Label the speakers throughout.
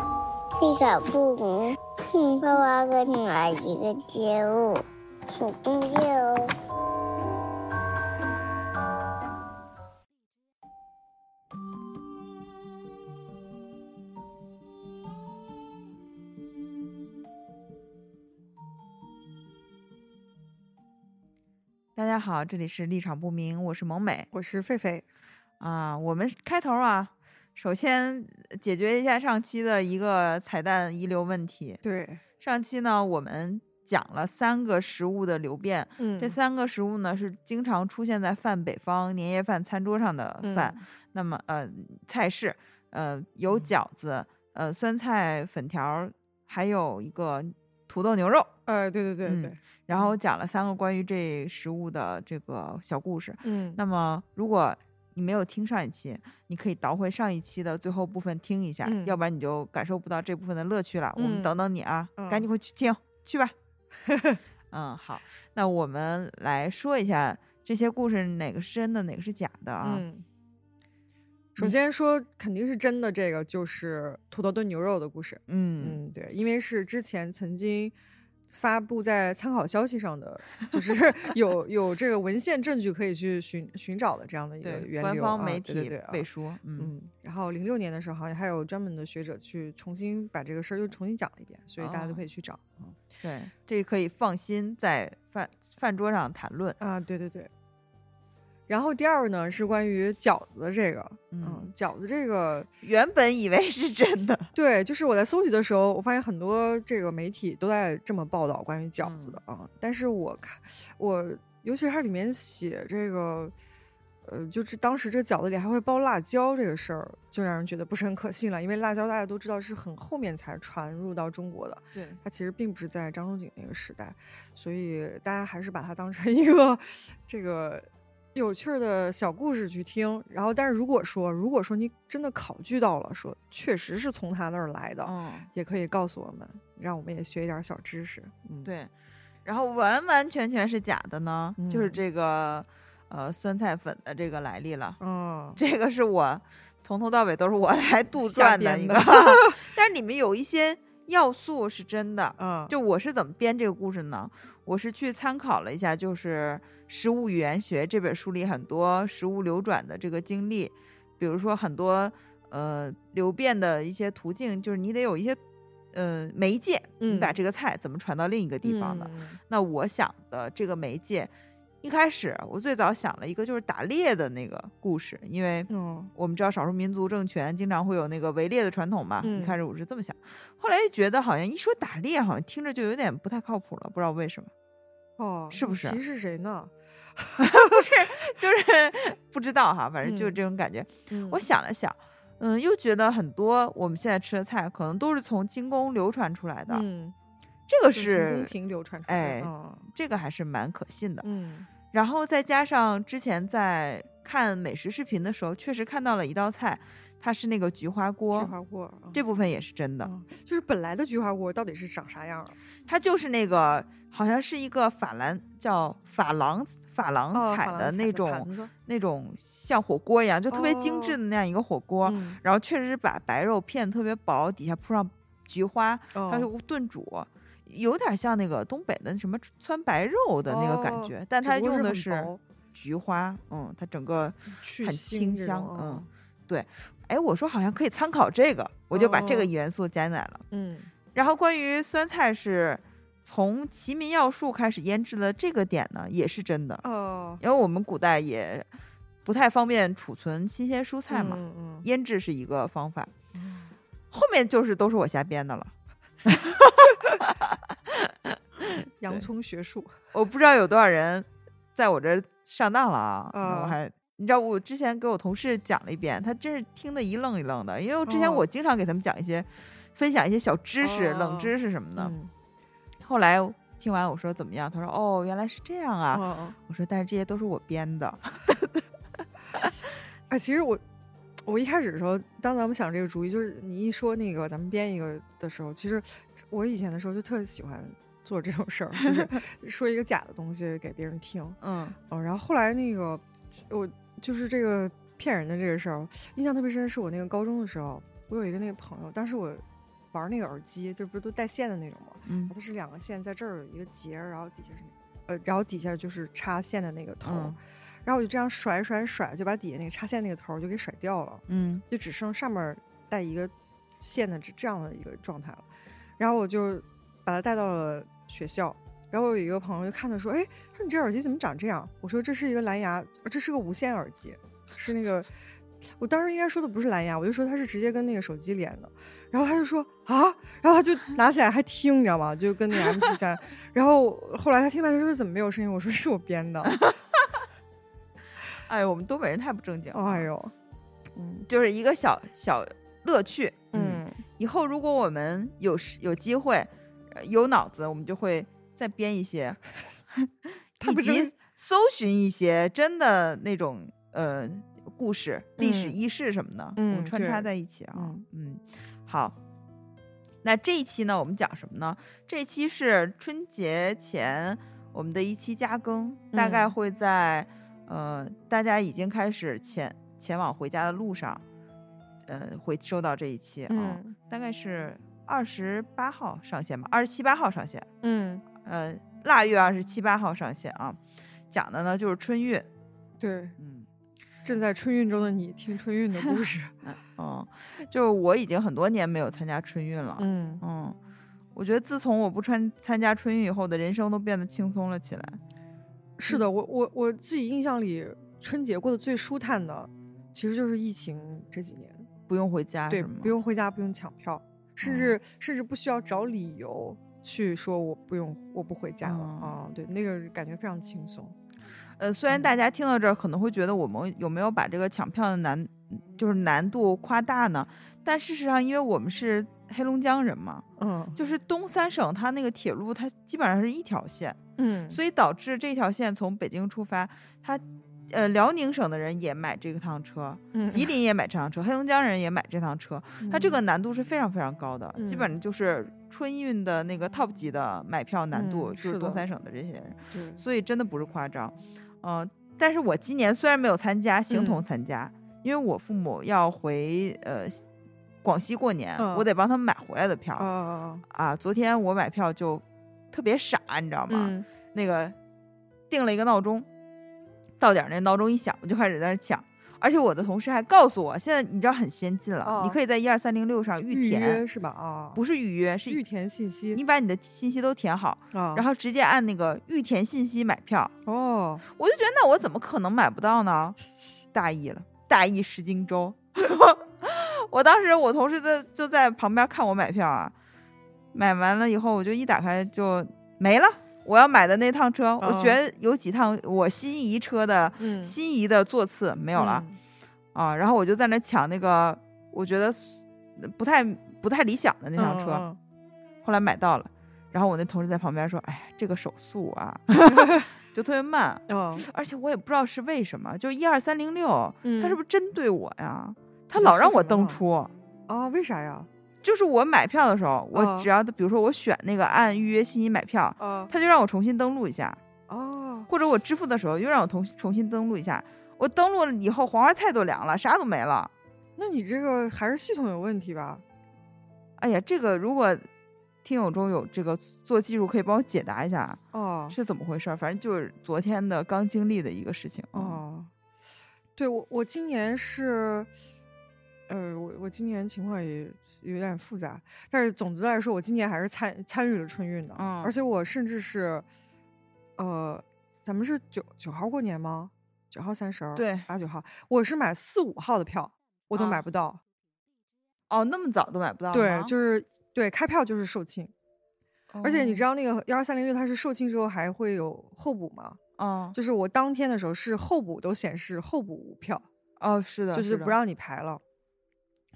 Speaker 1: 去找父母，你嗯爸爸跟你来一个街舞，手工街哦。
Speaker 2: 大家好，这里是立场不明，我是萌美
Speaker 3: 我是狒狒，
Speaker 2: 啊。我们开头啊，首先解决一下上期的一个彩蛋遗留问题。
Speaker 3: 对，
Speaker 2: 上期呢，我们讲了三个食物的流变，
Speaker 3: 嗯
Speaker 2: 这三个食物呢是经常出现在泛北方年夜饭餐桌上的饭。那么呃，菜式呃有饺子，呃酸菜粉条儿，还有一个土豆牛肉。
Speaker 3: 呃，对对对
Speaker 2: 嗯
Speaker 3: 对，
Speaker 2: 然后讲了三个关于这食物的这个小故事。
Speaker 3: 嗯
Speaker 2: 那么，如果你没有听上一期，你可以倒回上一期的最后部分听一下，
Speaker 3: 嗯
Speaker 2: 要不然你就感受不到这部分的乐趣了。我们
Speaker 3: 嗯
Speaker 2: 等等你啊，
Speaker 3: 嗯
Speaker 2: 赶紧回去听去吧。 嗯，好，那我们来说一下这些故事哪个是真的，哪个是假的啊？
Speaker 3: 嗯，首
Speaker 2: 嗯
Speaker 3: 先说肯定是真的，这个就是土豆炖牛肉的故事。
Speaker 2: 嗯
Speaker 3: 嗯，对，因为是之前曾经发布在参考消息 上的，就是有有这个文献证据可以去寻寻找的这样的一个
Speaker 2: 对，
Speaker 3: 源流、啊、
Speaker 2: 官方媒
Speaker 3: 对
Speaker 2: 体
Speaker 3: 对对啊
Speaker 2: 背书，嗯，
Speaker 3: 嗯，然后零六年的时候，好像还有专门的学者去重新把这个事儿又重新讲了一遍，所以大家都
Speaker 2: 哦
Speaker 3: 可以去找。嗯
Speaker 2: 对，这可以放心在饭饭桌上谈论。
Speaker 3: 啊，对对对。然后第二个呢是关于饺子的这个，
Speaker 2: 嗯
Speaker 3: 嗯，饺子这个，
Speaker 2: 原本以为是真的，
Speaker 3: 对，就是我在搜集的时候，我发现很多这个媒体都在这么报道关于饺子的啊、但是我看我，尤其是它里面写这个，呃，就是当时这饺子里还会包辣椒这个事儿，就让人觉得不是很可信了，因为辣椒大家都知道是很后面才传入到中国的，
Speaker 2: 对，
Speaker 3: 它其实并不是在张仲景那个时代，所以大家还是把它当成一个这个有趣儿的小故事去听。然后，但是如果说如果说你真的考据到了，说确实是从他那儿来的，
Speaker 2: 嗯，
Speaker 3: 也可以告诉我们，让我们也学一点儿小知识。嗯，，
Speaker 2: 对。然后完完全全是假的呢，就是
Speaker 3: 嗯
Speaker 2: 这个呃酸菜粉的这个来历了。
Speaker 3: 嗯，
Speaker 2: 这个是我从头到尾都是我来 杜
Speaker 3: 瞎
Speaker 2: 撰的
Speaker 3: 编
Speaker 2: 一个
Speaker 3: 的，
Speaker 2: 但是里面有一些要素是真的。
Speaker 3: 嗯，
Speaker 2: 就我是怎么编这个故事呢？我是去参考了一下，就是《食物语言学》这本书里很多食物流转的这个经历，比如说很多呃流变的一些途径，就是你得有一些呃媒介，你把
Speaker 3: 嗯
Speaker 2: 这个菜怎么传到另一个地方的。
Speaker 3: 嗯
Speaker 2: 那我想的这个媒介，一开始我最早想了一个就是打猎的那个故事，因为
Speaker 3: 嗯
Speaker 2: 我们知道少数民族政权经常会有那个围猎的传统嘛。
Speaker 3: 嗯
Speaker 2: 一开始我是这么想，后来就觉得好像一说打猎，好像听着就有点不太靠谱了，不知道为什么，
Speaker 3: 哦，
Speaker 2: 是不是
Speaker 3: 歧视谁呢？
Speaker 2: 就是不知道哈，反正就是
Speaker 3: 嗯
Speaker 2: 这种感觉。
Speaker 3: 嗯
Speaker 2: 我想了想，嗯，又觉得很多我们现在吃的菜可能都是从清宫流传出来的，
Speaker 3: 嗯，
Speaker 2: 这个
Speaker 3: 就是从宫
Speaker 2: 是
Speaker 3: 廷流传出来
Speaker 2: 哎
Speaker 3: 的。嗯
Speaker 2: 这个还是蛮可信的。
Speaker 3: 嗯
Speaker 2: 然后再加上之前在看美食视频的时候，确实看到了一道菜，它是那个菊花
Speaker 3: 菊
Speaker 2: 锅，
Speaker 3: 花锅，嗯
Speaker 2: 这部分也是真的。
Speaker 3: 嗯就是本来的菊花锅到底是长啥样儿？啊
Speaker 2: 它就是那个好像是一个法兰叫珐琅珐
Speaker 3: 哦
Speaker 2: 琅
Speaker 3: 珐
Speaker 2: 彩
Speaker 3: 琅
Speaker 2: 的那种、
Speaker 3: 盘子
Speaker 2: 那种像火锅一样，就特别精致
Speaker 3: 哦
Speaker 2: 的那样一个火锅。
Speaker 3: 嗯
Speaker 2: 然后确实是把白肉片得特别薄，底下铺上菊花，
Speaker 3: 哦
Speaker 2: 它就炖煮。有点像那个东北的什么川白肉的那个感
Speaker 3: 哦
Speaker 2: 觉，但它用的是菊花，嗯，它整个，
Speaker 3: 去
Speaker 2: 很清
Speaker 3: 腥这
Speaker 2: 香
Speaker 3: 种
Speaker 2: 嗯，哎，我说好像可以参考这个，我就把这个
Speaker 3: 哦
Speaker 2: 元素加进来了。
Speaker 3: 嗯
Speaker 2: 然后关于酸菜是从齐民要术开始腌制的这个点呢，也是真的，
Speaker 3: 哦，
Speaker 2: 因为我们古代也不太方便储存新鲜蔬菜嘛，
Speaker 3: 嗯
Speaker 2: 腌制是一个方法。后面就是都是我瞎编的了，
Speaker 3: 嗯，洋葱学术，
Speaker 2: 我不知道有多少人在我这儿上当了啊！那我
Speaker 3: 啊
Speaker 2: 还。你知道我之前给我同事讲了一遍，他真是听得一愣一愣的，因为我之前
Speaker 3: 哦
Speaker 2: 我经常给他们讲一些、分享一些小知识、冷
Speaker 3: 哦
Speaker 2: 知识什么的，
Speaker 3: 嗯
Speaker 2: 后来听完我说怎么样，他说哦，原来是这样啊。
Speaker 3: 哦，
Speaker 2: 我说但是这些都是我编 的，
Speaker 3: 哎，其实我我一开始的时候，当咱们想这个主意，就是你一说那个咱们编一个的时候，其实我以前的时候就特喜欢做这种事儿，就是 说一个假的东西给别人听，
Speaker 2: 嗯
Speaker 3: 嗯，然后后来那个我就是这个骗人的这个事儿，印象特别深，是我那个高中的时候，我有一个那个朋友，当时我玩那个耳机，就不是都带线的那种吗？
Speaker 2: 嗯
Speaker 3: 它是两个线，在这儿有一个结儿，然后底下是那呃，然后底下就是插线的那个头，
Speaker 2: 嗯
Speaker 3: 然后我就这样甩甩甩，就把底下那个插线那个头儿就给甩掉了，
Speaker 2: 嗯
Speaker 3: 就只剩上面儿带一个线的这这样的一个状态了。然后我就把它带到了学校，然后我有一个朋友就看他说：“哎，说你这耳机怎么长这样？”我说：“这是一个蓝牙，呃这是个无线耳机，是那个。”我当时应该说的不是蓝牙，我就说它是直接跟那个手机连的。然后他就说啊，然后他就拿起来还听，你知道吗？就跟那个 MP 三。然后后来他听到他说怎么没有声音？我说是我编的。
Speaker 2: 哎呦，我们东北人太不正经了，
Speaker 3: 哎呦，嗯
Speaker 2: 就是一个小小乐趣。，
Speaker 3: 嗯，
Speaker 2: 以后如果我们有时有机会、呃有脑子，我们就会再编一些，
Speaker 3: 太
Speaker 2: 以
Speaker 3: 不正
Speaker 2: 及搜寻一些真的那种呃故事、历史
Speaker 3: 嗯
Speaker 2: 轶事什么的，我
Speaker 3: 嗯
Speaker 2: 们穿插
Speaker 3: 对
Speaker 2: 在一起啊。
Speaker 3: 嗯
Speaker 2: 嗯，好。那这一期呢，我们讲什么呢？这一期是春节前我们的一期加更，大概
Speaker 3: 嗯
Speaker 2: 会在、呃大家已经开始前前往回家的路上，呃会收到这一期啊、
Speaker 3: 嗯
Speaker 2: 大概是二十八号上线吧，二十七八号上线，
Speaker 3: 嗯，
Speaker 2: 呃腊月二十七八号上线啊，讲的呢就是春运，
Speaker 3: 对，
Speaker 2: 嗯。
Speaker 3: 正在春运中的你，听春运的故事。
Speaker 2: 嗯，就是我已经很多年没有参加春运了。
Speaker 3: 嗯，
Speaker 2: 嗯，我觉得自从我不参参加春运以后的人生都变得轻松了起来。
Speaker 3: 是的，我我我自己印象里，春节过得最舒坦的，其实就是疫情这几年，
Speaker 2: 不用回家
Speaker 3: 对，
Speaker 2: 是吗
Speaker 3: 不用回家，不用抢票，甚至、甚至不需要找理由去说我不用，我不回家了
Speaker 2: 嗯
Speaker 3: 啊、对，那个感觉非常轻松。
Speaker 2: 呃，虽
Speaker 3: 嗯
Speaker 2: 然大家听到这儿可能会觉得我们有没有把这个抢票的难，就是难度夸大呢？但事实上，因为我们是黑龙江人嘛，
Speaker 3: 嗯
Speaker 2: 就是东三省它那个铁路它基本上是一条线，
Speaker 3: 嗯，
Speaker 2: 所以导致这条线从北京出发，它呃辽宁省的人也买这趟车，
Speaker 3: 以
Speaker 2: 吉林也买这趟车，黑龙江人也买这趟车，
Speaker 3: 嗯
Speaker 2: 它这个难度是非常非常高的，基本上就是春运的那个 top 级的买票难度，
Speaker 3: 嗯
Speaker 2: 就是是
Speaker 3: 的
Speaker 2: 东三省的这些人。
Speaker 3: 对
Speaker 2: 所以真的不是夸张，嗯、但是我今年虽然没有参加，形同
Speaker 3: 嗯
Speaker 2: 参加，因为我父母要回呃西广西过年，
Speaker 3: 嗯
Speaker 2: 我得帮他们买回来的票、
Speaker 3: 啊，
Speaker 2: 啊。昨天我买票就特别傻，你知道吗？
Speaker 3: 嗯
Speaker 2: 那个定了一个闹钟，到点儿那闹钟一响，我就开始在那抢。而且我的同事还告诉我，现在你知道很先进了，你
Speaker 3: 哦
Speaker 2: 可以在一二三零六上
Speaker 3: 预
Speaker 2: 填，
Speaker 3: 约是吧？啊，
Speaker 2: 不是预约，是
Speaker 3: 预填信息
Speaker 2: 你把你的信息都填好，
Speaker 3: 啊，
Speaker 2: 然后直接按那个预填信息买票。
Speaker 3: 哦，
Speaker 2: 我就觉得那我怎么可能买不到呢？大意了，大意失荆州。 我当时我同事在就在旁边看我买票啊，买完了以后我就一打开就没了。我要买的那趟车，我
Speaker 3: 哦
Speaker 2: 觉得有几趟我心仪车的、
Speaker 3: 嗯
Speaker 2: 心仪的座次没有了、啊，然后我就在那抢那个我觉得不太不太理想的那
Speaker 3: 那
Speaker 2: 趟车，后来买到了。然后我那同事在旁边说：“哎呀，这个手速啊， 就特别慢。”
Speaker 3: 哦，
Speaker 2: 而且我也不知道是为什么，就一二三零六，他是
Speaker 3: 嗯
Speaker 2: 不是针对我呀？他
Speaker 3: 你
Speaker 2: 老
Speaker 3: 说
Speaker 2: 让
Speaker 3: 什
Speaker 2: 我
Speaker 3: 么
Speaker 2: 登
Speaker 3: 了
Speaker 2: 出，
Speaker 3: 啊，为啥呀？
Speaker 2: 就是我买票的时候，我
Speaker 3: 哦
Speaker 2: 只要比如说我选那个按预约信息买票，
Speaker 3: 啊
Speaker 2: 他就让我重新登录一下，
Speaker 3: 哦，
Speaker 2: 或者我支付的时候又让我重重新登录一下。我登录了以后，黄花菜都凉了，啥都没了。
Speaker 3: 那你这个还是系统有问题吧？
Speaker 2: 哎呀，这个如果听友中有这个做技术可以帮我解答一下
Speaker 3: 哦
Speaker 2: 是怎么回事儿，反正就是昨天的刚经历的一个事情。嗯
Speaker 3: 哦，对我我今年是，呃，我我今年情况也有点复杂，但是总的来说，我今年还是参参与了春运的，
Speaker 2: 嗯
Speaker 3: 而且我甚至是，呃，咱们是九九号过年吗？九号三十儿，
Speaker 2: 对
Speaker 3: 八九号，我是买四五号的票，我都
Speaker 2: 啊
Speaker 3: 买不到，
Speaker 2: 哦，那么早都买不到吗？
Speaker 3: 对，就是对开票就是售罄，而且你知
Speaker 2: 道，
Speaker 3: 道那个幺二三零六它是售罄之后还会有候补吗？
Speaker 2: 嗯，
Speaker 3: 就是我当天的时候是候补都显示候补无票，
Speaker 2: 哦，是的，
Speaker 3: 就是
Speaker 2: 的
Speaker 3: 不让你排了。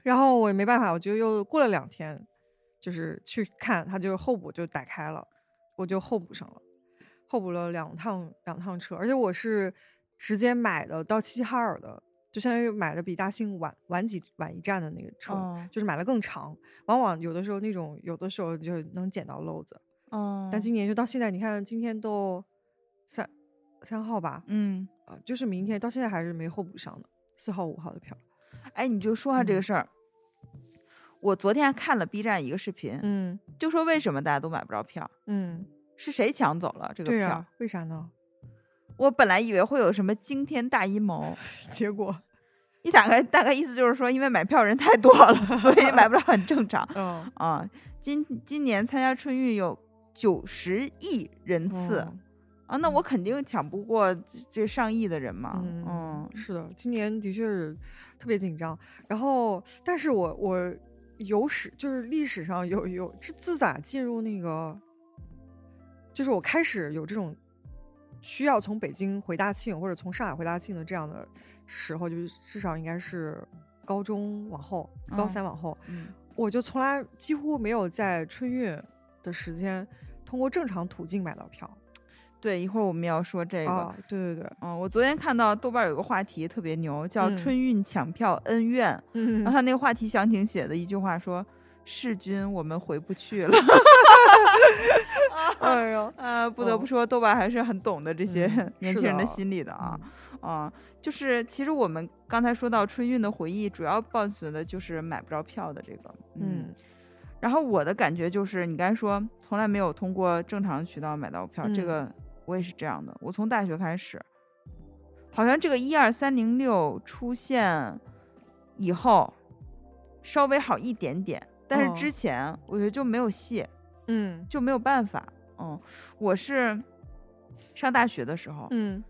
Speaker 3: 然后我也没办法，我就又过了两天，就是去看，他就是候补就打开了，我就候补上了，候补了两趟两趟车，而且我是直接买的到齐齐哈尔的，就相当于买的比大兴晚晚几晚一站的那个车，
Speaker 2: 哦
Speaker 3: 就是买了更长。往往有的时候那种有的时候就能捡到漏子，
Speaker 2: 哦，
Speaker 3: 但今年就到现在，你看今天都三三号吧，
Speaker 2: 嗯，
Speaker 3: 啊，就是明天到现在还是没候补上的四号、五号的票。
Speaker 2: 哎，你就说下这个
Speaker 3: 嗯
Speaker 2: 事儿。我昨天还看了 B 站一个视频，
Speaker 3: 嗯
Speaker 2: 就说为什么大家都买不着票，
Speaker 3: 嗯，
Speaker 2: 是谁抢走了这个
Speaker 3: 对啊
Speaker 2: 票？
Speaker 3: 呀、为啥呢？
Speaker 2: 我本来以为会有什么惊天大阴谋，
Speaker 3: 结果，
Speaker 2: 一打开大概意思就是说，因为买票人太多了， 所以买不着很正常
Speaker 3: 嗯，
Speaker 2: 啊。今今年参加春运有九十亿人次、
Speaker 3: 哦
Speaker 2: 啊，那
Speaker 3: 嗯
Speaker 2: 我肯定抢不过这上亿的人嘛，
Speaker 3: 嗯，
Speaker 2: 嗯
Speaker 3: 是的，今年的确是特别紧张。然后，但是我我有史就是历史上有有自自打进入那个，就是我开始有这种需要从北京回大庆或者从上海回大庆的这样的时候，就是至少应该是高中往后，高
Speaker 2: 嗯
Speaker 3: 三往后，
Speaker 2: 嗯
Speaker 3: 我就从来几乎没有在春运的时间通过正常途径买到票。
Speaker 2: 对，一会儿我们要说这个。
Speaker 3: 啊，对 对对，
Speaker 2: 嗯，我昨天看到豆瓣有个话题特别牛，叫“
Speaker 3: 嗯
Speaker 2: 春运抢票恩怨”
Speaker 3: 嗯
Speaker 2: 然后他那个话题详情写的一句话说：“世君，我们回不去了。
Speaker 3: 哎呦”，
Speaker 2: 呃，不得
Speaker 3: 哦
Speaker 2: 不说，豆瓣还是很懂得这些
Speaker 3: 嗯
Speaker 2: 年
Speaker 3: 是
Speaker 2: 轻人的
Speaker 3: 的嗯
Speaker 2: 心理的啊。啊，就是其实我们刚才说到春运的回忆，主要伴随的就是买不着票的这个。嗯，
Speaker 3: 嗯
Speaker 2: 然后我的感觉就是，你刚才说从来没有通过正常渠道买到票，这
Speaker 3: 嗯
Speaker 2: 个我也是这样的。我从大学开始，好像这个一二三零六出现以后，稍微好一点点，但
Speaker 3: 哦
Speaker 2: 是之前我觉得就没有戏，
Speaker 3: 嗯
Speaker 2: 就没有办法。嗯，我是上大学的时候，
Speaker 3: 嗯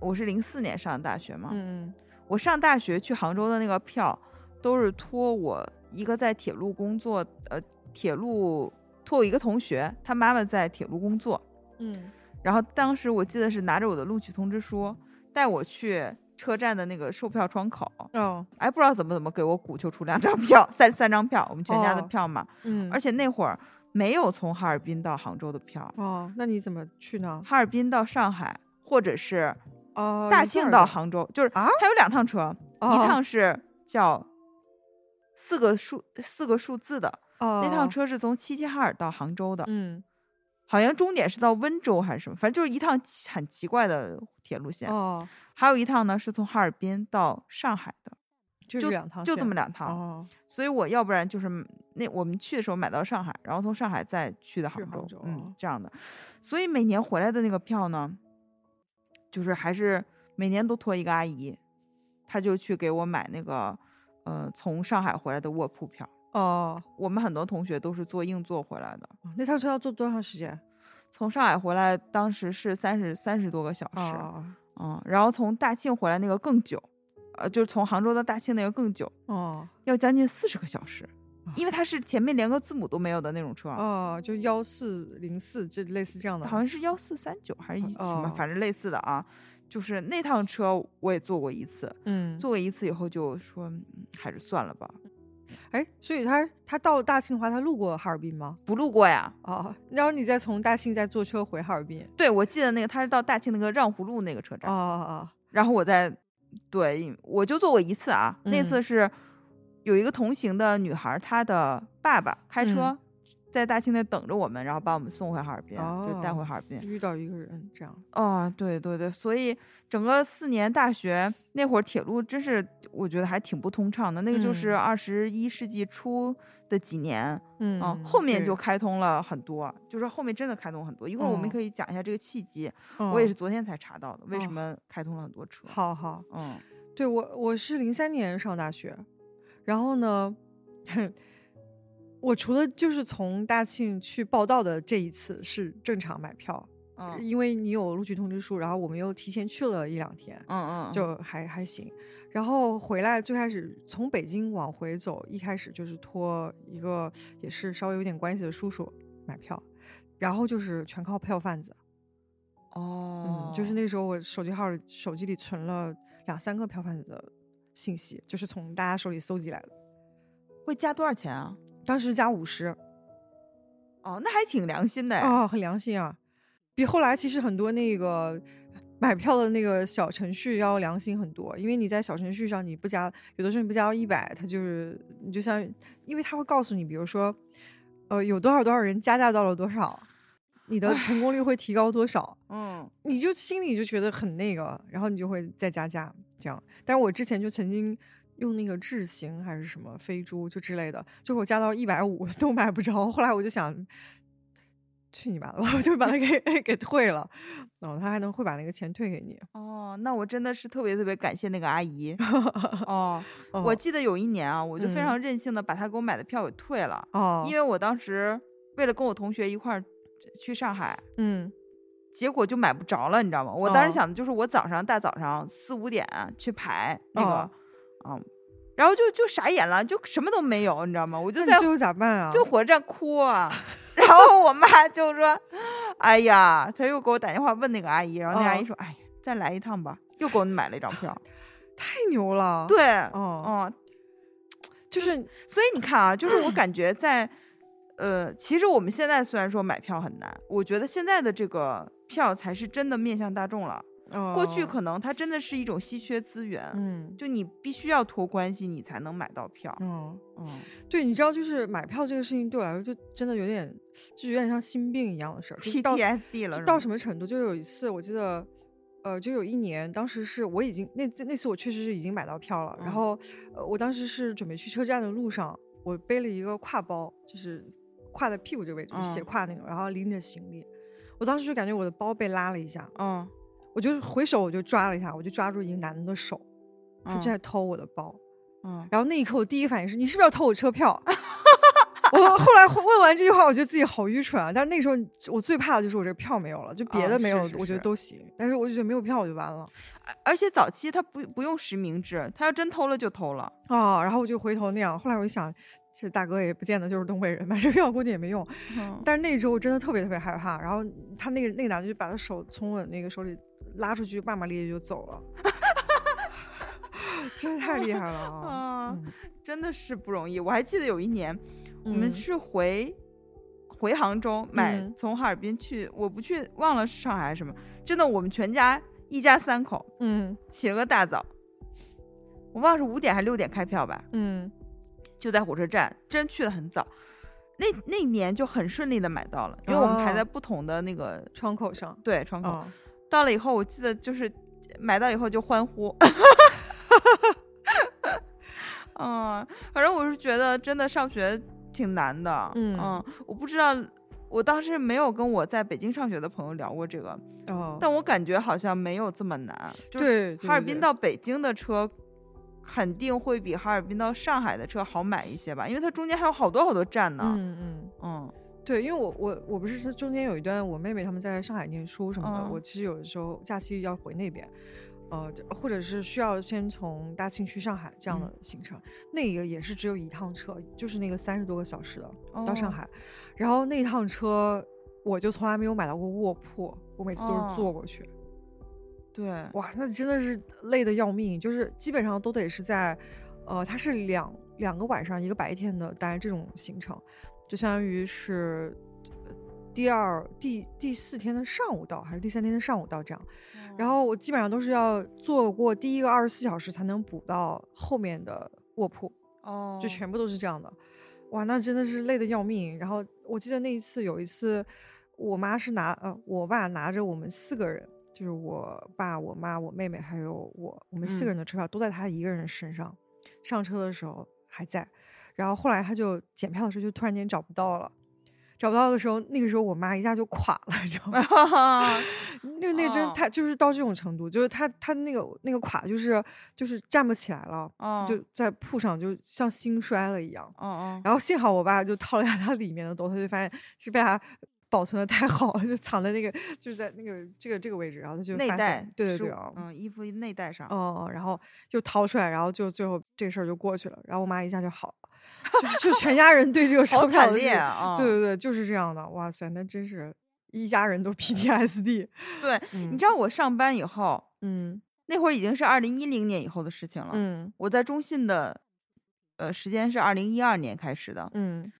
Speaker 2: 我是零四年上的大学嘛，
Speaker 3: 嗯
Speaker 2: 我上大学去杭州的那个票，都是托我一个在铁路工作，呃，铁路托我一个同学，他妈妈在铁路工作，
Speaker 3: 嗯
Speaker 2: 然后当时我记得是拿着我的录取通知书，带我去车站的那个售票窗口，
Speaker 3: 哦
Speaker 2: 哎，不知道怎么怎么给我鼓求出两张票，三三张票，我们全家的
Speaker 3: 哦
Speaker 2: 票嘛，
Speaker 3: 嗯，
Speaker 2: 而且那会儿没有从哈尔滨到杭州的票，
Speaker 3: 哦，那你怎么去呢？
Speaker 2: 哈尔滨到上海或者是
Speaker 3: 哦，
Speaker 2: 大
Speaker 3: 一
Speaker 2: 庆
Speaker 3: 段
Speaker 2: 到
Speaker 3: 的
Speaker 2: 杭州，就是
Speaker 3: 啊
Speaker 2: 它有两趟车，一
Speaker 3: 哦
Speaker 2: 趟是叫四个数四个数字的，
Speaker 3: 哦、
Speaker 2: 那趟，车是从齐齐哈尔到杭州的，
Speaker 3: 嗯，
Speaker 2: 好像终点是到温州还是什么，反正就是一趟奇很奇怪的铁路线。
Speaker 3: 哦，
Speaker 2: 还有一趟呢是从哈尔滨到上海的，
Speaker 3: 就
Speaker 2: 就
Speaker 3: 这两趟线，
Speaker 2: 就这么两趟。
Speaker 3: 哦，
Speaker 2: 所以我要不然就是那我们去的时候买到上海，然后从上海再去的
Speaker 3: 去
Speaker 2: 杭州，
Speaker 3: 杭州
Speaker 2: 嗯
Speaker 3: 哦，
Speaker 2: 这样的。所以每年回来的那个票呢，就是还是每年都托一个阿姨，她就去给我买那个呃从上海回来的卧铺票。
Speaker 3: 哦，
Speaker 2: 我们很多同学都是坐硬座回来的，
Speaker 3: 那趟车要坐多长时间？
Speaker 2: 从上海回来当时是三十三十多个小时，
Speaker 3: 哦
Speaker 2: 嗯，然后从大庆回来那个更久，呃，就是从杭州到大庆那个更久，
Speaker 3: 哦
Speaker 2: 要将近四十个小时，因为它是前面连个字母都没有的那种车，
Speaker 3: 啊哦，就幺四零四，这类似这样的，
Speaker 2: 好像是幺四三九还是一什么，
Speaker 3: 哦
Speaker 2: 反正类似的啊。就是那趟车我也坐过一次，
Speaker 3: 嗯，
Speaker 2: 坐过一次以后就说嗯还是算了吧，
Speaker 3: 哎，所以他他到大庆的话，他路过哈尔滨吗？
Speaker 2: 不路过呀。
Speaker 3: 哦，然后你再从大庆再坐车回哈尔滨，
Speaker 2: 对，我记得那个他是到大庆那个让胡路那个车
Speaker 3: 哦
Speaker 2: 站，
Speaker 3: 哦
Speaker 2: 然后我再对我就坐过一次啊，那次
Speaker 3: 嗯
Speaker 2: 是有一个同行的女孩，她的爸爸开车
Speaker 3: 嗯
Speaker 2: 在大庆那等着我们，然后把我们送回哈尔滨，就带回
Speaker 3: 哦
Speaker 2: 哈尔滨
Speaker 3: 哦，。遇到一个人这样，
Speaker 2: 啊，对对对，所以整个四年大学那会儿，铁路真是我觉得还挺不通畅的。那个就是
Speaker 3: 嗯
Speaker 2: 二十一世纪初的几年，
Speaker 3: 嗯
Speaker 2: 啊后面
Speaker 3: 对
Speaker 2: 就开通了很多，就是后面真的开通很多。一会儿我们
Speaker 3: 哦
Speaker 2: 可以讲一下这个契机，我也
Speaker 3: 嗯
Speaker 2: 是昨天才查到的，为什
Speaker 3: 哦
Speaker 2: 么开通了很多车。
Speaker 3: 好好，
Speaker 2: 嗯，
Speaker 3: 对我，我是零三年上大学，然后呢，我除了就是从大庆去报道的这一次是正常买票，
Speaker 2: 嗯
Speaker 3: 因为你有录取通知书，然后我们又提前去了一两天，
Speaker 2: 嗯嗯，
Speaker 3: 就还还行。然后回来最开始从北京往回走，一开始就是托一个也是稍微有点关系的叔叔买票，然后就是全靠票贩子，
Speaker 2: 哦
Speaker 3: 嗯，，就是那时候我手机号里手机里存了两三个票贩子的信息，就是从大家手里搜集来的。
Speaker 2: 会加多少钱啊？
Speaker 3: 当时加五十，
Speaker 2: 哦，那还挺良心的哎。
Speaker 3: 啊，很良心啊，比后来其实很多那个买票的那个小程序要良心很多，因为你在小程序上你不加，有的时候你不加到一百，它就是你就像，因为它会告诉你，比如说，呃，有多少多少人加价到了多少，你的成功率会提高多少。
Speaker 2: 嗯
Speaker 3: 你就心里就觉得很那个，然后你就会再加价这样。但是我之前就曾经用那个智行还是什么飞猪就之类的，就我加到一百五 都买不着。后来我就想，去你妈的吧， 我就把它给给退了。然后他还能会把那个钱退给你。
Speaker 2: 哦，那我真的是特别特别感谢那个阿姨。哦，
Speaker 3: 哦
Speaker 2: 我记得有一年啊，我就非
Speaker 3: 嗯
Speaker 2: 常任性的把她给我买的票给退了，
Speaker 3: 哦，
Speaker 2: 因
Speaker 3: 为
Speaker 2: 为我当时为了跟我同学一块儿去上海，
Speaker 3: 嗯
Speaker 2: 结果就买不着了，你知道吗？我当
Speaker 3: 哦
Speaker 2: 时想的就是我早上大早上四五点去排那个，
Speaker 3: 哦
Speaker 2: 嗯，然后就就傻眼了，就什么都没有，你知道吗？我就
Speaker 3: 那
Speaker 2: 在
Speaker 3: 你最后咋办啊？
Speaker 2: 就火车站哭啊。 然后我妈就说：“哎呀，她又给我打电话问那个阿姨，然后那个阿姨
Speaker 3: 哦
Speaker 2: 说：‘哎呀，再来一趟吧。’又给我买了一张票。
Speaker 3: 太牛了。，
Speaker 2: 对，
Speaker 3: 哦，
Speaker 2: 嗯，
Speaker 3: 就是
Speaker 2: 所以你看啊，就是我感觉在，呃，其实我们现在虽然说买票很难，我觉得现在的这个票才是真的面向大众了。过去
Speaker 3: 哦
Speaker 2: 可能它真的是一种稀缺资源，
Speaker 3: 嗯
Speaker 2: 就你必须要托关系你才能买到票。
Speaker 3: 嗯。
Speaker 2: 嗯，
Speaker 3: 对，你知道，就是买票这个事情对我来说，就真的有点，就有点像心病一样的事儿。就是到
Speaker 2: PTSD 了
Speaker 3: 就是到
Speaker 2: 吗
Speaker 3: 什么程度？就有一次，我记得，呃，就有一年，当时是我已经那那次我确实是已经买到票了，然
Speaker 2: 嗯
Speaker 3: 后呃，我当时是准备去车站的路上，我背了一个挎包，就是挎在屁股这位置，就是斜
Speaker 2: 嗯
Speaker 3: 挎那个，然后拎着行李，我当时就感觉我的包被拉了一下，
Speaker 2: 嗯，
Speaker 3: 我就回手我就抓了一下，我就抓住一个男的手，他
Speaker 2: 嗯
Speaker 3: 正在偷我的包。
Speaker 2: 嗯，
Speaker 3: 然后那一刻，我第一反应是你是不是要偷我车票？啊 我后来问完这句话，我觉得自己好愚蠢啊！但是那时候我最怕的就是我这票没有了，就别
Speaker 2: 啊
Speaker 3: 的没
Speaker 2: 是
Speaker 3: 有，
Speaker 2: 是
Speaker 3: 我觉
Speaker 2: 是
Speaker 3: 得都行。但是我就觉得没有票我就完了
Speaker 2: 而且早期他不不用实名制，他要真偷了就偷了。
Speaker 3: 啊！然后我就回头那样。后来我一想，这大哥也不见得就是东北人，买这票估计也没用。
Speaker 2: 嗯
Speaker 3: 但是那时候我真的特别特别害怕。然后他那个那个男的就把他手从我那个手里拉出去，骂骂咧咧就走了， 真的太厉害 了啊！
Speaker 2: 啊，
Speaker 3: 嗯
Speaker 2: 真的是不容易。我还记得有一年，我们
Speaker 3: 嗯
Speaker 2: 是回回杭州买，
Speaker 3: 嗯
Speaker 2: 从哈尔滨去，我不去忘了是上海还是什么。真的，我们全家一家三口
Speaker 3: 嗯
Speaker 2: 起了个大早，我忘了是五点还是六点开票吧，
Speaker 3: 嗯
Speaker 2: 就在火车站，真去的很早。那那年就很顺利的买到了，因为我们排
Speaker 3: 哦
Speaker 2: 在不同的那个、
Speaker 3: 窗口上
Speaker 2: 对窗口。
Speaker 3: 啊，
Speaker 2: 到了以后，我记得就是买到以后就欢呼。 嗯，反正我是觉得真的上学挺难的。
Speaker 3: 嗯
Speaker 2: 我不知道，我当时没有跟我在北京上学的朋友聊过这个，
Speaker 3: 哦
Speaker 2: 但我感觉好像没有这么难。就是
Speaker 3: 对，对
Speaker 2: 哈尔
Speaker 3: 对
Speaker 2: 滨
Speaker 3: 对
Speaker 2: 到北京的车。肯定会比哈尔滨到上海的车好买一些吧，因为它中间还有好多好多站呢。
Speaker 3: 嗯嗯，
Speaker 2: 嗯
Speaker 3: 对，因为我我我不是是中间有一段我妹妹他们在上海念书什么的，
Speaker 2: 嗯
Speaker 3: 我其实有的时候假期要回那边，呃，就或者是需要先从大庆去上海这样的
Speaker 2: 嗯
Speaker 3: 行程，那个也是只有一趟车，就是那个三十多个小时的、到上
Speaker 2: 哦
Speaker 3: 海，然后那趟车我就从来没有买到过卧铺，我每次都
Speaker 2: 哦
Speaker 3: 是坐过去，
Speaker 2: 对，
Speaker 3: 哇，那真的是累得要命，就是基本上都得是在，呃，它是两两个晚上一个白天的，大概这种行程，就相当于是呃第二第第四天的上午到，还是第三天的上午到这样。然后我基本上都是要坐过第一个二十四小时才能补到后面的卧铺，
Speaker 2: 哦，
Speaker 3: 就全部都是这样的。哇，那真的是累得要命。然后我记得那一次有一次，我妈是拿呃，我爸拿着我们四个人，就是我爸、我妈、我妹妹还有我，我们四
Speaker 2: 嗯
Speaker 3: 个人的车票都在他一个人身上。上车的时候还在，然后后来他就检票的时候就突然间找不到了。找不到的时候，那个时候我妈一下就垮了，你知道 吗？
Speaker 2: 嗯
Speaker 3: 那那真
Speaker 2: 哦
Speaker 3: 她就是到这种程度，就是她她那个那个垮，就是就是站不起来了，
Speaker 2: 哦
Speaker 3: 就在铺上就像心衰了一样。
Speaker 2: 哦哦，
Speaker 3: 然后幸好我爸就掏了一下他里面的东西，他就发现是被他保存的太好了，就藏在那个就是在那个这个这个位置，然后他就
Speaker 2: 内
Speaker 3: 发
Speaker 2: 带
Speaker 3: 现，对
Speaker 2: 是
Speaker 3: 对对
Speaker 2: 我
Speaker 3: 啊，
Speaker 2: 嗯，衣服内带上，
Speaker 3: 哦，然后又掏出来，然后就最后这事儿就过去了，然后我妈一下就好了，就是就全家人对这个 车
Speaker 2: 好
Speaker 3: 票
Speaker 2: 惨
Speaker 3: 的事
Speaker 2: 烈
Speaker 3: 情，
Speaker 2: 啊！
Speaker 3: 对对对，就是这样的，哇塞，那真是一家人都 PTSD，
Speaker 2: 对你
Speaker 3: 你
Speaker 2: 知道我上班以后，
Speaker 3: 嗯
Speaker 2: 那会儿已经是二零一零年以后的事情了。
Speaker 3: 嗯
Speaker 2: 我在中信的，呃，时间是二零一二年开始的。
Speaker 3: 嗯，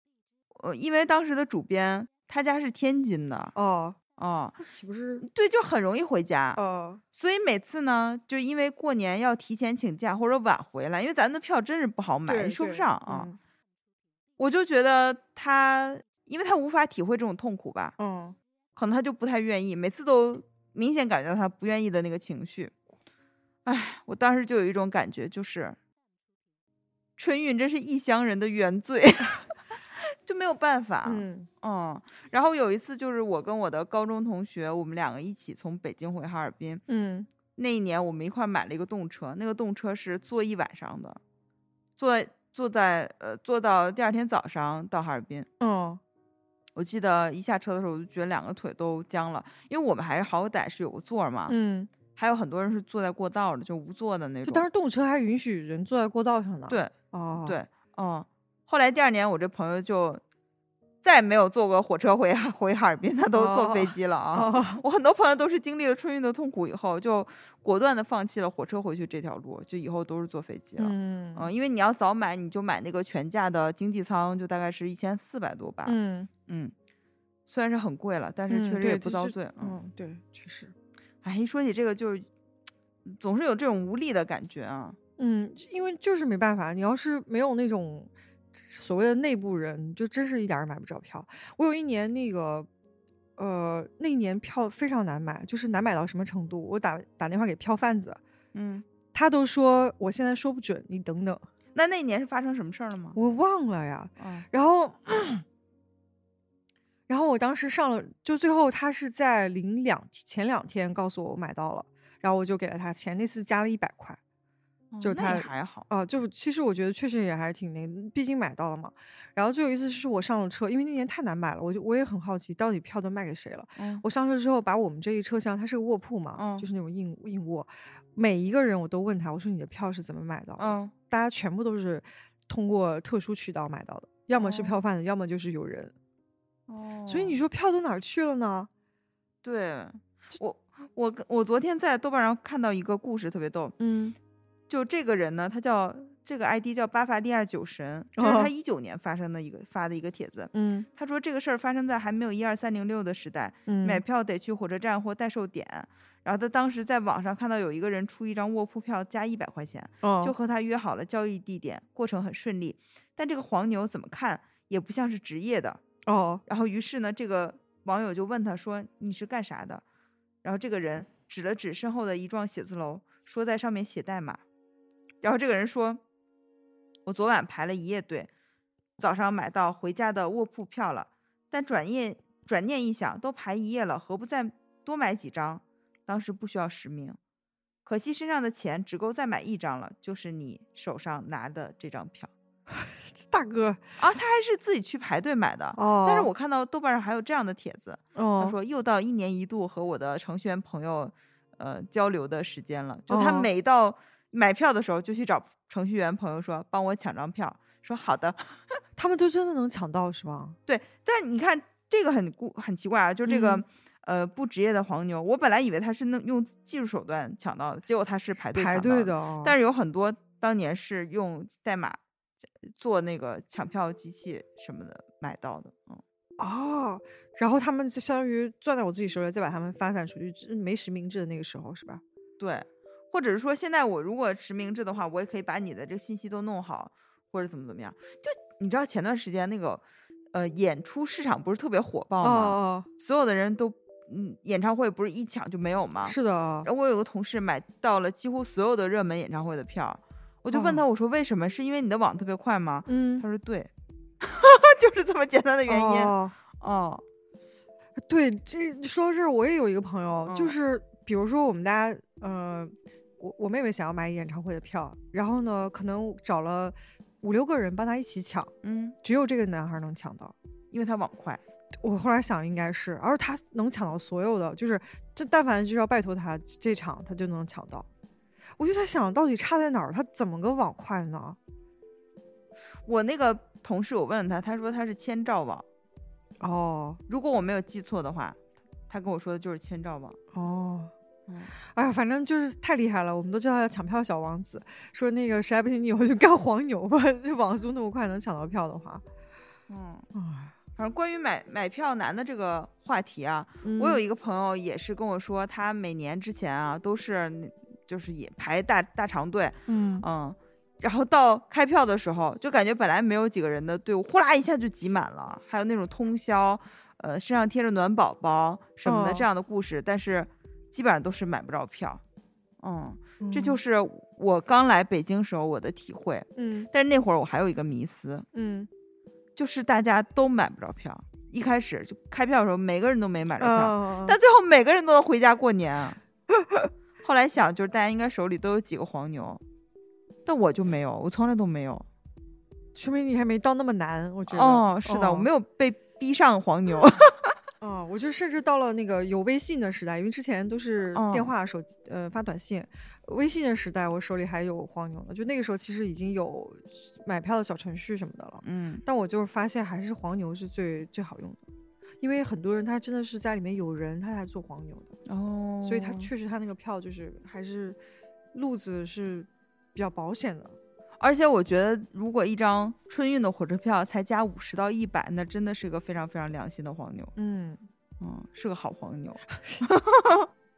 Speaker 2: 呃，因为当时的主编他家是天津的，
Speaker 3: 哦，
Speaker 2: 哦，
Speaker 3: 那岂不是
Speaker 2: 对，就很容易回家。
Speaker 3: 哦
Speaker 2: 所以每次呢，就因为过年要提前请假或者晚回来，因为咱的票真是不好买，
Speaker 3: 对
Speaker 2: 说不
Speaker 3: 对
Speaker 2: 上啊。
Speaker 3: 嗯
Speaker 2: 我就觉得他，因为他无法体会这种痛苦吧，
Speaker 3: 嗯
Speaker 2: 可能他就不太愿意，每次都明显感觉到他不愿意的那个情绪。哎，我当时就有一种感觉，就是春运真是异乡人的原罪， 就没有办法。
Speaker 3: 嗯
Speaker 2: 嗯，然后有一次就是我跟我的高中同学，我们两个一起从北京回哈尔滨。
Speaker 3: 嗯，
Speaker 2: 那一年我们一块儿买了一个动车，那个动车是坐一晚上的，坐坐在呃坐到第二天早上到哈尔滨。
Speaker 3: 哦，
Speaker 2: 我记得一下车的时候，我就觉得两个腿都僵了，因为我们还是好歹是有个座儿嘛，
Speaker 3: 嗯，
Speaker 2: 还有很多人是坐在过道儿的，就无座的那种。
Speaker 3: 就当时动车还允许人坐在过道上的，，
Speaker 2: 对
Speaker 3: 哦，，
Speaker 2: 对，嗯。后来第二年，我这朋友就再也没有坐过火车回回哈尔滨，他都坐飞
Speaker 3: 哦
Speaker 2: 机了啊。
Speaker 3: 哦，
Speaker 2: 我很多朋友都是经历了春运的痛苦以后，就果断的放弃了火车回去这条路，就以后都是坐飞机了。
Speaker 3: 嗯
Speaker 2: 嗯因为你要早买，你就买那个全价的经济舱，就大概是一千四百多吧。
Speaker 3: 嗯
Speaker 2: 嗯虽然是很贵了，但是
Speaker 3: 嗯
Speaker 2: 确实
Speaker 3: 对
Speaker 2: 也不
Speaker 3: 就
Speaker 2: 遭
Speaker 3: 就
Speaker 2: 罪。嗯，
Speaker 3: 嗯，对，确实，
Speaker 2: 哎，一说起这个，就是总是有这种无力的感觉啊。
Speaker 3: 嗯，因为就是没办法，你要是没有那种所谓的内部人，就真是一点儿也买不着票。我有一年那个，呃，那一年票非常难买，就是难买到什么程度？我打打电话给票贩子，
Speaker 2: 嗯，
Speaker 3: 他都说我现在说不准，你等等，
Speaker 2: 那那年是发生什么事儿了吗？
Speaker 3: 我忘了呀。
Speaker 2: 嗯
Speaker 3: 然后，然后我当时上了，就最后他是在临两前两天告诉我我买到了，然后我就给了他钱，那次加了一百块。
Speaker 2: 哦
Speaker 3: 就是
Speaker 2: 那也
Speaker 3: 他
Speaker 2: 还好。
Speaker 3: 啊，就其实我觉得确实也还是挺那个，毕竟买到了嘛。然后就有一次是我上了车，因为那年太难买了，我就我也很好奇到底票都卖给谁了。
Speaker 2: 嗯
Speaker 3: 我上车之后，把我们这一车厢，它是个卧铺嘛，
Speaker 2: 嗯
Speaker 3: 就是那种硬硬卧，每一个人我都问他，我说你的票是怎么买到的？
Speaker 2: 嗯
Speaker 3: 大家全部都是通过特殊渠道买到的，要么是
Speaker 2: 哦
Speaker 3: 票贩子，要么就是有人。
Speaker 2: 哦，
Speaker 3: 所以你说票都哪儿去了呢？
Speaker 2: 对我，我跟我昨天在豆瓣上看到一个故事，特别逗。
Speaker 3: 嗯
Speaker 2: 就这个人呢，他叫这个 ID 叫巴伐利亚酒神，这是
Speaker 3: 哦
Speaker 2: 他一九年发生的一个发的一个帖子。
Speaker 3: 嗯
Speaker 2: 他说这个事儿发生在还没有一二三零六的时代，
Speaker 3: 嗯，
Speaker 2: 买票得去火车站或代售点。然后他当时在网上看到有一个人出一张卧铺票加一百块钱，
Speaker 3: 哦
Speaker 2: 就和他约好了交易地点，过程很顺利。但这个黄牛怎么看也不像是职业的，
Speaker 3: 哦
Speaker 2: 然后于是呢，这个网友就问他说：“你是干啥的？”然后这个人指了指身后的一幢写字楼，说在上面写代码。然后这个人说：“我昨晚排了一夜队，早上买到回家的卧铺票了，但转念转念一想，都排一夜了，何不再多买几张？当时不需要实名，可惜身上的钱只够再买一张了，就是你手上拿的这张票
Speaker 3: 大哥
Speaker 2: 啊。”他还是自己去排队买的。
Speaker 3: 哦，
Speaker 2: 但是我看到豆瓣上还有这样的帖子，他
Speaker 3: 哦
Speaker 2: 说又到一年一度和我的程序员朋友呃交流的时间了，就他
Speaker 3: 哦
Speaker 2: 每到买票的时候就去找程序员朋友说帮我抢张票，说好的。
Speaker 3: 他们都真的能抢到是吧？
Speaker 2: 对，但是你看这个很故很奇怪啊，就这个。
Speaker 3: 嗯
Speaker 2: 呃，不职业的黄牛，我本来以为他是能用技术手段抢到的，结果他是排队
Speaker 3: 排
Speaker 2: 抢
Speaker 3: 队
Speaker 2: 到
Speaker 3: 的哦，
Speaker 2: 但是有很多当年是用代码呃做那个抢票机器什么的买到的，嗯，
Speaker 3: 哦，然后他们就相当于攥在我自己手里，再把他们发散出去，这没实名制的那个时候是吧？
Speaker 2: 对，或者是说现在我如果实名制的话，我也可以把你的这个信息都弄好，或者怎么怎么样。就你知道前段时间那个呃演出市场不是特别火爆
Speaker 3: 哦
Speaker 2: 吗？
Speaker 3: 哦，
Speaker 2: 所有的人都嗯演唱会不是一抢就没有吗？
Speaker 3: 是的
Speaker 2: 啊
Speaker 3: 哦，
Speaker 2: 然后我有个同事买到了几乎所有的热门演唱会的票，我就问他，我说为什么？是因为你的网特别快吗？
Speaker 3: 嗯
Speaker 2: 他，说 对，就是这么简单的原因。
Speaker 3: 哦
Speaker 2: 哦，
Speaker 3: 对，这说到这儿，我也有一个朋友，就
Speaker 2: 嗯
Speaker 3: 是比如说我们大家，呃，我我妹妹想要买演唱会的票，然后呢，可能找了五六个人帮她一起抢，
Speaker 2: 嗯，
Speaker 3: 只有这个男孩能抢到。
Speaker 2: 因为他网快。
Speaker 3: 我后来想应该是，而他能抢到所有的，就是这但凡就是要拜托他这场，他就能抢到。我就在想到底差在哪儿，他怎么个网快呢？
Speaker 2: 我那个同事，我问他，他说他是千兆网。
Speaker 3: 哦
Speaker 2: 如果我没有记错的话，他跟我说的就是千兆网。
Speaker 3: 哦
Speaker 2: 嗯，
Speaker 3: 哎呀，反正就是太厉害了，我们都叫他抢票小王子。说那个实在不行，你以后就干黄牛吧， 这网速那么快能抢到票的话，
Speaker 2: 嗯，
Speaker 3: 哎，
Speaker 2: 反正关于买买票难的这个话题啊，
Speaker 3: 嗯
Speaker 2: 我有一个朋友也是跟我说，他每年之前啊都是那就是也排大大长队，
Speaker 3: 嗯
Speaker 2: 嗯，然后到开票的时候，就感觉本来没有几个人的队伍，呼啦一下就挤满了，还有那种通宵，呃，身上贴着暖宝宝什么的
Speaker 3: 哦
Speaker 2: 这样的故事，但是基本上都是买不着票。嗯，这就是我刚来北京时候我的体会。
Speaker 3: 嗯
Speaker 2: 但是那会儿我还有一个迷思，
Speaker 3: 嗯
Speaker 2: 就是大家都买不着票。一开始就开票的时候，每个人都没买着票，
Speaker 3: 啊，
Speaker 2: 但最后每个人都能回家过年啊。后来想，就是大家应该手里都有几个黄牛，但我就没有，我从来都没有。
Speaker 3: 说明你还没到那么难，我觉得。
Speaker 2: 哦，是的，我没
Speaker 3: 有。
Speaker 2: 有被逼上黄牛。
Speaker 3: 哦，我就甚至到了那个有微信的时代，因为之前都是电
Speaker 2: 嗯
Speaker 3: 话、手机呃发短信，微信的时代，我手里还有黄牛呢。就那个时候，其实已经有买票的小程序什么的了。
Speaker 2: 嗯
Speaker 3: 但我就是发现还是黄牛是最最好用的，因为很多人他真的是家里面有人，他才做黄牛的，
Speaker 2: 哦
Speaker 3: 嗯所以他确实他那个票就是还是路子是比较保险的。
Speaker 2: 而且我觉得，如果一张春运的火车票才加五十到一百，那真的是个非常非常良心的黄牛，
Speaker 3: 嗯，
Speaker 2: 嗯，是个好黄牛。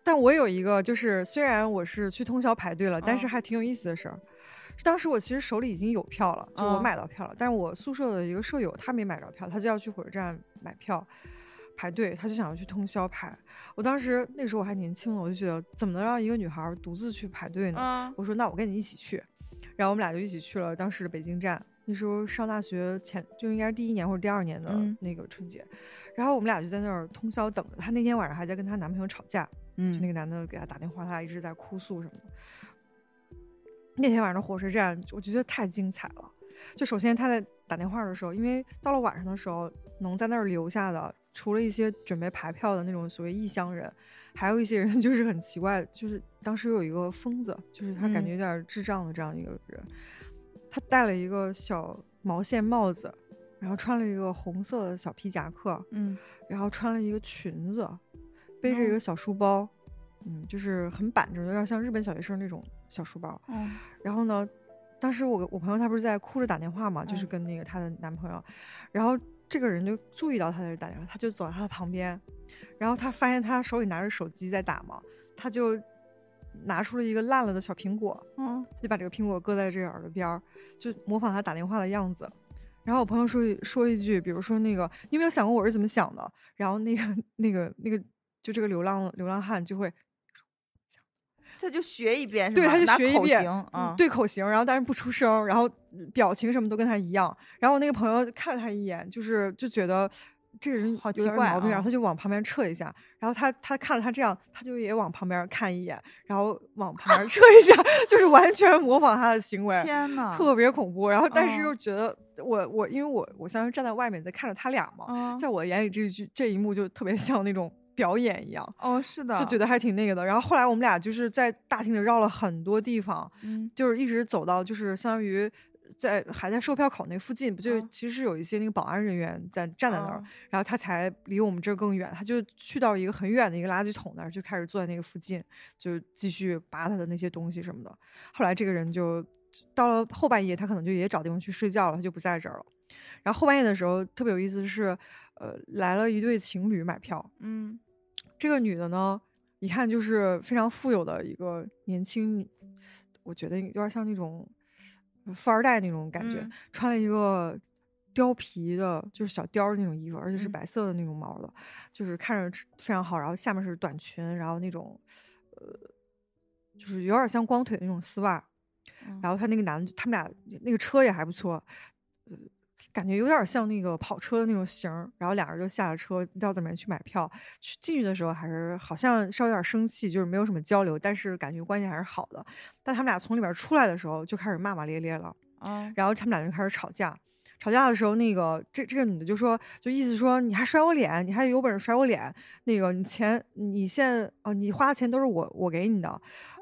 Speaker 3: 但我有一个就是虽然我是去通宵排队了，但是
Speaker 2: 嗯
Speaker 3: 还挺有意思的事儿。是当时我其实手里已经有票了，就我
Speaker 2: 嗯
Speaker 3: 买到票了，但是我宿舍的一个舍友他没买着票，他就要去火车站买票排队，他就想要去通宵排。我当时那时候我还年轻了，我就觉得怎么能让一个女孩儿独自去排队呢？
Speaker 2: 嗯
Speaker 3: 我说那我跟你一起去，然后我们俩就一起去了当时的北京站。那时候上大学前就应该是第一年或者第二年的
Speaker 2: 嗯
Speaker 3: 那个春节，然后我们俩就在那儿通宵等着。她那天晚上还在跟她男朋友吵架，就
Speaker 2: 嗯
Speaker 3: 那个男的给她打电话，她一直在哭诉什么的。那天晚上火车站，我觉得太精彩了。就首先她在打电话的时候，因为到了晚上的时候，能在那儿留下的，除了一些准备排票的那种所谓异乡人，还有一些人 就是很奇怪，就是当时有一个疯子，就是他感
Speaker 2: 嗯
Speaker 3: 觉有点智障的这样一个人，他戴了一个小毛线帽子，然后穿了一个红色的小皮夹克，
Speaker 2: 嗯
Speaker 3: 然后穿了一个裙子，背着一个小书包，嗯，就是很板正，有点像日本小学生那种小书包。
Speaker 2: 嗯
Speaker 3: 然后呢，当时我我朋友她不是在哭着打电话嘛，就
Speaker 2: 嗯
Speaker 3: 是跟那个她的男朋友，然后这个人就注意到她在这打电话，他就走到她的旁边，然后他发现她手里拿着手机在打嘛，他就拿出了一个烂了的小苹果，
Speaker 2: 嗯
Speaker 3: 就把这个苹果搁在这个耳朵边儿，就模仿他打电话的样子。然后我朋友说一说一句，比如说那个，你有没有想过我是怎么想的？然后那个那个那个，就这个流浪流浪汉就会
Speaker 2: 他就学一遍，
Speaker 3: 对，他就学一遍，
Speaker 2: 啊，
Speaker 3: 嗯，对口型，然后但是不出声儿，然后表情什么都跟他一样。然后我那个朋友看了他一眼，就是就觉得这个人
Speaker 2: 好
Speaker 3: 有
Speaker 2: 奇
Speaker 3: 点
Speaker 2: 怪
Speaker 3: 毛病，然
Speaker 2: 啊
Speaker 3: 后他就往旁边撤一下。然后他他看了他这样，他就也往旁边看一眼，然后往旁边 撤一下，就是完全模仿他的行为。
Speaker 2: 天呐，
Speaker 3: 特别恐怖。然后，但是
Speaker 2: 嗯
Speaker 3: 又觉得我、我，因为我我相当于站在外面在看着他俩嘛，
Speaker 2: 嗯
Speaker 3: 在我眼里这一句这一幕就特别像那种表演一样，
Speaker 2: 哦，是的，
Speaker 3: 就觉得还挺那个的。然后后来我们俩就是在大厅里绕了很多地方，
Speaker 2: 嗯
Speaker 3: 就是一直走到就是相当于。在还在售票口那附近，不就
Speaker 2: 嗯
Speaker 3: 其实有一些那个保安人员在站在那儿，
Speaker 2: 嗯
Speaker 3: 然后他才离我们这儿更远，他就去到一个很远的一个垃圾桶那儿，就开始坐在那个附近，就继续扒他的那些东西什么的。后来这个人就到了后半夜，他可能就也找地方去睡觉了，他就不在这儿了。然后后半夜的时候特别有意思是，呃，来了一对情侣买票，
Speaker 2: 嗯
Speaker 3: 这个女的呢，一看就是非常富有的一个年轻女，我觉得有点像那种呃富二代那种感觉，
Speaker 2: 嗯
Speaker 3: 穿了一个貂皮的，就是小貂儿那种衣服，而且是
Speaker 2: 嗯
Speaker 3: 白色的那种毛的，就是看着非常好。然后下面是短裙，然后那种呃，就是有点像光腿的那种丝袜。
Speaker 2: 嗯
Speaker 3: 然后他那个男的，他们俩那个车也还不错，呃，感觉有点像那个跑车的那种型儿。然后俩人就下了车，到里面去买票。去进去的时候还是好像稍微有点生气，就是没有什么交流，但是感觉关系还是好的。但他们俩从里边出来的时候就开始骂骂咧咧了，
Speaker 2: 啊
Speaker 3: 然后他们俩就开始吵架。吵架的时候，那个这这个女的就说，就意思说你还甩我脸，你还有本事甩我脸，那个你钱你现在哦、你花的钱都是我我给你的，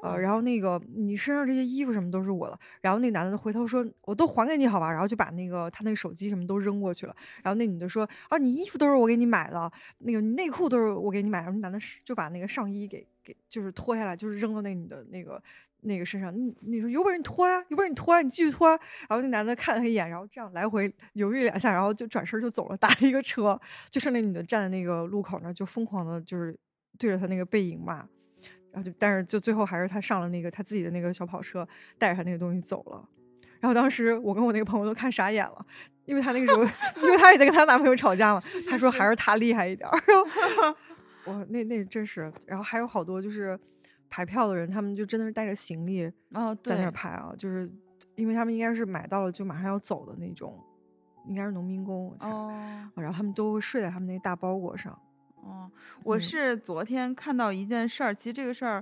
Speaker 3: 呃，然后那个你身上这些衣服什么都是我的。然后那男的回头说我都还给你好吧，然后就把那个他那个手机什么都扔过去了。然后那女的说啊你衣服都是我给你买的，那个你内裤都是我给你买的。然后那男的是就把那个上衣给给就是脱下来，就是扔到那女的那个。那个身上，你你说有本事你脱呀、有本事你脱呀、你继续脱、啊。然后那男的看了他一眼，然后这样来回犹豫两下，然后就转身就走了，打了一个车，就剩那女的站在那个路口那儿，就疯狂的就是对着他那个背影骂，然后就但是就最后还是他上了那个他自己的那个小跑车，带着他那个东西走了。然后当时我跟我那个朋友都看傻眼了，因为她那个时候，因为她也在跟她男朋友吵架嘛，她说还是她厉害一点儿。然后我那那真是，然后还有好多就是排票的人，他们就真的是带着行李
Speaker 2: 哦，
Speaker 3: 在那
Speaker 2: 对
Speaker 3: 儿排啊，就是因为他们应该是买到了就马上要走的那种，应该是农民工，我猜。
Speaker 2: 哦
Speaker 3: 然后他们都会睡在他们那大包裹上。
Speaker 2: 哦，我
Speaker 3: 嗯
Speaker 2: 是昨天看到一件事儿，其实这个事儿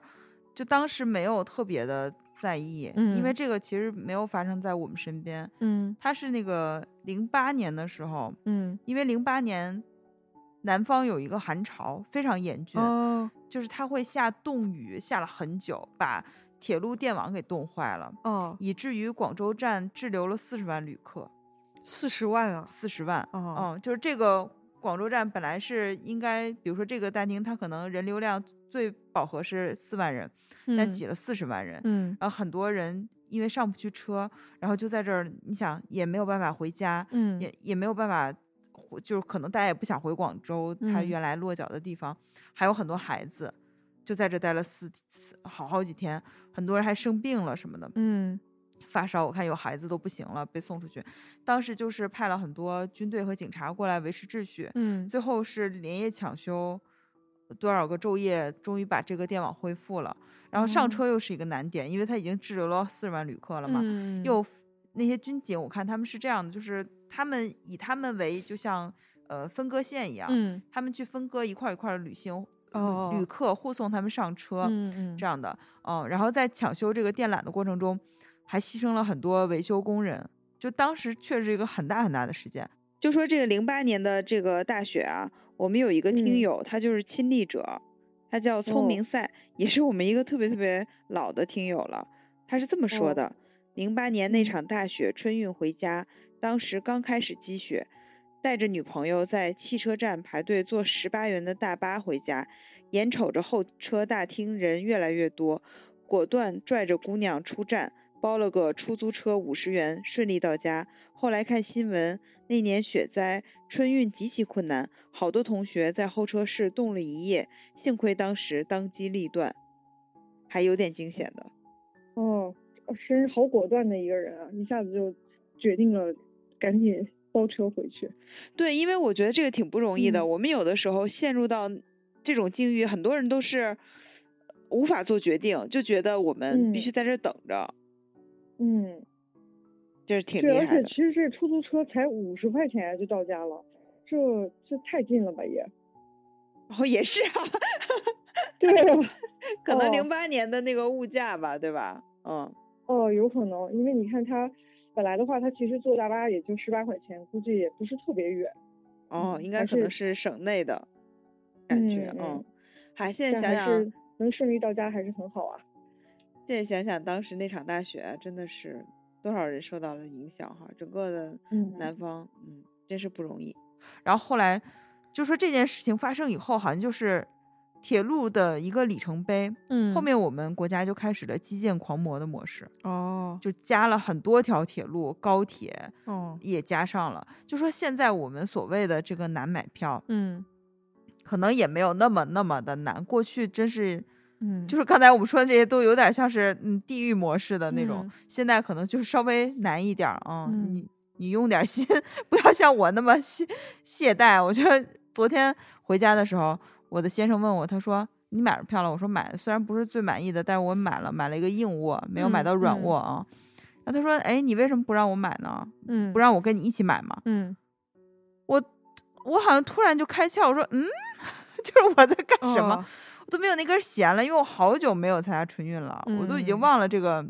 Speaker 2: 就当时没有特别的在意，因为
Speaker 3: 嗯
Speaker 2: 这个其实没有发生在我们身边。
Speaker 3: 嗯
Speaker 2: 它是那个零八年的时候，
Speaker 3: 嗯，
Speaker 2: 因为零八年南方有一个寒潮，非常严峻，
Speaker 3: 哦
Speaker 2: 就是它会下冻雨，下了很久，把铁路电网给冻坏了，
Speaker 3: 哦，
Speaker 2: 以至于广州站滞留了四十万旅客，
Speaker 3: 四十万啊！
Speaker 2: 四十万。
Speaker 3: 哦，
Speaker 2: 嗯，就是这个广州站本来是应该，比如说这个大厅，它可能人流量最饱和是四万人，但
Speaker 3: 嗯
Speaker 2: 挤了四十万人，
Speaker 3: 嗯
Speaker 2: 然后很多人因为上不去车，然后就在这儿，你想也没有办法回家，
Speaker 3: 嗯
Speaker 2: 也也没有办法回，就是可能大家也不想回广州，他
Speaker 3: 嗯
Speaker 2: 原来落脚的地方，还有很多孩子就在这待了四四好好几天，很多人还生病了什么的，
Speaker 3: 嗯
Speaker 2: 发烧，我看有孩子都不行了，被送出去。当时就是派了很多军队和警察过来维持秩序，
Speaker 3: 嗯
Speaker 2: 最后是连夜抢修多少个昼夜，终于把这个电网恢复了。然后上
Speaker 3: 哦
Speaker 2: 车又是一个难点，因为它已经滞留了四十万旅客了嘛。
Speaker 3: 嗯
Speaker 2: 又那些军警，我看他们是这样的，就是他们以他们为就像呃分割线一样，
Speaker 3: 嗯
Speaker 2: 他们去分割一块儿一块儿的旅行旅
Speaker 3: 哦
Speaker 2: 旅客，护送他们上车。
Speaker 3: 嗯嗯
Speaker 2: 这样的，嗯，然后在抢修这个电缆的过程中，还牺牲了很多维修工人，就当时确实一个很大很大的事件。
Speaker 4: 就说这个零八年的这个大雪啊，我们有一个
Speaker 3: 嗯
Speaker 4: 听
Speaker 3: 哦
Speaker 4: 友，他就是亲历者，他叫聪明赛，也是我们一个特别特别老的听友了。他是这么说
Speaker 3: 哦嗯
Speaker 4: 的：零八年那场大雪，春运回家，当时刚开始积雪，带着女朋友在汽车站排队坐十八元的大巴回家，眼瞅着候车大厅人越来越多，果断拽着姑娘出站，包了个出租车五十元，顺利到家。后来看新闻，那年雪灾，春运极其困难，好多同学在候车室冻了一夜，幸亏当时当机立断，还有点惊险的。
Speaker 5: 哦，真是好果断的一个人啊！一下子就决定了赶紧包车回去。
Speaker 4: 对，因为我觉得这个挺不容易的。
Speaker 5: 嗯
Speaker 4: 我们有的时候陷入到这种境遇，很多人都是无法做决定，就觉得我们必
Speaker 5: 嗯
Speaker 4: 须在这儿等着，
Speaker 5: 嗯，
Speaker 4: 这是挺
Speaker 5: 对，
Speaker 4: 厉
Speaker 5: 而
Speaker 4: 害
Speaker 5: 且
Speaker 4: 的
Speaker 5: 其。实这出租车才五十块钱啊就到家了，这这太近了 吧也？
Speaker 4: 然后也是啊，
Speaker 5: 对，
Speaker 4: 可能
Speaker 5: 哦
Speaker 4: 零八年的那个物价吧，对吧？嗯，
Speaker 5: 哦，有可能，因为你看他本来的话，他其实坐大巴也就十八块钱，估计也不是特别远。
Speaker 4: 哦，
Speaker 5: 嗯
Speaker 4: 应该
Speaker 5: 还
Speaker 4: 可能是
Speaker 5: 是
Speaker 4: 省内的感觉，
Speaker 5: 嗯
Speaker 4: 嗯
Speaker 5: 嗯。
Speaker 4: 还现在
Speaker 5: 但
Speaker 4: 想
Speaker 5: 还
Speaker 4: 想
Speaker 5: 是，能顺利到家还是很好啊。
Speaker 4: 现在想想当时那场大雪，真的是多少人受到了影响哈，整个的
Speaker 5: 嗯
Speaker 4: 南方，嗯，真是不容易。
Speaker 2: 然后后来就说这件事情发生以后，好像就是铁路的一个里程碑。
Speaker 3: 嗯
Speaker 2: 后面我们国家就开始了基建狂魔的模式，
Speaker 3: 哦
Speaker 2: 就加了很多条铁路，高铁
Speaker 3: 哦
Speaker 2: 也加上了。就说现在我们所谓的这个难买票，
Speaker 3: 嗯
Speaker 2: 可能也没有那么那么的难。过去真是
Speaker 3: 嗯
Speaker 2: 就是是刚才我们说的这些都有点像是嗯地域模式的那种，
Speaker 3: 嗯
Speaker 2: 现在可能就是稍微难一点儿啊、
Speaker 3: 嗯
Speaker 2: 你你用点心， 不要像我那么懈懈怠。我觉得昨天回家的时候，我的先生问我，他说你买着票了？我说买了，虽然不是最满意的，但是我买了，买了一个硬卧，没有买
Speaker 3: 嗯
Speaker 2: 到软
Speaker 3: 嗯
Speaker 2: 卧啊。然后他说，哎，你为什么不让我买呢？
Speaker 3: 嗯
Speaker 2: 不让我跟你一起买吗？
Speaker 3: 嗯
Speaker 2: 我我好像突然就开窍，我说嗯， 就是我在干什么？
Speaker 3: 哦
Speaker 2: 我都没有那根弦了，因为我好久没有参加春运了，我都已经
Speaker 3: 嗯
Speaker 2: 忘了这个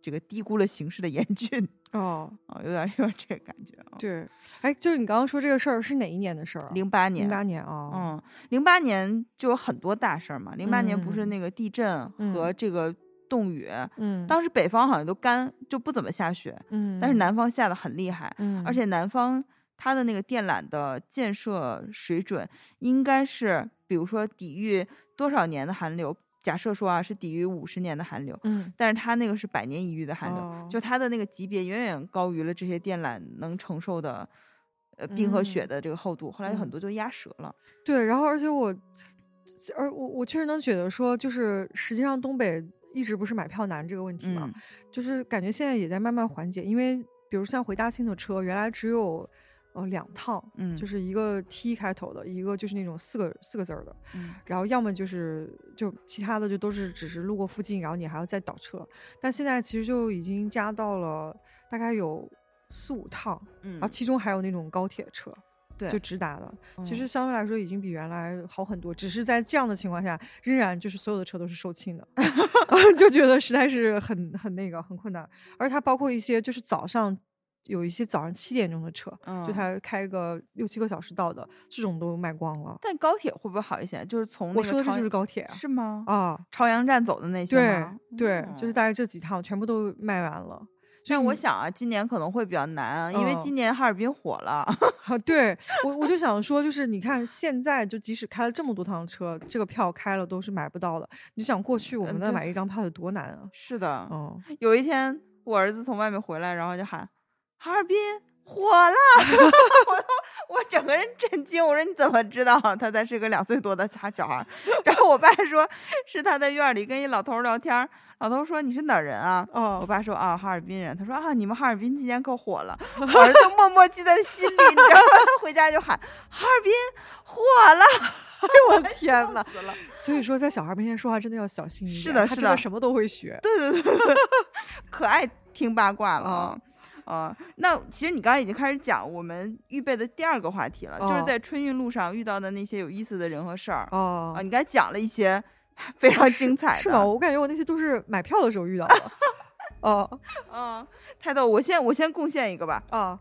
Speaker 2: 这个低估了形势的严峻
Speaker 3: 哦
Speaker 2: 啊，有点有点这个感觉啊。
Speaker 3: 对，哎，就是你刚刚说这个事儿是哪一年的事儿啊？
Speaker 2: 零八年，
Speaker 3: 零八年啊，
Speaker 2: 嗯，零八年就有很多大事儿嘛。零八年不是
Speaker 3: 嗯
Speaker 2: 那个地震和
Speaker 3: 嗯
Speaker 2: 这个冻雨，
Speaker 3: 嗯，
Speaker 2: 当时北方好像都干就不怎么下雪，
Speaker 3: 嗯，
Speaker 2: 但是南方下的很厉害，
Speaker 3: 嗯，
Speaker 2: 而且南方它的那个电缆的建设水准应该是，比如说抵御多少年的寒流，假设说啊是抵御五十年的寒流，
Speaker 3: 嗯
Speaker 2: 但是它那个是百年一遇的寒流，
Speaker 3: 哦
Speaker 2: 就它的那个级别远远高于了这些电缆能承受的，呃，冰和雪
Speaker 3: 嗯
Speaker 2: 的这个厚度。后来有很
Speaker 3: 嗯
Speaker 2: 多就压折了。
Speaker 3: 对，然后而且我，而我我确实能觉得说，就是实际上东北一直不是买票难这个问题嘛，
Speaker 2: 嗯
Speaker 3: 就是感觉现在也在慢慢缓解，因为比如像回大庆的车，原来只有呃两趟，
Speaker 2: 嗯
Speaker 3: 就是一个 T 开头的，一个就是那种四个四个字儿的，
Speaker 2: 嗯
Speaker 3: 然后要么就是就其他的就都是只是路过附近，然后你还要再倒车。但现在其实就已经加到了大概有四五趟，
Speaker 2: 嗯
Speaker 3: 然后啊其中还有那种高铁车，
Speaker 2: 对
Speaker 3: 就直达的。其实
Speaker 2: 嗯
Speaker 3: 相对来说已经比原来好很多，只是在这样的情况下，仍然就是所有的车都是售 罄的，就觉得实在是很很那个很困难。而它包括一些就是早上有一些早上七点钟的车，就
Speaker 2: 嗯
Speaker 3: 它开个六七个小时到的，这种都卖光了。
Speaker 2: 但高铁会不会好一些？就是从
Speaker 3: 我
Speaker 2: 那个
Speaker 3: 说的这
Speaker 2: 朝
Speaker 3: 就是
Speaker 2: 阳
Speaker 3: 高铁啊
Speaker 2: 是吗？
Speaker 3: 啊，
Speaker 2: 朝阳站走的那些
Speaker 3: 对
Speaker 2: 吗
Speaker 3: 对，就是
Speaker 2: 嗯
Speaker 3: 大概这几趟全部都卖完了。
Speaker 2: 但我
Speaker 3: 你
Speaker 2: 想啊，今年可能会比较难，啊因为
Speaker 3: 嗯
Speaker 2: 今年哈尔滨火了。
Speaker 3: 啊，对我我就想说，就是你看现在就即使开了这么多趟车，这个票开了都是买不到的。你就想过去我
Speaker 2: 嗯
Speaker 3: 们那
Speaker 2: 对
Speaker 3: 买一张票有多难啊？
Speaker 2: 是的，
Speaker 3: 嗯，
Speaker 2: 有一天我儿子从外面回来，然后就喊哈尔滨火 了，我我整个人震惊，我说你怎么知道？啊他才是个两岁多的小小孩儿。然后我爸说是他在院里跟一老头儿聊天儿，老头儿说你是哪儿人啊？我
Speaker 3: 哦，
Speaker 2: 爸说啊，哈尔滨人。他说啊，你们哈尔滨今年可火了。我儿子默默记在心里，你知道吗？他回家就喊哈尔滨火了，
Speaker 3: 哎我的天
Speaker 2: 笑
Speaker 3: 呐，
Speaker 2: 死了。
Speaker 3: 所以说，在小孩面前说话真的要小心一点。
Speaker 2: 是的
Speaker 3: 他
Speaker 2: 是
Speaker 3: 真的
Speaker 2: 的
Speaker 3: 什么都会学。
Speaker 2: 可爱听八卦了
Speaker 3: 啊
Speaker 2: 啊。啊、那其实你刚才已经开始讲我们预备的第二个话题了，就是
Speaker 3: 哦
Speaker 2: 在春运路上遇到的那些有意思的人和事儿。
Speaker 3: 哦
Speaker 2: 啊，，你刚才讲了一些 非常
Speaker 3: 是
Speaker 2: 精彩的，
Speaker 3: 是吗？我感觉我那些都是买票的时候遇 到的。哦
Speaker 2: 嗯，太逗。我先我先贡献一个吧，
Speaker 3: 哦，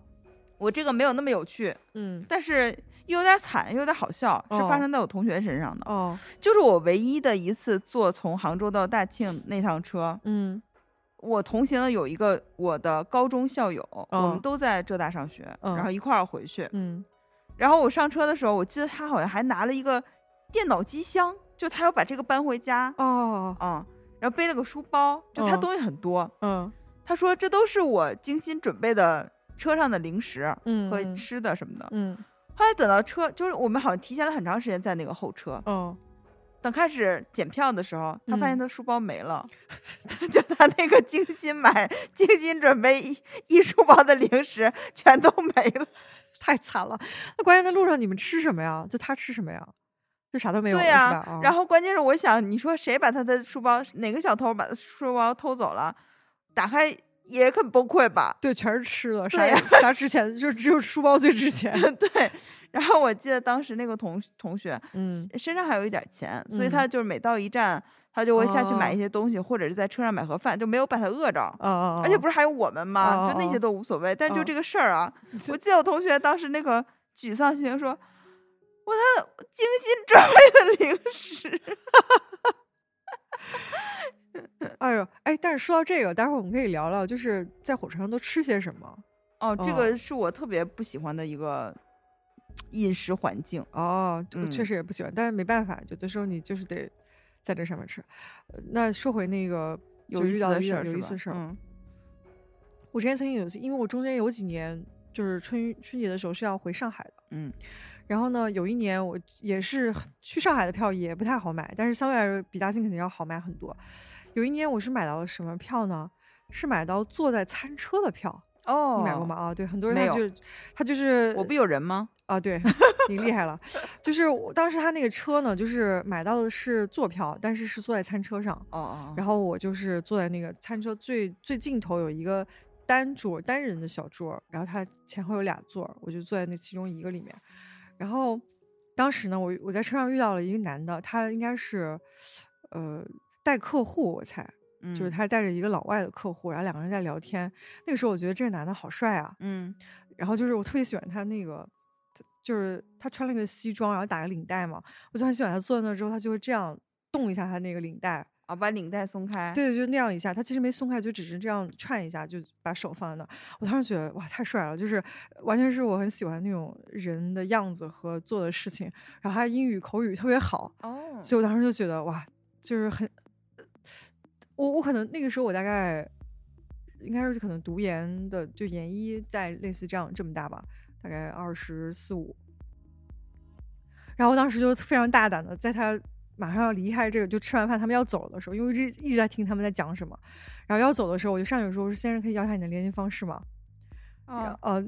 Speaker 2: 我这个没有那么有趣，
Speaker 3: 嗯，
Speaker 2: 但是又有点惨，又有点好笑，是
Speaker 3: 哦
Speaker 2: 发生在我同学身上的。
Speaker 3: 哦，
Speaker 2: 就是我唯一的一次坐从杭州到大庆那趟车，
Speaker 3: 嗯，
Speaker 2: 我同行的有一个我的高中校友，我
Speaker 3: 哦
Speaker 2: 们都在浙大上学，
Speaker 3: 嗯
Speaker 2: 然后一块儿回去。
Speaker 3: 嗯，
Speaker 2: 然后我上车的时候，我记得他好像还拿了一个电脑机箱，就他要把这个搬回家，
Speaker 3: 哦，
Speaker 2: 嗯，然后背了个书包，就他
Speaker 3: 嗯
Speaker 2: 东西很多。
Speaker 3: 嗯
Speaker 2: 他说这都是我精心准备的车上的零食
Speaker 3: 嗯，
Speaker 2: 和吃的什么的。
Speaker 3: 嗯，
Speaker 2: 后来等到车，就是我们好像提前了很长时间在那个候车，
Speaker 3: 哦，
Speaker 2: 等开始检票的时候，他发现
Speaker 3: 嗯
Speaker 2: 他书包没了， 就他那个精心买、精心准备一一书包的零食全都没了。
Speaker 3: 太惨了。那关键在路上你们吃什么呀？就他吃什么呀？就啥都没有了
Speaker 2: 对
Speaker 3: 是
Speaker 2: 呀、
Speaker 3: 吧？啊
Speaker 2: 然后关键是我想，你说谁把他的书包，哪个小偷把他书包偷走了？打开也很崩溃吧？
Speaker 3: 对，嗯全是吃的，啥
Speaker 2: 对呀
Speaker 3: 也啥值钱，就只有书包最值 钱。
Speaker 2: 对。然后我记得当时那个同同学
Speaker 3: 嗯，
Speaker 2: 身上还有一点钱，所以
Speaker 3: 嗯
Speaker 2: 他就是每到一站，他就会下去买
Speaker 3: 哦
Speaker 2: 一些东西，或者是在车上买盒饭，就没有把他饿着。
Speaker 3: 啊啊，
Speaker 2: 而且不是还有我们吗？
Speaker 3: 哦
Speaker 2: 就
Speaker 3: 哦
Speaker 2: 那些都无所谓，但就
Speaker 3: 哦
Speaker 2: 这个事儿啊，我记得我同学当时那个沮丧心情说：“我他精心准备的零食。
Speaker 3: 是，哎呦，哎，但是说到这个，待会儿我们可以聊聊，就是在火车上都吃些什么。”
Speaker 2: 哦，这
Speaker 3: 哦
Speaker 2: 个是我特别不喜欢的一个饮食环境。
Speaker 3: 哦，我确
Speaker 2: 嗯
Speaker 3: 实也不喜欢，但是没办法，有的时候你就是得在这上面吃。呃那说回那个
Speaker 2: 有
Speaker 3: 就
Speaker 2: 意
Speaker 3: 遇
Speaker 2: 思
Speaker 3: 到
Speaker 2: 的
Speaker 3: 一
Speaker 2: 事
Speaker 3: 个
Speaker 2: 儿
Speaker 3: 有
Speaker 2: 是
Speaker 3: 意
Speaker 2: 吧
Speaker 3: 思的事儿，
Speaker 2: 嗯
Speaker 3: 我之前曾经有一次，因为我中间有几年就是春春节的时候是要回上海的，
Speaker 2: 嗯
Speaker 3: 然后呢，有一年我也是很去上海的票也不太好买，但是相对来说比大庆肯定要好买很多。有一年我是买到了什么票呢？是买到坐在餐车的票，
Speaker 2: 哦，
Speaker 3: 你买过吗？？啊，对，很多人
Speaker 2: 没
Speaker 3: 他
Speaker 2: 有
Speaker 3: 就他就是
Speaker 2: 我不有人吗？
Speaker 3: 啊，对 你厉害了，就是我当时他那个车呢，就是买到的是坐票，但是是坐在餐车上，
Speaker 2: 哦哦，
Speaker 3: 然后我就是坐在那个餐车最最尽头有一个单桌单人的小桌，然后它前后有俩座，我就坐在那其中一个里面。然后当时呢，我我在车上遇到了一个男的，他应该是呃带客户，我猜
Speaker 2: 后
Speaker 3: 就是，他带着一个老外的客户，然后两个人在聊天。那个时候我觉得这个男的好帅啊，
Speaker 2: 嗯
Speaker 3: 然后就是我特别喜欢他那个，他就是他穿了个西装，然后打个领带嘛，我就很喜欢他坐在那之后，他就会这样动一下他那个领带。
Speaker 2: 啊，把领带松开。，
Speaker 3: 对，就那样一下，他其实没松开，就只是这样串一下，就把手放在那儿。我当时觉得哇，太帅了，就是完全是我很喜欢那种人的样子和做的事情。然后他英语口语特别好，
Speaker 2: 哦，
Speaker 3: 所以我当时就觉得哇，就是很，我我可能那个时候我大概应该是可能读研的，就研一在类似这样这么大吧，大概二十四五。然后我当时就非常大胆的，在他马上要离开这个，就吃完饭他们要走的时候，因为一直一直在听他们在讲什么，然后要走的时候，我就上去说：“我说先生，可以要一下你的联系方式吗？”
Speaker 2: 啊
Speaker 3: 呃，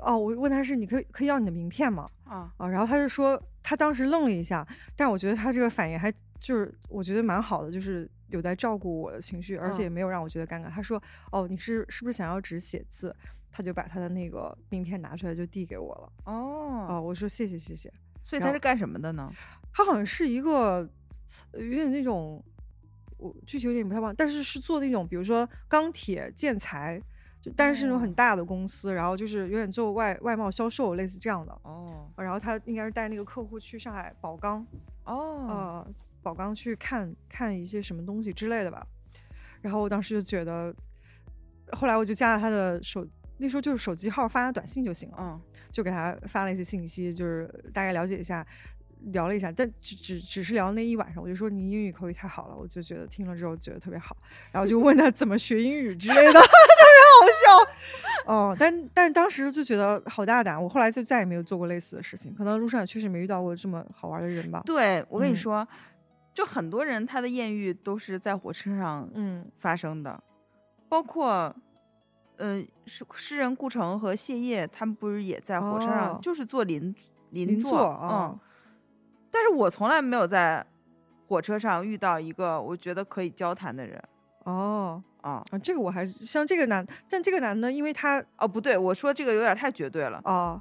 Speaker 3: 哦，我问他是你可以可以要你的名片吗？
Speaker 2: 啊
Speaker 3: 啊，然后他就说他当时愣了一下，但是我觉得他这个反应还就是我觉得蛮好的，就是有在照顾我的情绪，而且也
Speaker 2: 嗯
Speaker 3: 没有让我觉得尴尬。他说哦，你是是不是想要纸写字？他就把他的那个名片拿出来就递给我了。啊，
Speaker 2: 哦，
Speaker 3: 我说谢谢谢谢。
Speaker 2: 所以
Speaker 3: 然
Speaker 2: 他
Speaker 3: 后
Speaker 2: 是干什么的呢？
Speaker 3: 他好像是一个呃有点那种，我具体有点不太忘，但是是做那种比如说钢铁建材，就但是是那种很
Speaker 2: 哦
Speaker 3: 大的公司，然后就是有点做外外贸销售类似这样的。
Speaker 2: 哦
Speaker 3: 然后他应该是带那个客户去上海宝钢，
Speaker 2: 哦，
Speaker 3: 呃，宝钢去看看一些什么东西之类的吧。然后我当时就觉得，后来我就加了他的手，那时候就是手机号发短信就行了。
Speaker 2: 嗯
Speaker 3: 就给他发了一些信息，就是大概了解一下，聊了一下，但只只只是聊那一晚上，我就说你英语口语太好了，我就觉得听了之后觉得特别好，然后就问他怎么学英语之类的 ，特别好笑。哦，但但当时就觉得好大胆，我后来就再也没有做过类似的事情，可能路上也确实没遇到过这么好玩的人吧。
Speaker 2: 对我跟你
Speaker 3: 嗯
Speaker 2: 说，就很多人他的艳遇都是在火车上
Speaker 3: 嗯
Speaker 2: 发生的，包括。呃，诗诗人顾城和谢烨，他们不是也在火车上，
Speaker 3: 哦
Speaker 2: 就是坐邻邻
Speaker 3: 邻
Speaker 2: 座，
Speaker 3: 座
Speaker 2: 嗯
Speaker 3: 哦，
Speaker 2: 但是我从来没有在火车上遇到一个我觉得可以交谈的人
Speaker 3: 哦
Speaker 2: 啊
Speaker 3: 啊，这个我还是像这个男，但这个男的，因为他
Speaker 2: 哦，不对，我说这个有点太绝对了，
Speaker 3: 啊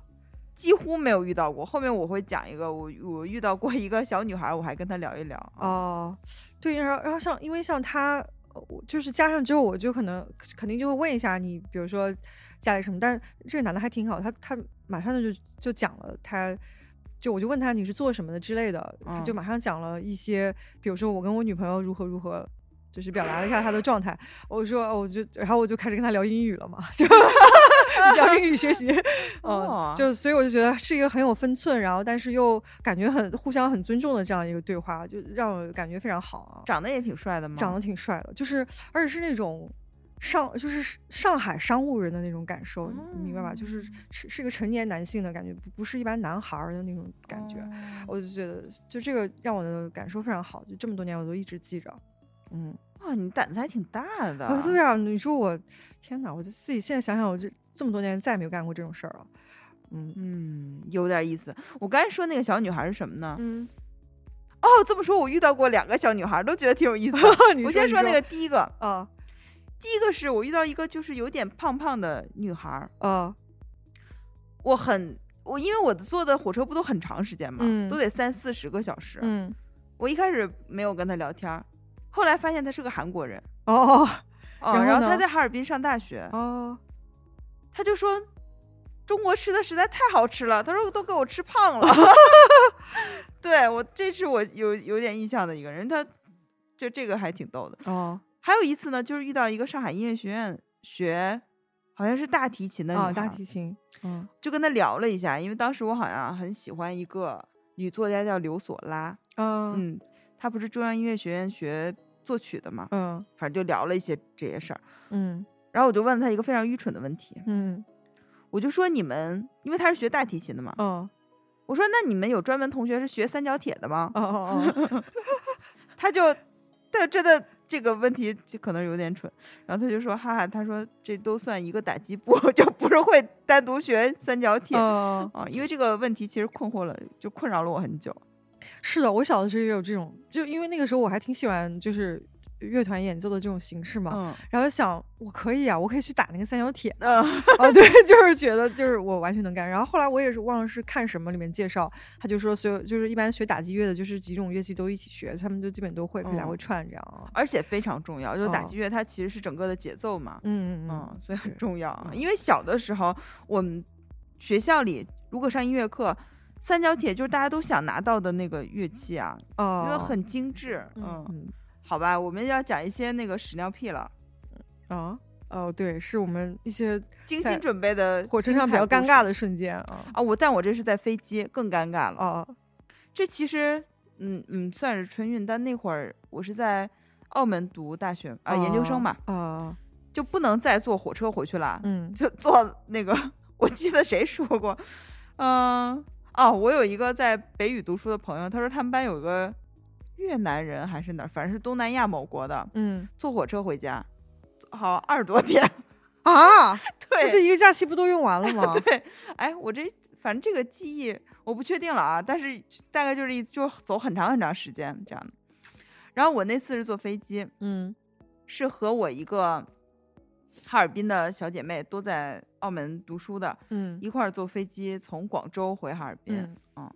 Speaker 2: 几乎没有遇到过。后面我会讲一个，我我遇到过一个小女孩，我还跟她聊一聊啊。
Speaker 3: 哦，对，然后然后像因为像他，呃我就是加上之后，我就可能肯定就会问一下你，比如说家里什么，但这个男的还挺好，他他马上就就讲了他。就我就问他你是做什么的之类的，他就
Speaker 2: 嗯
Speaker 3: 马上讲了一些，比如说我跟我女朋友如何如何，就是表达了一下他的状态。我说哦我就然后我就开始跟他聊英语了嘛， 就聊英语学习，
Speaker 2: 哦
Speaker 3: 嗯，就所以我就觉得是一个很有分寸，然后但是又感觉很互相很尊重的这样一个对话，就让我感觉非常好啊。
Speaker 2: 长得也挺帅的吗？
Speaker 3: 长得挺帅的，就是而且是那种上就是上海商务人的那种感受，你明白吧？就是是是个成年男性的感觉，不不是一般男孩儿的那种感觉。
Speaker 2: 哦
Speaker 3: 我就觉得就这个让我的感受非常好，就这么多年我都一直记着。嗯，
Speaker 2: 哇，你胆子还挺大的。
Speaker 3: 啊， 对啊，你说我，天哪！我就自己现在想想，我这这么多年再也没有干过这种事儿了。嗯
Speaker 2: 嗯，有点意思。我刚才说那个小女孩是什么呢？
Speaker 3: 嗯，
Speaker 2: 哦，这么说，我遇到过两个小女孩，都觉得挺有意思的
Speaker 3: 你
Speaker 2: 我
Speaker 3: 说
Speaker 2: 先
Speaker 3: 你
Speaker 2: 说那
Speaker 3: 说
Speaker 2: 个第一个，
Speaker 3: 啊
Speaker 2: 第一个是我遇到一个就是有点胖胖的女孩，
Speaker 3: 啊
Speaker 2: 我很我因为我坐的火车不都很长时间嘛，
Speaker 3: 嗯
Speaker 2: 都得三四十个小时。
Speaker 3: 嗯
Speaker 2: 我一开始没有跟她聊天儿，后来发现她是个韩国人，
Speaker 3: 哦
Speaker 2: 哦，
Speaker 3: 然后
Speaker 2: 然后她
Speaker 3: 呢
Speaker 2: 在哈尔滨上大学，
Speaker 3: 哦
Speaker 2: 她就说中国吃的实在太好吃了，她说都给我吃胖 了。对我这是我有有点印象的一个人，她就这个还挺逗的。
Speaker 3: 哦
Speaker 2: 还有一次呢，就是遇到一个上海音乐学院学。好像是大提琴的女
Speaker 3: 啊！大
Speaker 2: 孩儿
Speaker 3: 提琴，嗯
Speaker 2: 就跟她聊了一下，因为当时我好像很喜欢一个女作家叫刘索拉，
Speaker 3: 啊
Speaker 2: 嗯，她不是中央音乐学院学作曲的嘛，
Speaker 3: 嗯
Speaker 2: 反正就聊了一些这些事儿。
Speaker 3: 嗯
Speaker 2: 然后我就问她一个非常愚蠢的问题，
Speaker 3: 嗯
Speaker 2: 我就说你们，因为她是学大提琴的嘛，
Speaker 3: 哦
Speaker 2: 我说那你们有专门同学是学三角铁的吗
Speaker 3: 哦？哦
Speaker 2: 她就，她就真的。这个问题就可能有点蠢，然后她就说：“哈哈，她说这都算一个打击部， 就不是会单独学三角铁
Speaker 3: 哦，哦，
Speaker 2: 啊，因为这个问题其实困惑了，就困扰了我很久。
Speaker 3: 是的，我小的时候也有这种，就因为那个时候我还挺喜欢就是乐团演奏的这种形式嘛，
Speaker 2: 嗯
Speaker 3: 然后想我可以啊，我可以去打那个三角铁，
Speaker 2: 嗯
Speaker 3: 啊，对，就是觉得就是我完全能干。然后后来我也是忘了是看什么里面介绍，他就说所有就是一般学打击乐的，就是几种乐器都一起学，他们就基本都会，可以来
Speaker 2: 嗯
Speaker 3: 回串这样啊。
Speaker 2: 而且非常重要，就是打
Speaker 3: 哦
Speaker 2: 击乐它其实是整个的节奏嘛，
Speaker 3: 嗯嗯
Speaker 2: 嗯
Speaker 3: 嗯，，
Speaker 2: 所以很
Speaker 3: 对
Speaker 2: 重要啊。
Speaker 3: 嗯
Speaker 2: 因为小的时候我们学校里如果上音乐课，三角铁就是大家都想拿到的那个乐器啊，因
Speaker 3: 哦，
Speaker 2: 为很精致。
Speaker 3: 嗯
Speaker 2: 嗯，
Speaker 3: 嗯
Speaker 2: 好吧，我们要讲一些那个屎尿屁了，
Speaker 3: 啊哦，对，是我们一些
Speaker 2: 精
Speaker 3: 在
Speaker 2: 心准备的
Speaker 3: 火车上比较尴尬的瞬间啊
Speaker 2: 啊。我但我这是在飞机，更尴尬了。
Speaker 3: 啊
Speaker 2: 这其实，嗯嗯，算是春运，但那会儿我是在澳门读大学啊、研究生嘛，
Speaker 3: 啊，
Speaker 2: 就不能再坐火车回去了，
Speaker 3: 嗯
Speaker 2: 就坐那个，我记得谁说过，嗯、哦，我有一个在北语读书的朋友，他说他们班有个越南人还是哪儿，反正是东南亚某国的，
Speaker 3: 嗯
Speaker 2: 坐火车回家，好像二十多天，
Speaker 3: 啊，那
Speaker 2: 对，
Speaker 3: 这一个假期不都用完了吗？
Speaker 2: 对，哎，我这反正这个记忆我不确定了啊，但是大概就是一就是走很长很长时间这样的。然后我那次是坐飞机，
Speaker 3: 嗯
Speaker 2: 是和我一个哈尔滨的小姐妹都在澳门读书的，
Speaker 3: 嗯
Speaker 2: 一块儿坐飞机从广州回哈尔滨。
Speaker 3: 嗯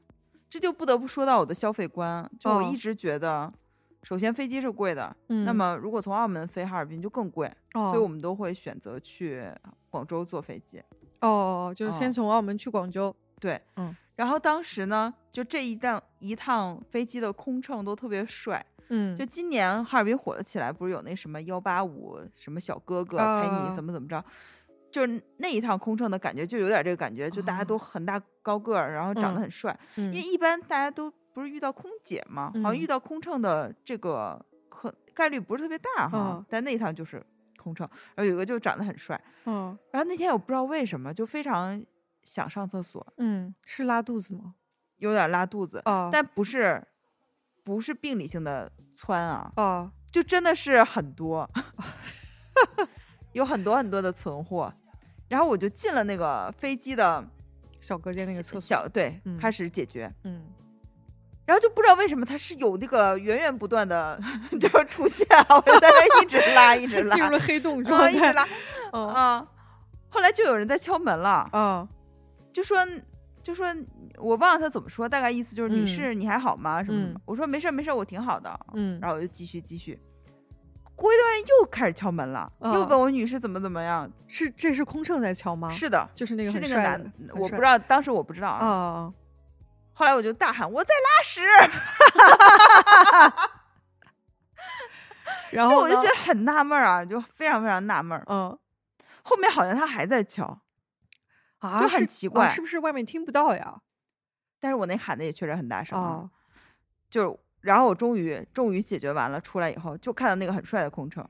Speaker 2: 这就不得不说到我的消费观，就我
Speaker 3: 哦
Speaker 2: 一直觉得，首先飞机是贵的，
Speaker 3: 嗯
Speaker 2: 那么如果从澳门飞哈尔滨就更贵，
Speaker 3: 哦，
Speaker 2: 所以我们都会选择去广州坐飞机。
Speaker 3: 哦，就是先
Speaker 2: 哦
Speaker 3: 从澳门去广州，
Speaker 2: 对，
Speaker 3: 嗯。
Speaker 2: 然后当时呢，就这一趟一趟飞机的空乘都特别帅。
Speaker 3: 嗯
Speaker 2: 就今年哈尔滨火了起来，不是有那什么幺八五什么小哥哥
Speaker 3: 啊
Speaker 2: 陪你怎么怎么着，就是那一趟空乘的感觉就有点这个感觉，就大家都很大高个儿，然后长得
Speaker 3: 哦嗯
Speaker 2: 很帅。因为
Speaker 3: 嗯
Speaker 2: 一般大家都不是遇到空姐嘛，好像遇
Speaker 3: 嗯
Speaker 2: 到空乘的这个可概率不是特别大哈，
Speaker 3: 哦
Speaker 2: 但那一趟就是空乘，然后有一个就长得很帅，
Speaker 3: 嗯
Speaker 2: 然后那天我不知道为什么就非常想上厕所，
Speaker 3: 嗯，是拉肚子吗？
Speaker 2: 有点拉肚子，
Speaker 3: 哦，
Speaker 2: 但不是不是病理性的窜啊，
Speaker 3: 哦
Speaker 2: 就真的是很多， 有很多很多的存货，然后我就进了那个飞机的
Speaker 3: 小隔间那个厕所，
Speaker 2: 小对、
Speaker 3: 嗯
Speaker 2: 开始解决，
Speaker 3: 嗯
Speaker 2: 然后就不知道为什么它是有那个源源不断的 就是出现啊，我就在那儿一直拉，一直拉，
Speaker 3: 进入了黑洞
Speaker 2: 啊
Speaker 3: 状
Speaker 2: 一直
Speaker 3: 态，
Speaker 2: 拉，
Speaker 3: 嗯
Speaker 2: 啊。后来就有人在敲门了，
Speaker 3: 啊
Speaker 2: 就说就说我忘了他怎么说，大概意思就是女士你还好吗？什么什么
Speaker 3: 嗯？
Speaker 2: 我说没事儿没事儿，我挺好的。
Speaker 3: 嗯
Speaker 2: 然后我就继续继续。过一段时间又开始敲门了，又
Speaker 3: 啊
Speaker 2: 问我女士怎么怎么样。
Speaker 3: 是这是空乘在敲吗？
Speaker 2: 是的，
Speaker 3: 就是哦那个
Speaker 2: 是
Speaker 3: 很
Speaker 2: 那个
Speaker 3: 帅的
Speaker 2: 男，
Speaker 3: 很，
Speaker 2: 我不
Speaker 3: 帅
Speaker 2: 知道，当时我不知道
Speaker 3: 啊
Speaker 2: 啊。
Speaker 3: 啊
Speaker 2: 后来我就大喊我在拉屎，
Speaker 3: 啊然
Speaker 2: 就
Speaker 3: 后
Speaker 2: 我就
Speaker 3: 呢
Speaker 2: 觉得很纳闷儿啊，就非常非常纳闷儿。
Speaker 3: 嗯
Speaker 2: 后面好像他还在敲，
Speaker 3: 啊
Speaker 2: 就是很奇
Speaker 3: 啊
Speaker 2: 怪
Speaker 3: 是不是外面听不到呀？
Speaker 2: 但是我那喊的也确实很大声啊
Speaker 3: 啊，
Speaker 2: 就是，然后我终于终于解决完了，出来以后就看到那个很帅的空乘，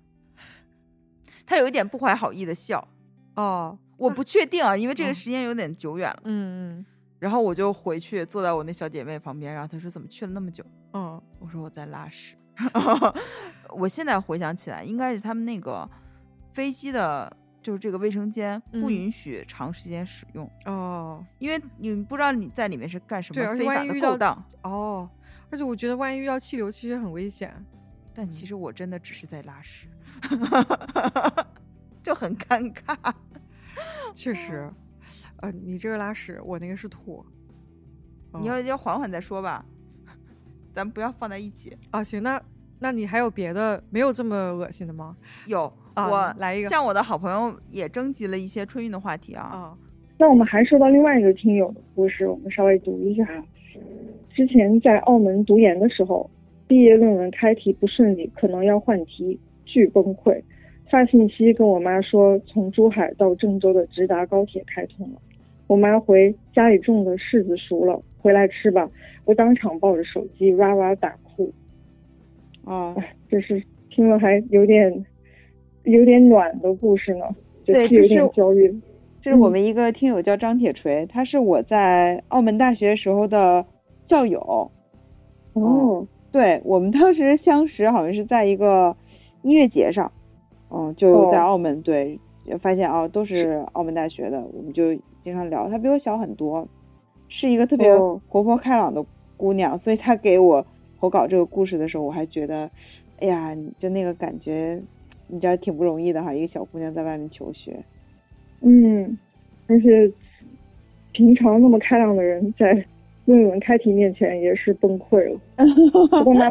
Speaker 2: 他有一点不怀好意的笑，
Speaker 3: 哦
Speaker 2: 我不确定啊，因为这个
Speaker 3: 嗯
Speaker 2: 时间有点久远了。
Speaker 3: 嗯
Speaker 2: 然后我就回去坐在我那小姐妹旁边，然后她说怎么去了那么久？
Speaker 3: 嗯嗯
Speaker 2: 我说我在拉屎。我现在回想起来，应该是他们那个飞机的，就是这个卫生间不
Speaker 3: 嗯
Speaker 2: 允许长时间使用，
Speaker 3: 哦
Speaker 2: 因为你不知道你在里面是干什
Speaker 3: 对
Speaker 2: 么
Speaker 3: 而且
Speaker 2: 非
Speaker 3: 万
Speaker 2: 法
Speaker 3: 一
Speaker 2: 的
Speaker 3: 遇
Speaker 2: 勾
Speaker 3: 到
Speaker 2: 当。
Speaker 3: 哦，而且我觉得万一遇到气流其实很危险，嗯
Speaker 2: 但其实我真的只是在拉屎， 就很尴尬。
Speaker 3: 确实。呃，你这个拉屎，我那个是吐。
Speaker 2: 你
Speaker 3: 哦
Speaker 2: 要要缓缓再说吧，咱们不要放在一起。
Speaker 3: 啊，行，那那你还有别的没有这么恶心的吗？
Speaker 2: 有，
Speaker 3: 啊
Speaker 2: 我
Speaker 3: 来一个
Speaker 2: 向我的好朋友也征集了一些春运的话题啊。
Speaker 3: 啊，
Speaker 5: 那我们还收到另外一个听友的故事，我们稍微读一下。啊之前在澳门读研的时候，毕业论文开题不顺利，可能要换题，巨崩溃。发信息跟我妈说，从珠海到郑州的直达高铁开通了。我妈回家里种的柿子熟了，回来吃吧。我当场抱着手机哇哇大哭，哦
Speaker 4: 啊，
Speaker 5: 就是听了还有点有点暖的故事呢，就
Speaker 4: 对
Speaker 5: 是有
Speaker 4: 这是
Speaker 5: 点焦虑。
Speaker 4: 这是
Speaker 5: 嗯
Speaker 4: 我们一个听友叫张铁锤，他是我在澳门大学时候的校友。
Speaker 5: 哦，
Speaker 4: 对我们当时相识好像是在一个音乐节上，嗯，就
Speaker 5: 哦
Speaker 4: 在澳门，对，发现啊都是澳门大学的，我们就经常聊。她比我小很多，是一个特别
Speaker 5: 哦
Speaker 4: 活泼开朗的姑娘，所以她给我投稿这个故事的时候，我还觉得，哎呀，就那个感觉，你知道挺不容易的哈，一个小姑娘在外面求学，
Speaker 5: 嗯，而且平常那么开朗的人，在论文开题面前也是崩溃了。不过妈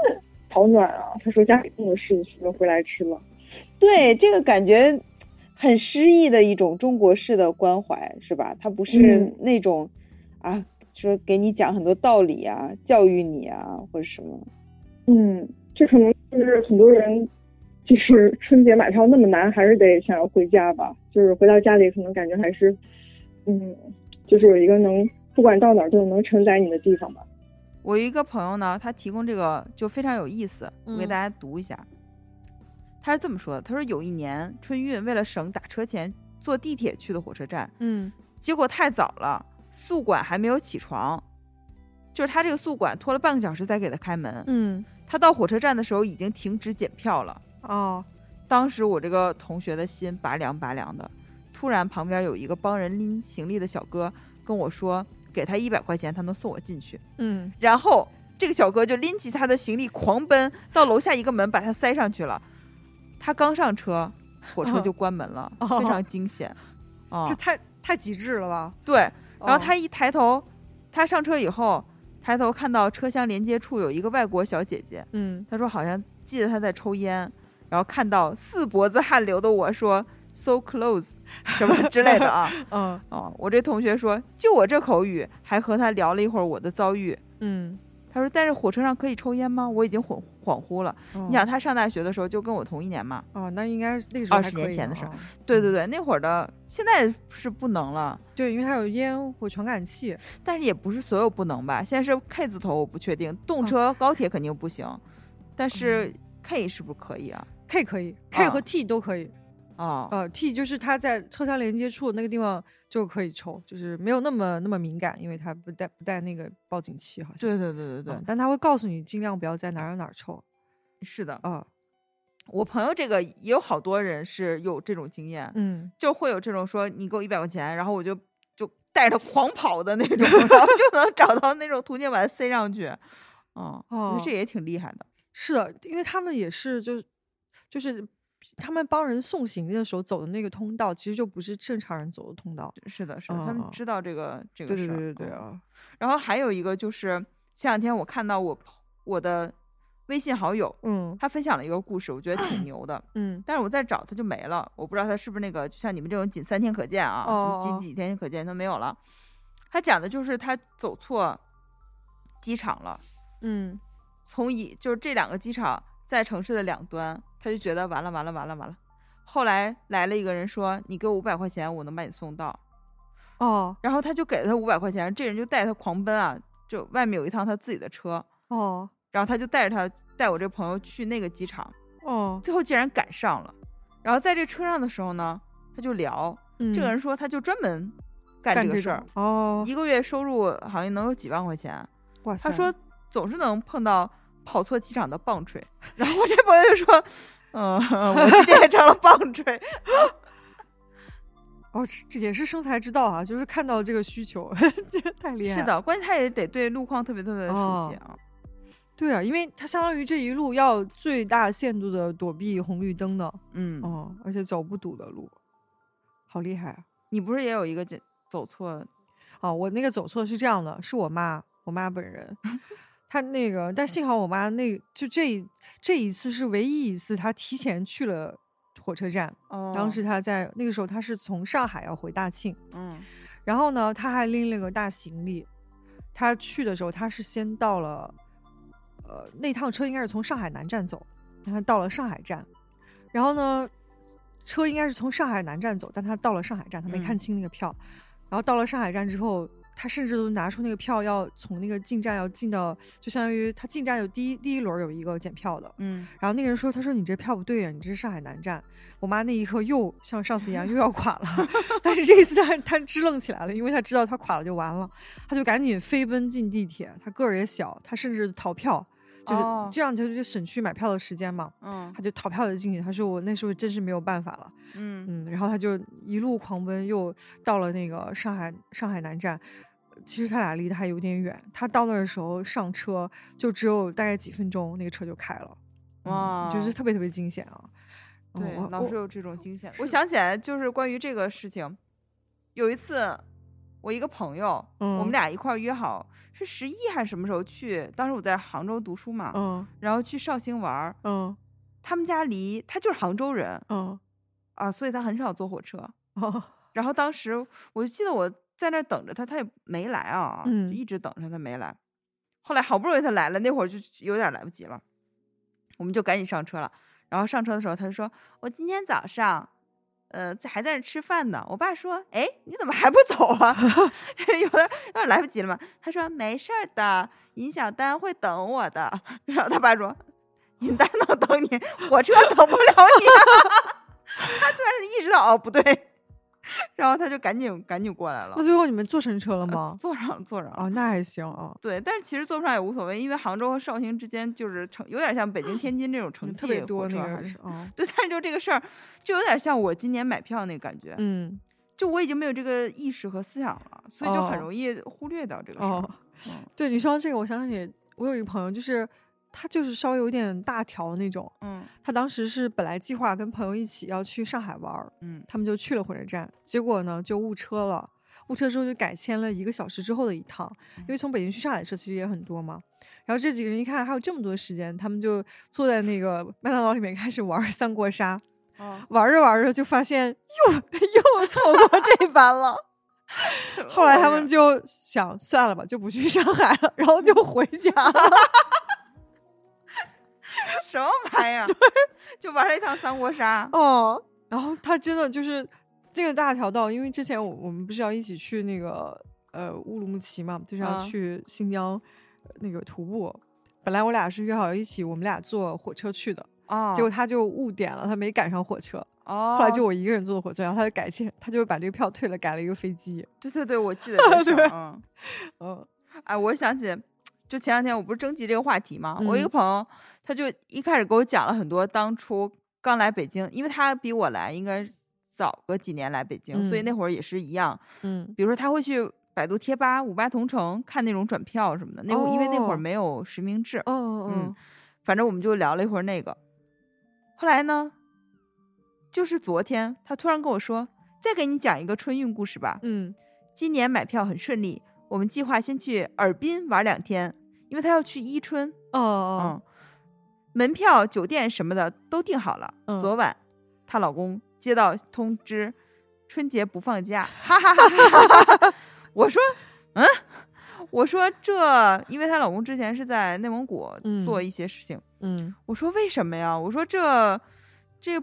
Speaker 5: 好暖啊，她说家里种的柿子熟了，回来吃吧。
Speaker 4: 对，这个感觉很诗意的一种中国式的关怀，是吧？它不是
Speaker 5: 嗯
Speaker 4: 那种、啊，说给你讲很多道理啊，教育你啊，或者什么。
Speaker 5: 嗯，这可能就是很多人，就是春节买票那么难，还是得想要回家吧。就是回到家里，可能感觉还是，嗯，就是有一个能不管到哪儿都能承载你的地方吧。
Speaker 2: 我有一个朋友呢，他提供这个就非常有意思，我给
Speaker 3: 嗯
Speaker 2: 大家读一下。他是这么说的：他说有一年春运，为了省打车钱，坐地铁去的火车站，
Speaker 3: 嗯
Speaker 2: 结果太早了，宿管还没有起床，就是他这个宿管拖了半个小时才给他开门。
Speaker 3: 嗯，
Speaker 2: 他到火车站的时候已经停止检票了。
Speaker 3: 哦，
Speaker 2: 当时我这个同学的心拔凉拔凉的，突然旁边有一个帮人拎行李的小哥跟我说，给他一百块钱，他能送我进去。
Speaker 3: 嗯，
Speaker 2: 然后这个小哥就拎起他的行李狂奔到楼下一个门，把他塞上去了。他刚上车，火车就关门了，
Speaker 3: 哦
Speaker 2: 非常惊险。啊、
Speaker 3: 这太太极致了吧？
Speaker 2: 对，然后
Speaker 3: 哦
Speaker 2: 他一抬头，他上车以后抬头看到车厢连接处有一个外国小姐姐，
Speaker 3: 嗯，
Speaker 2: 他说好像记得他在抽烟，然后看到四脖子汗流的我说 so close 什么之类的啊。
Speaker 3: 嗯
Speaker 2: 哦，我这同学说，就我这口语，还和他聊了一会儿我的遭遇。
Speaker 3: 嗯，
Speaker 2: 他说：“但是火车上可以抽烟吗？”我已经恍恍惚了。
Speaker 3: 哦
Speaker 2: 你想，他上大学的时候就跟我同一年嘛？
Speaker 3: 哦，那应该是那个时候
Speaker 2: 20
Speaker 3: 还可
Speaker 2: 年
Speaker 3: 以
Speaker 2: 前的
Speaker 3: 呢
Speaker 2: 事儿
Speaker 3: 啊
Speaker 2: 对对对，那会儿的现在是不能了，
Speaker 3: 对，因为它有烟火传感器，
Speaker 2: 但是也不是所有不能吧？现在是 K 字头，我不确定。动车、高铁肯定不行，但是 K 是不是可以啊？
Speaker 3: K 可以，K 和
Speaker 2: 啊
Speaker 3: T 都可以。
Speaker 2: 哦，
Speaker 3: 呃，T 就是它在车厢连接处那个地方就可以抽，就是没有那么那么敏感，因为它不带不带那个报警器，好像。
Speaker 2: 对对对对对，
Speaker 3: 嗯但它会告诉你尽量不要在哪儿哪儿抽
Speaker 2: 是的。
Speaker 3: 啊。
Speaker 2: 我朋友这个也有好多人是有这种经验，
Speaker 3: 嗯，
Speaker 2: 就会有这种说你给我一百块钱，然后我就就带着狂跑的那种，然后就 能找到那种途径把它塞上去。嗯，我觉
Speaker 3: 哦
Speaker 2: 得这也挺厉害的。
Speaker 3: 是的，因为他们也是就就是他们帮人送行李的时候走的那个通道，其实就不是正常人走的通道。
Speaker 2: 是的，是的，他
Speaker 3: 嗯
Speaker 2: 们
Speaker 3: 嗯
Speaker 2: 知道这个这个
Speaker 3: 对对
Speaker 2: 事儿。
Speaker 3: 对对
Speaker 2: 嗯
Speaker 3: 对啊！
Speaker 2: 然后还有一个就是前两天我看到我朋我的微信好友，
Speaker 3: 嗯
Speaker 2: 他分享了一个故事，我觉得 挺牛的。
Speaker 3: 嗯
Speaker 2: 但是我再找他就没了，我不知道他是不是那个，就像你们这种仅三天可见啊，
Speaker 3: 哦
Speaker 2: 仅
Speaker 3: 哦
Speaker 2: 几天可见都没有了。他讲的就是他走错机场了，
Speaker 3: 嗯，
Speaker 2: 从一就是这两个机场在城市的两端，他就觉得完了完了完了完了。后来来了一个人说：“你给我五百块钱，我能把你送到。
Speaker 3: 哦”
Speaker 2: 然后他就给了他五百块钱，这人就带他狂奔啊，就外面有一趟他自己的车，
Speaker 3: 哦
Speaker 2: 然后他就带着他带我这朋友去那个机场，
Speaker 3: 哦，
Speaker 2: 最后竟然赶上了。然后在这车上的时候呢，他就聊，这个
Speaker 3: 嗯
Speaker 2: 人说他就专门干
Speaker 3: 干
Speaker 2: 这个
Speaker 3: 这
Speaker 2: 事儿
Speaker 3: 种，哦，
Speaker 2: 一个月收入好像能有几万块钱。
Speaker 3: 哇塞，
Speaker 2: 他说总是能碰到跑错机场的棒槌， 然 后我这朋友就说，嗯， 我今天也成了棒槌，
Speaker 3: 哦，这这也是生财之道啊，就是看到这个需求， 这个太 厉害。哦
Speaker 2: 是，的，关键他也得对路况特别特别的熟悉啊，
Speaker 3: 对啊，因为他相当于这一路要最大限度的躲避红绿灯的，
Speaker 2: 嗯，
Speaker 3: 哦，而且走不堵的路，好厉害啊！
Speaker 2: 你不是也有一个走走错，
Speaker 3: 啊，我那个走错是这样的，是我妈，我妈 本人，她那个，但幸好我妈那就这一这一次是唯一一次她提前去了火车站，
Speaker 2: 哦
Speaker 3: 当时她在那个时候她是从上海要回大庆。
Speaker 2: 嗯
Speaker 3: 然后呢，他还拎了个大行李。他去的时候，他是先到了，呃，那趟车应该是从上海南站走，然后到了上海站，然后呢，车应该是从上海南站走，但他到了上海站，他没
Speaker 2: 嗯
Speaker 3: 看清那个票。然后到了上海站之后，他甚至都拿出那个票，要从那个进站要进到，就相当于他进站有第一第一轮有一个检票的，
Speaker 2: 嗯，
Speaker 3: 然后那个人说：“他说你这票不对呀、啊你这是上海南站。”我妈那一刻又像上次一样又要垮了，但是这一次她她支棱起来了，因为她知道她垮了就完了，她就赶紧飞奔进地铁。她个儿也小，她甚至逃票，就是
Speaker 2: 哦
Speaker 3: 这样，她就省去买票的时间嘛。
Speaker 2: 嗯
Speaker 3: 她就逃票就进去。她说：“我那时候真是没有办法了。”
Speaker 2: 嗯
Speaker 3: 嗯，然后他就一路狂奔，又到了那个上海上海南站。其实他俩离得还有点远，他到那儿的时候上车就只有大概几分钟，那个车就开了，嗯就
Speaker 2: 哇
Speaker 3: 是特别特别惊险啊！嗯
Speaker 2: 对
Speaker 3: 我，
Speaker 2: 老是
Speaker 3: 我
Speaker 2: 有这种惊险。
Speaker 3: 是
Speaker 2: 哦我
Speaker 3: 的
Speaker 2: 想起来，就是关于这个事情，有一次我一个朋友，我们
Speaker 3: 嗯
Speaker 2: 俩一块儿约好是十一还是什么时候去？当时我在杭州读书嘛，
Speaker 3: 嗯
Speaker 2: 然后去绍兴玩儿。
Speaker 3: 嗯
Speaker 2: 他们家离他就是杭州人
Speaker 3: 嗯
Speaker 2: 啊，所以他很少坐火车。
Speaker 3: 哦
Speaker 2: 然后当时我就记得我在那儿等着他，他也没来啊，
Speaker 3: 嗯
Speaker 2: 就一直等着他没来。后来好不容易他来了，那会儿就有点来不及了，我们就赶紧上车了。然后上车的时候，他就说：“我今天早上，呃，在还在那吃饭呢。”我爸说：“哎，你怎么还不走啊？ 有点有点来不及了嘛。”他说：“没事儿的，尹小丹会等我的。” 然后他爸说：“尹丹能等你，火车等不了你。”啊 他突然意识到哦不对， 然后他就赶紧赶紧过来了
Speaker 3: 那。最后你们坐乘车了
Speaker 2: 呃
Speaker 3: 吗？
Speaker 2: 坐上了坐上了。
Speaker 3: 哦，那还行啊，
Speaker 2: 对，但是其实坐不上也无所谓，因为杭州和绍兴之间就是城，有点像北京、天津这种城
Speaker 3: 嗯
Speaker 2: 际
Speaker 3: 特别多
Speaker 2: 火车
Speaker 3: 那
Speaker 2: 还
Speaker 3: 个
Speaker 2: 是
Speaker 3: 是哦，
Speaker 2: 对，但是就这个事儿，就有点像我今年买票那个感觉。
Speaker 3: 嗯
Speaker 2: 就我已经没有这个意识和思想了，所以就很
Speaker 3: 哦
Speaker 2: 容易忽略掉这个事儿。嗯
Speaker 3: 哦， 对你说到这个，我想起我有一个朋友，就是他就是稍微有点大条那种。
Speaker 2: 嗯
Speaker 3: 他当时是本来计划跟朋友一起要去上海玩儿，
Speaker 2: 嗯
Speaker 3: 他们就去了火车站，结果呢就误车了。误车之后就改签了一个小时之后的一趟，因为从北京去上海的车其实也很多嘛。然后这几个人一看还有这么多时间，他们就坐在那个麦当劳里面开始玩儿三国杀，
Speaker 2: 哦，
Speaker 3: 玩着玩着就发现又 又错过这班了。后来他们就想算了吧，就不去上海了，然后就回家了。
Speaker 2: 什么玩意儿？ 就玩了一趟三国杀。
Speaker 3: 哦，然后他真的就是这个大条道，因为之前我我们不是要一起去那个呃乌鲁木齐嘛，就是要
Speaker 2: 嗯
Speaker 3: 去新疆、呃那个徒步。本来我俩是约好一起，我们俩坐火车去的，
Speaker 2: 哦，
Speaker 3: 结果他就误点了，他没赶上火车。
Speaker 2: 哦，
Speaker 3: 后来就我一个人坐的火车，然后他就改签，他就把这个票退了，改了一个飞机。
Speaker 2: 对对对，我记得 这事
Speaker 3: 对
Speaker 2: 儿。嗯，
Speaker 3: 嗯，
Speaker 2: 哎，我想起，就前两天我不是征集这个话题吗？我一个
Speaker 3: 嗯
Speaker 2: 朋友，他就一开始给我讲了很多当初刚来北京，因为他比我来应该早个几年来北京，所以
Speaker 3: 嗯
Speaker 2: 那会儿也是一样。
Speaker 3: 嗯，
Speaker 2: 比如说他会去百度贴吧、五八同城看那种转票什么的，那会儿因为那会儿
Speaker 3: 哦
Speaker 2: 没有实名制，
Speaker 3: 哦哦
Speaker 2: 嗯
Speaker 3: 哦，，
Speaker 2: 反正我们就聊了一会儿那个。后来呢，就是昨天他突然跟我说：“再给你讲一个春运故事吧。
Speaker 3: 嗯，
Speaker 2: 今年买票很顺利，我们计划先去尔滨玩两天，因为他要去伊春。嗯
Speaker 3: 哦哦，，
Speaker 2: 门票、酒店什么的都订好了。
Speaker 3: 嗯
Speaker 2: 昨晚她老公接到通知，春节不放 假， 哈哈哈哈哈哈哈！我说，嗯，我说这，因为她老公之前是在内蒙古做
Speaker 3: 嗯
Speaker 2: 一些事情。
Speaker 3: 嗯，
Speaker 2: 我说为什么呀？我说这这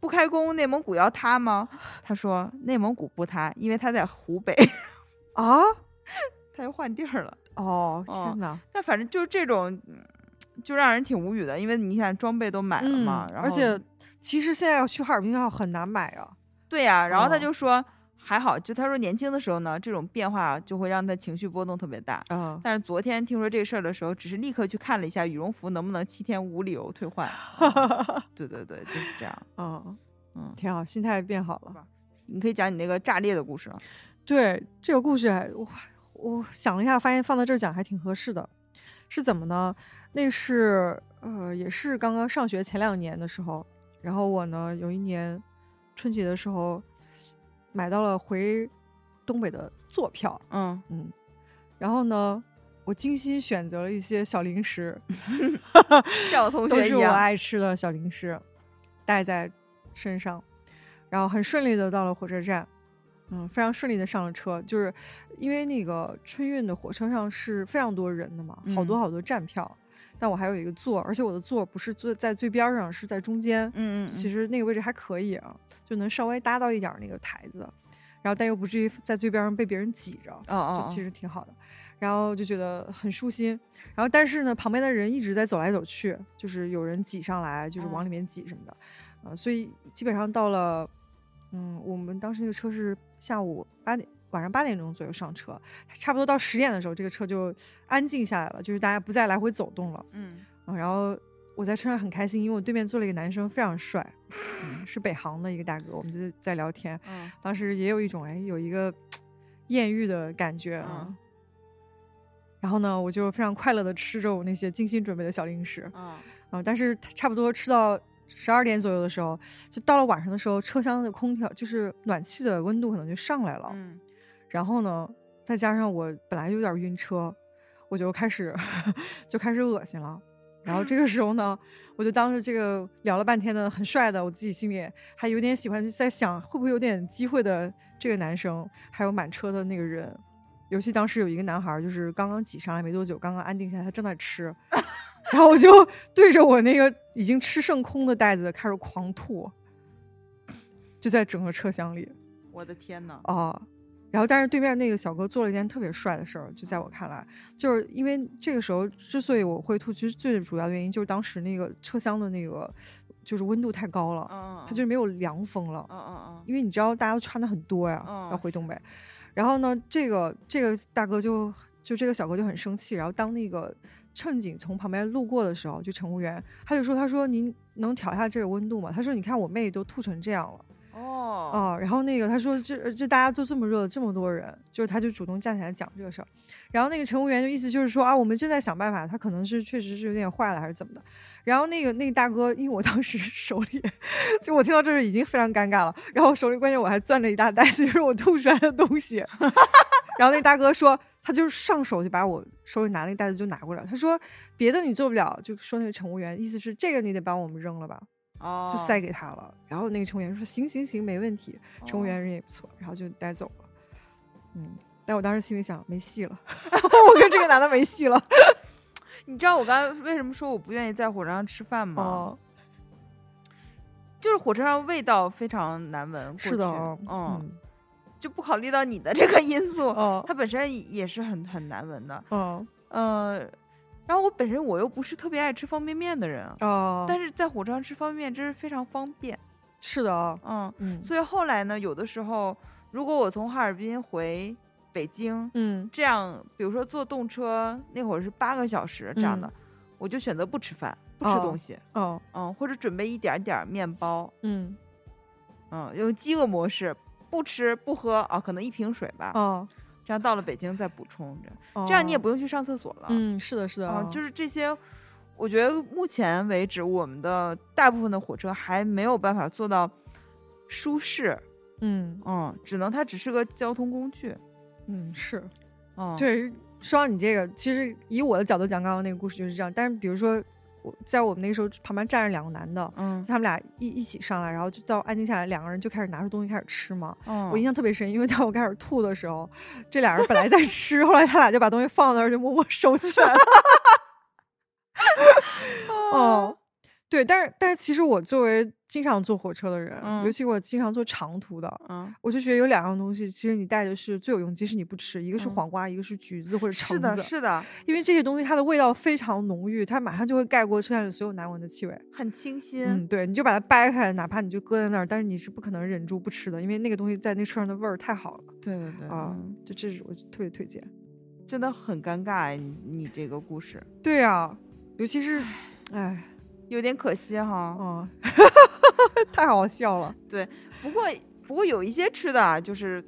Speaker 2: 不开工，内蒙古要塌吗？他说内蒙古不塌，因为他在湖北，
Speaker 3: 啊，
Speaker 2: 他又换地儿了。
Speaker 3: 哦，
Speaker 2: 哦
Speaker 3: 天哪，
Speaker 2: 但反正就这种，嗯就让人挺无语的，因为你想装备都买了嘛，然后
Speaker 3: 嗯而且其实现在要去哈尔滨要很难买啊。
Speaker 2: 对呀、然后他
Speaker 3: 哦
Speaker 2: 就说、还好，就他说年轻的时候呢，这种变化就会让他情绪波动特别大。
Speaker 3: 啊，
Speaker 2: 但是昨天听说这事儿的时候，只是立刻去看了一下羽绒服能不能七天无理由退 换。啊对对对，就是这样。
Speaker 3: 嗯
Speaker 2: 嗯
Speaker 3: 挺好，心态变好了。
Speaker 2: 你可以讲你那个炸裂的故事啊。
Speaker 3: 对这个故事还，我我想了一下，发现放在这儿讲还挺合适的。是怎么呢？那是呃，也是刚刚上学前两年的时候，然后我呢有一年春节的时候买到了回东北的坐票，
Speaker 2: 嗯，
Speaker 3: 然后呢，我精心选择了一些小零食，
Speaker 2: 像我同
Speaker 3: 都
Speaker 2: 学一
Speaker 3: 是我
Speaker 2: 样。
Speaker 3: 爱吃的小零食，带在身上，然后很顺利的到了火车站，嗯，非常顺利的上了车，就是因为那个春运的火车上是非常多人的嘛，好多
Speaker 2: 嗯
Speaker 3: 好多站票，但我还有一个座儿，而且我的座儿不是坐在最边儿上，是在中间，
Speaker 2: 嗯嗯，
Speaker 3: 其
Speaker 2: 实
Speaker 3: 实那个位置还可以啊，就能稍微搭到一点儿那个台子，然后但又不至于在最边儿上被别人挤着，
Speaker 2: 哦哦
Speaker 3: 就，其
Speaker 2: 实
Speaker 3: 实挺好的。然后就觉得很舒心，然后但是呢，旁边的人一直在走来走去，就是有人挤上来，就是往里面挤什么的，啊、所以基本上到了，嗯，我们当时那个车是下午八点，晚上八点钟左右上车，差不多到十点的时候，这个车就安静下来了，就是大家不再来回走动了。
Speaker 2: 嗯
Speaker 3: 啊，然后我在车上很开心，因为我对面坐了一个男生，非常帅，嗯是北航的一个大哥，我们就在聊天，
Speaker 2: 嗯
Speaker 3: 当时也有一种哎有一个艳遇的感觉啊。
Speaker 2: 嗯
Speaker 3: 然后呢，我就非常快乐的吃着我那些精心准备的小零食
Speaker 2: 嗯
Speaker 3: 啊、但是差不多吃到十二点左右的时候，就到了晚上的时候，车厢的空调就是暖气的温度可能就上来了，
Speaker 2: 嗯
Speaker 3: 然后呢，再加上我本来就有点晕车，我就开始 就开始恶心了。然后这个时候呢，我就当着这个聊了半天的很帅的，我自己心里还有点喜欢，就在想会不会有点机会的这个男生，还有满车的那个人。尤其当时有一个男孩儿，就是刚刚挤上来没多久，刚刚安定下来，他正在吃，然后我就对着我那个已经吃剩空的袋子开始狂吐，就在整个车厢里。
Speaker 2: 我的天呐。
Speaker 3: 啊。然后，但是对面那个小哥做了一件特别帅的事儿，就在我看来，就是因为这个时候之所以我会吐，其实最主要的原因就是当时那个车厢的那个就是温度太高了，
Speaker 2: 嗯，
Speaker 3: 它就是没有凉风了。
Speaker 2: 嗯嗯
Speaker 3: 因为你知道大家都穿的很多呀，
Speaker 2: 嗯
Speaker 3: 要回东北。然后呢，这个这个大哥就就这个小哥就很生气，然后当那个乘警从旁边路过的时候，就乘务员他就说：“他说您能调一下这个温度吗？”他说：“你看我妹都吐成这样了。”
Speaker 2: 哦，
Speaker 3: 啊，然后那个他说这这大家都这么热，这么多人，就是他就主动站起来讲这个事儿。然后那个乘务员就意思就是说啊，我们正在想办法，他可能是确实是有点坏了还是怎么的。然后那个那个大哥，因为我当时 手里就我听到这儿已经非常尴尬了，然后我手里关键我还攥着一大袋子就是我吐出来的东西。 然后那大哥说，他就是上手就把我手里拿那袋子就拿过来了，他说别的你做不了，就说那个乘务员意思是这个你得帮我们扔了吧。
Speaker 2: 哦，
Speaker 3: 就塞给他了。然后那个乘务员说：“行行行，没问题。”乘务员人也不错，然后就带走了。嗯，但我当时心里想，没戏了， 我跟这个男的没戏了。
Speaker 2: 你知道我刚才为什么说我不愿意在火车上吃饭吗？
Speaker 3: 哦，
Speaker 2: 就是火车上味道非常难闻过去，
Speaker 3: 是的哦，
Speaker 2: 嗯，就不考虑到你的这个因素，
Speaker 3: 哦
Speaker 2: 它本身也是很很难闻的，
Speaker 3: 哦
Speaker 2: 呃，然后我本身我又不是特别爱吃方便面的人，啊
Speaker 3: 哦，
Speaker 2: 但是在火车上吃方便面真是非常方便，
Speaker 3: 是的哦，
Speaker 2: 嗯，
Speaker 3: 嗯
Speaker 2: 所以后来呢，有的时候如果我从哈尔滨回北京，
Speaker 3: 嗯
Speaker 2: 这样比如说坐动车那会儿是八个小时这样的，我就选择不吃饭，不吃
Speaker 3: 嗯哦
Speaker 2: 东西，
Speaker 3: 哦
Speaker 2: 嗯，或者准备一点儿点儿面包，
Speaker 3: 嗯
Speaker 2: 嗯，用饥饿模式，不吃不喝啊，可能一瓶水吧，
Speaker 3: 哦，
Speaker 2: 这样到了北京再补充着，这样你也不
Speaker 3: 用
Speaker 2: 用去上厕所了。
Speaker 3: 嗯，是的，是的
Speaker 2: 啊
Speaker 3: 哦，，
Speaker 2: 就是这些，我觉得目前为止，我们的大部分的火车还没有办法做到舒适，
Speaker 3: 嗯
Speaker 2: 嗯，只能它只是个交通工具，
Speaker 3: 嗯是，
Speaker 2: 嗯，，
Speaker 3: 对，说到你这个，其实以我的角度讲，刚刚那个故事就是这样。但是比如说，我在我们那个时候旁边站着两个男的，
Speaker 2: 嗯
Speaker 3: 就他们俩一一起上来，然后就到安静下来，两个人就开始拿出东西开始吃嘛。
Speaker 2: 嗯，
Speaker 3: 我印象特别深，因为当我开始吐的时候，这俩人本来在吃， 后来他俩就把东西放那儿，就默默收起来了。 哦，对，但是但是其实我作为经常坐火车的人，
Speaker 2: 嗯
Speaker 3: 尤其我经常坐长途的，
Speaker 2: 嗯，
Speaker 3: 我就觉得有两样东西，其实你带着是最有用，即使你不吃，一个是
Speaker 2: 嗯
Speaker 3: 黄瓜，一个是橘子或者
Speaker 2: 是
Speaker 3: 橙
Speaker 2: 的，
Speaker 3: 子，
Speaker 2: 是的，
Speaker 3: 因为这些东西它的味道非常浓郁，它马上就会盖过车厢里所有难闻的气味。
Speaker 2: 很清新，
Speaker 3: 嗯，对，你就把它掰开，哪怕你就搁在那儿，但是你是不可能忍住不吃的，因为那个东西在那车上的味儿太好了
Speaker 2: 对对对，
Speaker 3: 啊
Speaker 2: 嗯！
Speaker 3: 就这是我特别推荐。
Speaker 2: 真的很尴尬哎，你你这个故事
Speaker 3: 对啊，尤其是，哎，
Speaker 2: 有点可惜哈，
Speaker 3: 哦， 太好笑了。
Speaker 2: 不过不过有一些吃的啊，就是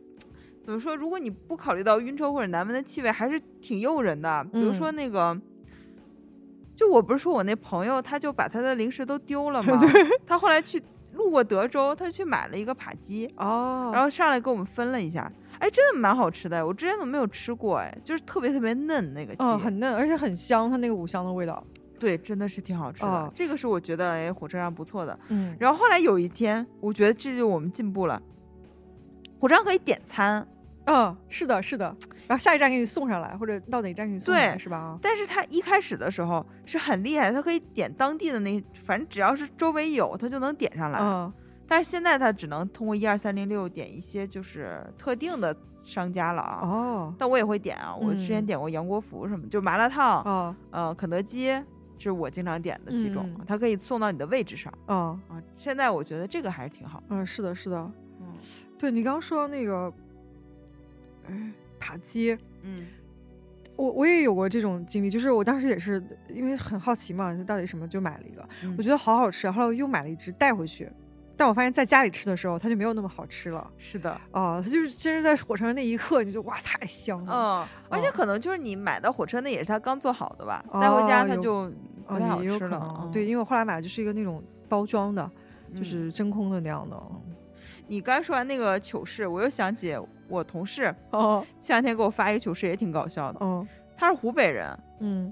Speaker 2: 怎么说，如果你不考虑到晕车或者难闻的气味，还是挺诱人的。比如说
Speaker 3: 嗯
Speaker 2: 那个，就我不是说我那朋友，他就把他的零食都丢 了嘛，他后来去路过德州，他去买了一个扒鸡，
Speaker 3: 哦
Speaker 2: 然后上来给我们分了一下。哎，真的蛮好吃的，我之前怎么没有吃过？哎，就是特别特别嫩那个鸡，
Speaker 3: 嗯，很嫩，而且很香，它那个五香的味道。
Speaker 2: 对，真的是挺好吃的。
Speaker 3: 哦
Speaker 2: 这个是我觉得哎，火车上不错的。
Speaker 3: 嗯
Speaker 2: 然后后来有一天，我觉得这就是我们进步了，火车上可以点餐，
Speaker 3: 嗯，是的，是的。然后下一站给你送上来，或者到哪一站给你送上
Speaker 2: 对
Speaker 3: 来，是吧？啊，
Speaker 2: 但是他一开始的时候是很厉害，他可以点当地的那，反正只要是周围有，他就能点上来。
Speaker 3: 嗯
Speaker 2: 但是现在他只能通过一二三零六点一些就是特定的商家了啊。
Speaker 3: 哦
Speaker 2: 但我也会点啊，我之前
Speaker 3: 嗯
Speaker 2: 点过杨国福什么，就是麻辣烫，
Speaker 3: 哦
Speaker 2: 呃，肯德基，这是我经常点的几种
Speaker 3: 嗯，嗯
Speaker 2: 它可以送到你的位置上
Speaker 3: 哦，
Speaker 2: 啊。现在我觉得这个还是挺好。
Speaker 3: 嗯，是的，是的。
Speaker 2: 嗯
Speaker 3: 对你刚刚说到那个，哎，扒鸡，
Speaker 2: 嗯
Speaker 3: 我我也有过这种经历，就是我当时也是因为很好奇嘛，它到底什么就买了一个，
Speaker 2: 嗯
Speaker 3: 我觉得好好吃，后来我又买了一只带回去，但我发现在家里吃的时候它就没有那么好吃了
Speaker 2: 是的，
Speaker 3: 啊，它就是真是在火车上那一刻你就哇太香了，
Speaker 2: 嗯，而且
Speaker 3: 哦
Speaker 2: 可能就是你买到火车那也是他刚做好的吧，带回家
Speaker 3: 哦
Speaker 2: 他
Speaker 3: 有
Speaker 2: 就不太
Speaker 3: 啊
Speaker 2: 好
Speaker 3: 也有
Speaker 2: 吃
Speaker 3: 可
Speaker 2: 了。
Speaker 3: 能
Speaker 2: 嗯
Speaker 3: 对，因为我后来买的就是一个那种包装的，就
Speaker 2: 嗯
Speaker 3: 是真空的那样的，哦
Speaker 2: 你刚才说完那个糗事，我又想起我同事
Speaker 3: 哦
Speaker 2: 前两天给我发一个糗事，也挺搞笑的。
Speaker 3: 哦
Speaker 2: 他是湖北人，
Speaker 3: 嗯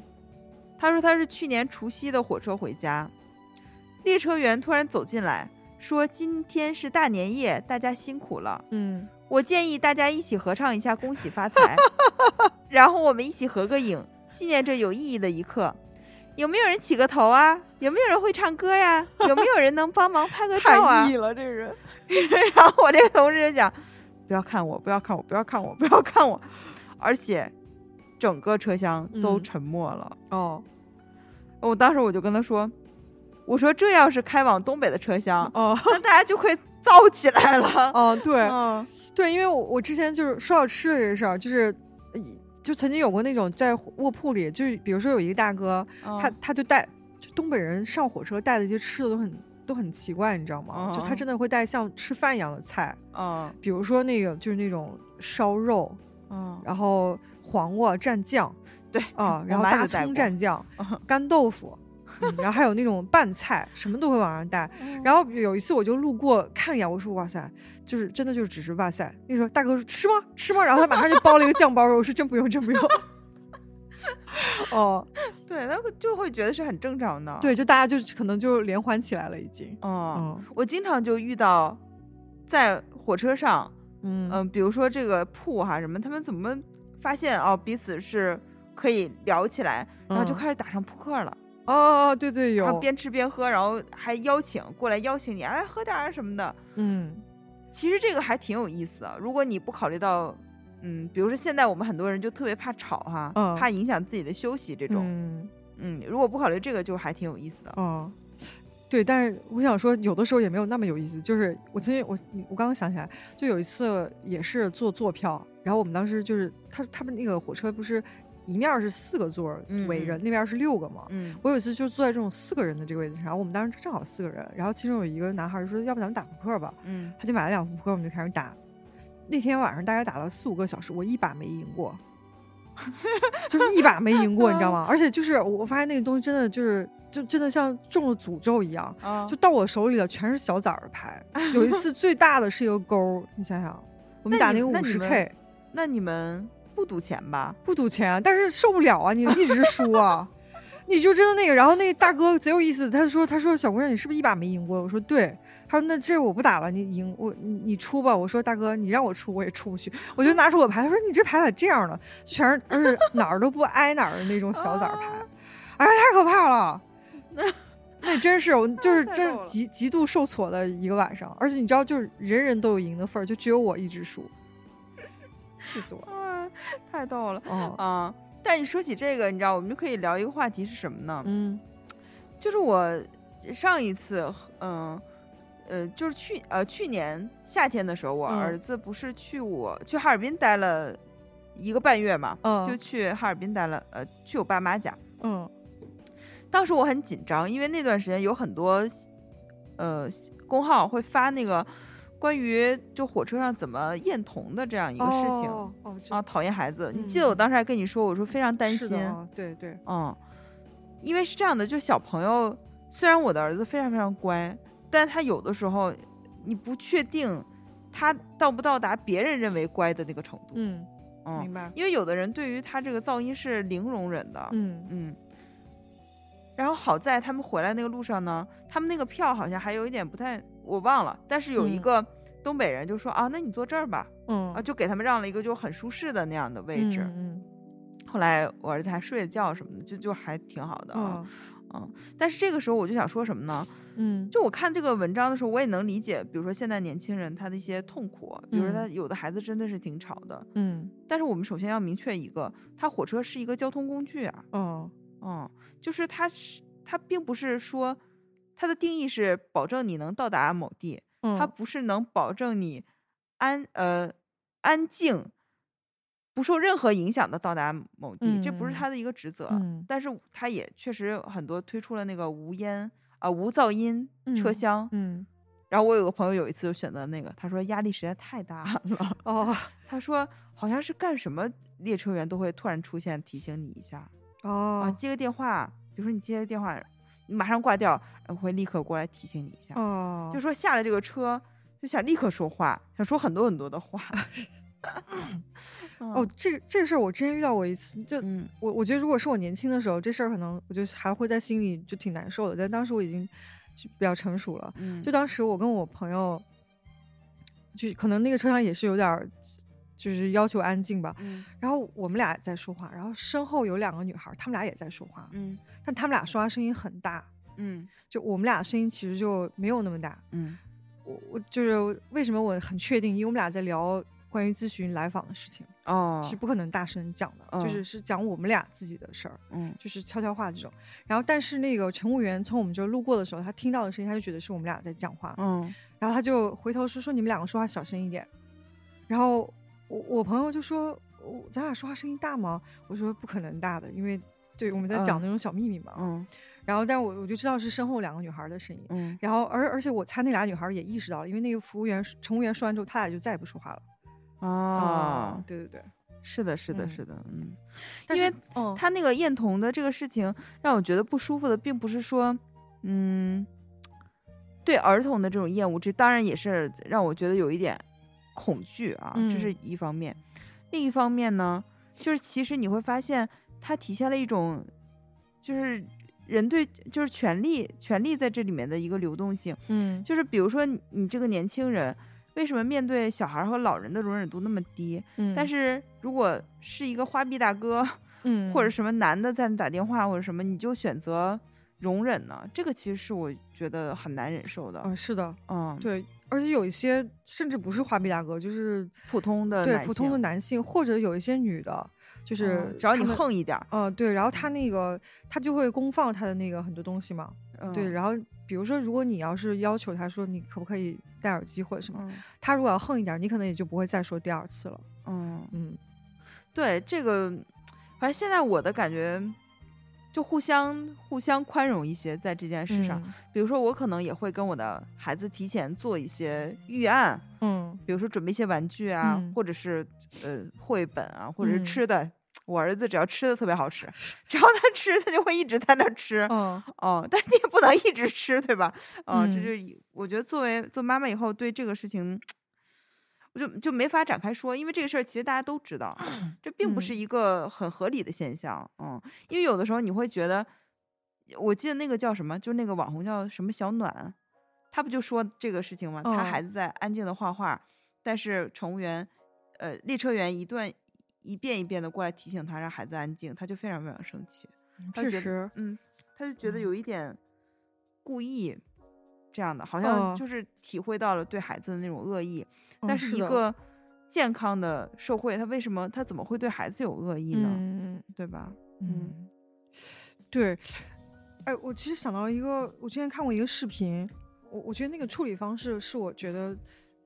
Speaker 2: 他说他是去年除夕的火车回家，列车员突然走进来说：“今天是大年夜，大家辛苦了，
Speaker 3: 嗯
Speaker 2: 我建议大家一起合唱一下‘恭喜发财’， 然后我们一起合个影，纪念这有意义的一刻。”有没有人起个头啊？有没有人会唱歌呀、有没有人能帮忙拍个
Speaker 3: 嗯太
Speaker 2: 照 啊？
Speaker 3: 腻了这个人，
Speaker 2: 然后我这个同事就讲：“不要看我，不要看我，不要看我，不要看我。”而且整个车厢都
Speaker 3: 嗯
Speaker 2: 沉默了。
Speaker 3: 哦
Speaker 2: 我当时我就跟他说：“我说这要是开往东北的车厢，
Speaker 3: 哦
Speaker 2: 那大家就会燥起来了。
Speaker 3: 哦 对。
Speaker 2: 嗯
Speaker 3: 对，因为我我之前就是说到吃的这个事儿，就是呃就曾经有过那种在卧铺里，就是比如说有一个大哥，
Speaker 2: 嗯
Speaker 3: 他他就带就东北人上火车带的一些吃的都很都很奇怪，你知道吗？就他
Speaker 2: 嗯
Speaker 3: 真的会带像吃饭一样的菜，
Speaker 2: 嗯
Speaker 3: 比如说那个就是那种烧肉，
Speaker 2: 嗯，
Speaker 3: 然后黄瓜蘸酱
Speaker 2: 对
Speaker 3: 啊，
Speaker 2: 我
Speaker 3: 然后
Speaker 2: 妈
Speaker 3: 大
Speaker 2: 就带
Speaker 3: 葱
Speaker 2: 过
Speaker 3: 蘸酱
Speaker 2: 嗯、
Speaker 3: 干豆腐。嗯然后还有那种拌菜，什么都会往 上带。
Speaker 2: 嗯
Speaker 3: 然后有一次我就路过看了一眼，我说哇塞，就是真的就是只是哇塞。那时候大哥说吃吗吃吗，然后他马上就包了一个酱包给我，我说真不用真不用。 哦，
Speaker 2: 对，那个就会觉得是很正常的。
Speaker 3: 对，，就大家就可能就连环起来了已经。
Speaker 2: 嗯，
Speaker 3: 嗯
Speaker 2: 我经常就遇到在火车上，
Speaker 3: 嗯
Speaker 2: 嗯，比如说这个铺哈什么，他们怎么发现哦彼此是可以聊起来，然后就
Speaker 3: 嗯
Speaker 2: 开始打上扑克了，
Speaker 3: 哦哦对对
Speaker 2: 然后
Speaker 3: 有
Speaker 2: 边吃边喝，然后还邀请过来邀请你，哎，喝点儿什么的。
Speaker 3: 嗯
Speaker 2: 其实这个还挺有意思的，如果你不考虑到。嗯，比如说现在我们很多人就特别怕吵哈，
Speaker 3: 嗯
Speaker 2: 怕影响自己的休息这种。
Speaker 3: 嗯
Speaker 2: 嗯如果不考虑这个，就还挺有意思的。
Speaker 3: 哦，对，但是我想说，有的时候也没有那么有意思。就是我曾经我我刚刚想起来，就有一次也是坐坐票，然后我们当时就是他他们那个火车不是一面儿是四个座儿
Speaker 2: 嗯
Speaker 3: 围着，
Speaker 2: 嗯
Speaker 3: 那边儿是六个嘛。
Speaker 2: 嗯
Speaker 3: 我有一次就坐在这种四个人的这个位置上，然后我们当时正好四个人，然后其中有一个男孩儿就说：“要不咱们打扑克吧？”
Speaker 2: 嗯，
Speaker 3: 他就买了两副扑克，我们就开始打。那天晚上大概打了四五个小时，我一把没赢 过，就是一把没赢过，你
Speaker 2: 嗯
Speaker 3: 知道吗？而且就是我我发现那个东西真的就是就真的像中了诅咒一样，
Speaker 2: 啊
Speaker 3: 就到我手里的全是小崽儿牌。有一次最大的是一个勾儿，你想想，我们
Speaker 2: 那
Speaker 3: 打
Speaker 2: 你
Speaker 3: 那个
Speaker 2: 那
Speaker 3: 五
Speaker 2: 你
Speaker 3: 十
Speaker 2: 们
Speaker 3: K
Speaker 2: 那你们不赌钱吧？
Speaker 3: 不赌钱，但是受不了啊，你一直输啊。你就真的那个，然后那个大哥贼有意思，他说：“他说小姑娘，你是不是一把没赢过？”我说：“对。”他说：“那这我不打了，你赢我你你出吧。”我说：“大哥，你让我出我也出不去。”我就拿出我牌，他说：“你这牌咋这样呢？全是而且哪儿都不挨哪儿的那种小崽儿牌，哎，太可怕了。那真是我就是
Speaker 2: 太
Speaker 3: 真
Speaker 2: 逗了
Speaker 3: 极极度受挫的一个晚上，而且你知道，就是人人都有赢的份儿，就只有我一直输，气死我了。
Speaker 2: 啊，太逗了
Speaker 3: 哦，
Speaker 2: 啊！但你说起这个，你知道，我们就可以聊一个话题是什么呢？
Speaker 3: 嗯
Speaker 2: 就是我上一次，嗯、呃，就是去呃去年夏天的时候，我
Speaker 3: 嗯
Speaker 2: 儿子不是去我、去哈尔滨待了一个半月嘛，
Speaker 3: 嗯
Speaker 2: 就去哈尔滨待了，呃，去我爸妈家。
Speaker 3: 嗯
Speaker 2: 当时我很紧张，因为那段时间有很多，呃，公号会发那个关于就火车上怎么验童的这样一
Speaker 3: 一
Speaker 2: 个事情。
Speaker 3: 哦，哦这
Speaker 2: 啊，讨厌孩子。你记
Speaker 3: 嗯
Speaker 2: 得我当时还跟你说，我说非常担
Speaker 3: 是的
Speaker 2: 心，
Speaker 3: 啊对对，
Speaker 2: 嗯，因为是这样的，就小朋友，虽然我的儿子非常非常乖，但他有的时候你不确定他到不到达别人认为乖的那个程度，
Speaker 3: 嗯，
Speaker 2: 嗯，
Speaker 3: 明白，
Speaker 2: 因为有的人对于他这个噪音是零容忍的，
Speaker 3: 嗯
Speaker 2: 嗯。然后好在他们回来那个路上呢，他们那个票好像还有一点不太，我忘了。但是有一
Speaker 3: 嗯
Speaker 2: 个东北人就说、啊，那你坐这儿吧，
Speaker 3: 嗯
Speaker 2: 啊，就给他们让了一个就很舒适的那样的位置。
Speaker 3: 嗯
Speaker 2: 后来我儿子还睡了觉什么的，就就还挺好的啊。
Speaker 3: 嗯
Speaker 2: 但是这个时候我就想说什么呢？
Speaker 3: 嗯
Speaker 2: 就我看这个文章的时候，我也能理解，比如说现在年轻人他的一些痛苦，比如说他有的孩子真的是挺吵的。
Speaker 3: 嗯
Speaker 2: 但是我们首先要明确一个，他火车是一个交通工具啊，
Speaker 3: 哦
Speaker 2: 嗯，就是它是它并不是说它的定义是保证你能到达某地，
Speaker 3: 嗯，
Speaker 2: 它不是能保证你安呃安静，不受任何影响的到达某地，这不是它
Speaker 3: 嗯
Speaker 2: 的一个职责。
Speaker 3: 嗯
Speaker 2: 但是它也确实很多推出了那个无烟啊、无噪音车
Speaker 3: 嗯
Speaker 2: 厢。
Speaker 3: 嗯
Speaker 2: 然后我有个朋友有一次就选择那个，他说压力实在太大 了，
Speaker 3: 哦
Speaker 2: 他说好像是干什么列车员都会突然出现提醒你一下啊，
Speaker 3: 哦
Speaker 2: 接个电话，比如说你接个电话，你马上挂掉，呃会立刻过来提醒你一下。
Speaker 3: 哦，
Speaker 2: 就是说下了这个车就想立刻说话，想说很多很多的 话。
Speaker 3: 哦，，这个这个事儿我之前遇到过一次，就
Speaker 2: 嗯
Speaker 3: 我我觉得如果是我年轻的时候，这事儿可能我就还会在心里就挺难受的，但当时我已经就比较成熟了，
Speaker 2: 嗯，
Speaker 3: 就当时我跟我朋友，就可能那个车厢也是有点儿，就是要求安静吧。
Speaker 2: 嗯
Speaker 3: 然后我们俩在说话，然后身后有两个女孩儿，她们俩也在说话，
Speaker 2: 嗯
Speaker 3: 但她们俩说话声音很大，
Speaker 2: 嗯
Speaker 3: 就我们俩声音其实就没有那么大。
Speaker 2: 嗯
Speaker 3: 我我就是为什么我很确定，因为我们俩在聊关于咨询来访的事情，
Speaker 2: 哦，
Speaker 3: 是不可能大声讲的，就
Speaker 2: 嗯
Speaker 3: 是是讲我们俩自己的事儿。
Speaker 2: 嗯
Speaker 3: 就是悄悄话这种，然后但是那个乘务员从我们这儿路过的时候，他听到的声音，他就觉得是我们俩在讲话，
Speaker 2: 嗯
Speaker 3: 然后他就回头说说你们两个说话小声一点。然后我我朋友就说，我咱俩说话声音大吗？我说不可能大的，因为对我们在讲
Speaker 2: 嗯
Speaker 3: 那种小秘密嘛。
Speaker 2: 嗯
Speaker 3: 然后，但是我我就知道是身后两个女孩的声音。
Speaker 6: 嗯，
Speaker 3: 然后，而而且我猜那俩女孩也意识到了，因为那个服务员乘务员说完之后，他俩就再也不说话了。
Speaker 2: 哦，
Speaker 3: 对对对，
Speaker 2: 是的，是的，
Speaker 3: 嗯
Speaker 2: 是的，嗯，
Speaker 3: 但
Speaker 2: 因
Speaker 3: 是
Speaker 2: 为
Speaker 3: 嗯，
Speaker 2: 他那个艳童的这个事情让我觉得不舒服的，并不是说，嗯，对儿童的这种厌恶，这当然也是让我觉得有一点恐惧啊，这是
Speaker 3: 嗯
Speaker 2: 一方面。另一方面呢，就是其实你会发现，它体现了一种，就是人对就是权力权力在这里面的一个流动性。
Speaker 3: 嗯
Speaker 2: 就是比如说你你这个年轻人，为什么面对小孩儿和老人的容忍度那么低？
Speaker 3: 嗯
Speaker 2: 但是如果是一个花臂大哥，
Speaker 3: 嗯，
Speaker 2: 或者什么男的在那打电话或者什么，你就选择容忍呢？这个其实是我觉得很难忍受的
Speaker 3: 嗯、。是的，
Speaker 2: 嗯，，
Speaker 3: 对，而且有一些甚至不是花臂大哥，就是
Speaker 2: 普通的
Speaker 3: 对
Speaker 2: 男
Speaker 3: 普通的
Speaker 2: 性
Speaker 3: 男性，或者有一些女的，就是、
Speaker 2: 嗯只要你。横一点儿，
Speaker 3: 嗯、对，然后他那个他就会公放他的那个很多东西嘛，
Speaker 2: 嗯、
Speaker 3: 对，然后比如说如果你要是要求他说你可不可以戴耳机或者什么，
Speaker 2: 嗯
Speaker 3: 他如果要横一点，你可能也就不会再说第二次了，
Speaker 2: 嗯，
Speaker 3: 嗯
Speaker 2: 对这个，反正现在我的感觉就互相互相宽容一些，在这件事
Speaker 3: 嗯
Speaker 2: 上，，比如说我可能也会跟我的孩子提前做一些预案，
Speaker 3: 嗯
Speaker 2: 比如说准备一些玩具啊，
Speaker 3: 嗯
Speaker 2: 或者是呃绘本啊，或者是
Speaker 3: 嗯
Speaker 2: 吃的。我儿子只要吃的特别好吃， 只要他吃，他就会一直在那儿吃。
Speaker 3: 嗯
Speaker 2: 哦，但是你也不能一直吃，对吧？嗯，这
Speaker 3: 嗯
Speaker 2: 就以我觉得作为做妈妈以后，对这个事情，我就就没法展开说，因为这个事儿其实大家都知 道，这并不是
Speaker 3: 嗯
Speaker 2: 一个很合理的现象。嗯，因为有的时候你会觉得，我记得那个叫什么，就是那个网红叫什么小暖，她不就说这个事情吗？她
Speaker 3: 哦
Speaker 2: 孩子在安静的画画，但是乘务员，呃，列车员一段一遍一遍的过来提醒她，让孩子安静，她就非常非常生气。
Speaker 3: 嗯，
Speaker 2: 他就
Speaker 3: 确
Speaker 2: 觉得
Speaker 3: 实，
Speaker 2: 嗯，他就觉得
Speaker 3: 嗯
Speaker 2: 有一点故意这样的，好像
Speaker 3: 哦
Speaker 2: 就是体会到了对孩子的那种恶意。但
Speaker 3: 嗯
Speaker 2: 是
Speaker 3: 是
Speaker 2: 一
Speaker 3: 的
Speaker 2: 个健康的社会，他为什么他怎么会对孩子有恶意呢？
Speaker 3: 嗯嗯
Speaker 2: 对吧？嗯
Speaker 3: 嗯，对，哎，我其实想到一个，我之前看过一个视频，我我觉得那个处理方式是我觉得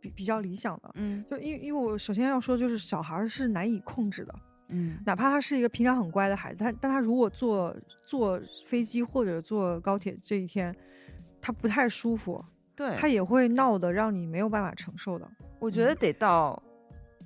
Speaker 3: 比比较理想的，
Speaker 2: 嗯
Speaker 3: 就因为因为我首先要说就是小孩儿是难以控制的，
Speaker 2: 嗯
Speaker 3: 哪怕他是一个平常很乖的孩子，他但他如果坐坐飞机或者坐高铁这一天，他不太舒服，
Speaker 2: 对，
Speaker 3: 他也会闹得让你没有办法承受的。
Speaker 2: 我觉得
Speaker 3: 嗯
Speaker 2: 得到，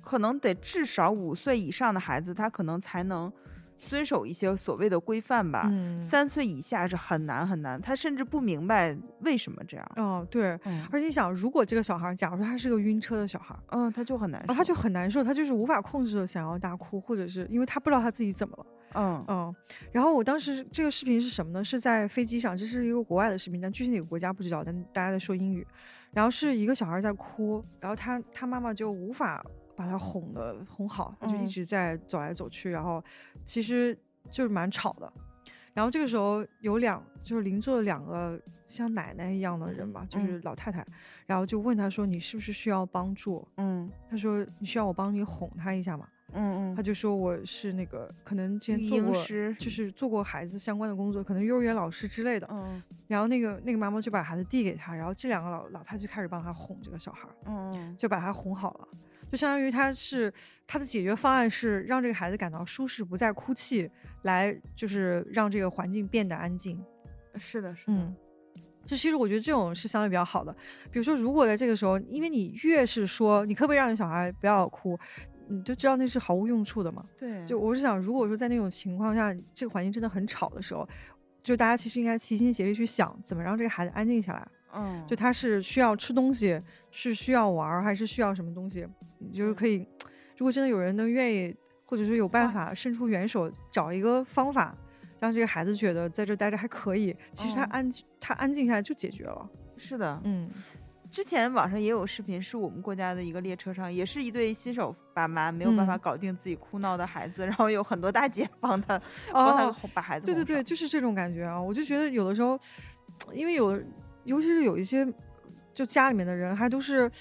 Speaker 2: 可能得至少五岁以上的孩子，他可能才能遵守一些所谓的规范吧。
Speaker 3: 嗯
Speaker 2: 三岁以下是很难很难，他甚至不明白为什么这样。
Speaker 3: 哦，对，
Speaker 2: 嗯
Speaker 3: 而且你想，如果这个小孩儿，假如说他是个晕车的小孩儿，
Speaker 2: 嗯，他就很难
Speaker 3: 啊，
Speaker 2: 受，
Speaker 3: 他就很难受，他就是无法控制的想要大哭，或者是因为他不知道他自己怎么了，
Speaker 2: 嗯
Speaker 3: 嗯。然后我当时这个视频是什么呢？是在飞机上，这是一个国外的视频，但具体哪个国家不知道，但大家在说英语。然后是一个小孩在哭，然后他他妈妈就无法把他哄的哄好，他就
Speaker 2: 嗯
Speaker 3: 一直在走来走去，然后其实就是蛮吵的。然后这个时候有两就是邻座的两个像奶奶一样的人吧，
Speaker 2: 嗯
Speaker 3: 就是老太太，然后就问他说：“你是不是需要帮助？”
Speaker 2: 嗯
Speaker 3: 他说：“你需要我帮你哄他一下吗？”
Speaker 2: 嗯
Speaker 3: 他就说：“我是那个可能之
Speaker 2: 育
Speaker 3: 前做
Speaker 2: 婴
Speaker 3: 过
Speaker 2: 师，
Speaker 3: 就是做过孩子相关的工作，可能幼儿园老师之类的。
Speaker 2: 嗯
Speaker 3: 然后那个那个妈妈就把孩子递给他，然后这两个老老太就开始帮他哄这个小孩儿，
Speaker 2: 嗯
Speaker 3: 就把他哄好了。就相当于他是他的解决方案是让这个孩子感到舒适，不再哭泣，来就是让这个环境变得安静。
Speaker 2: 嗯，是的，是的
Speaker 3: 嗯，，就其实我觉得这种是相对比较好的。比如说，如果在这个时候，因为你越是说你可不可以让你小孩不要哭，你就知道那是毫无用处的嘛。
Speaker 2: 对，
Speaker 3: 就我是想，如果说在那种情况下，这个环境真的很吵的时候，就大家其实应该齐心协力去想，怎么让这个孩子安静下来。
Speaker 2: 嗯，
Speaker 3: 就他是需要吃东西，是需要玩儿，还是需要什么东西？你就是可以，如果真的有人能愿意，或者是有办法伸出援手，找一个方法，让这个孩子觉得在这儿待着还可以。其实他
Speaker 2: 嗯
Speaker 3: 安、他安静下来就解决了。
Speaker 2: 是的。
Speaker 3: 嗯
Speaker 2: 之前网上也有视频，是我们国家的一个列车上，也是一对新手爸妈没有办法
Speaker 3: 嗯
Speaker 2: 搞定自己哭闹的孩子，然后有很多大姐帮他帮他
Speaker 3: 哦，
Speaker 2: 哄把孩子
Speaker 3: 对对
Speaker 2: 哄
Speaker 3: 对，
Speaker 2: 上，嗯
Speaker 3: 就是这种感觉啊！我就觉得有的时候，因为有的，尤其是有一些，就家里面的人还都是。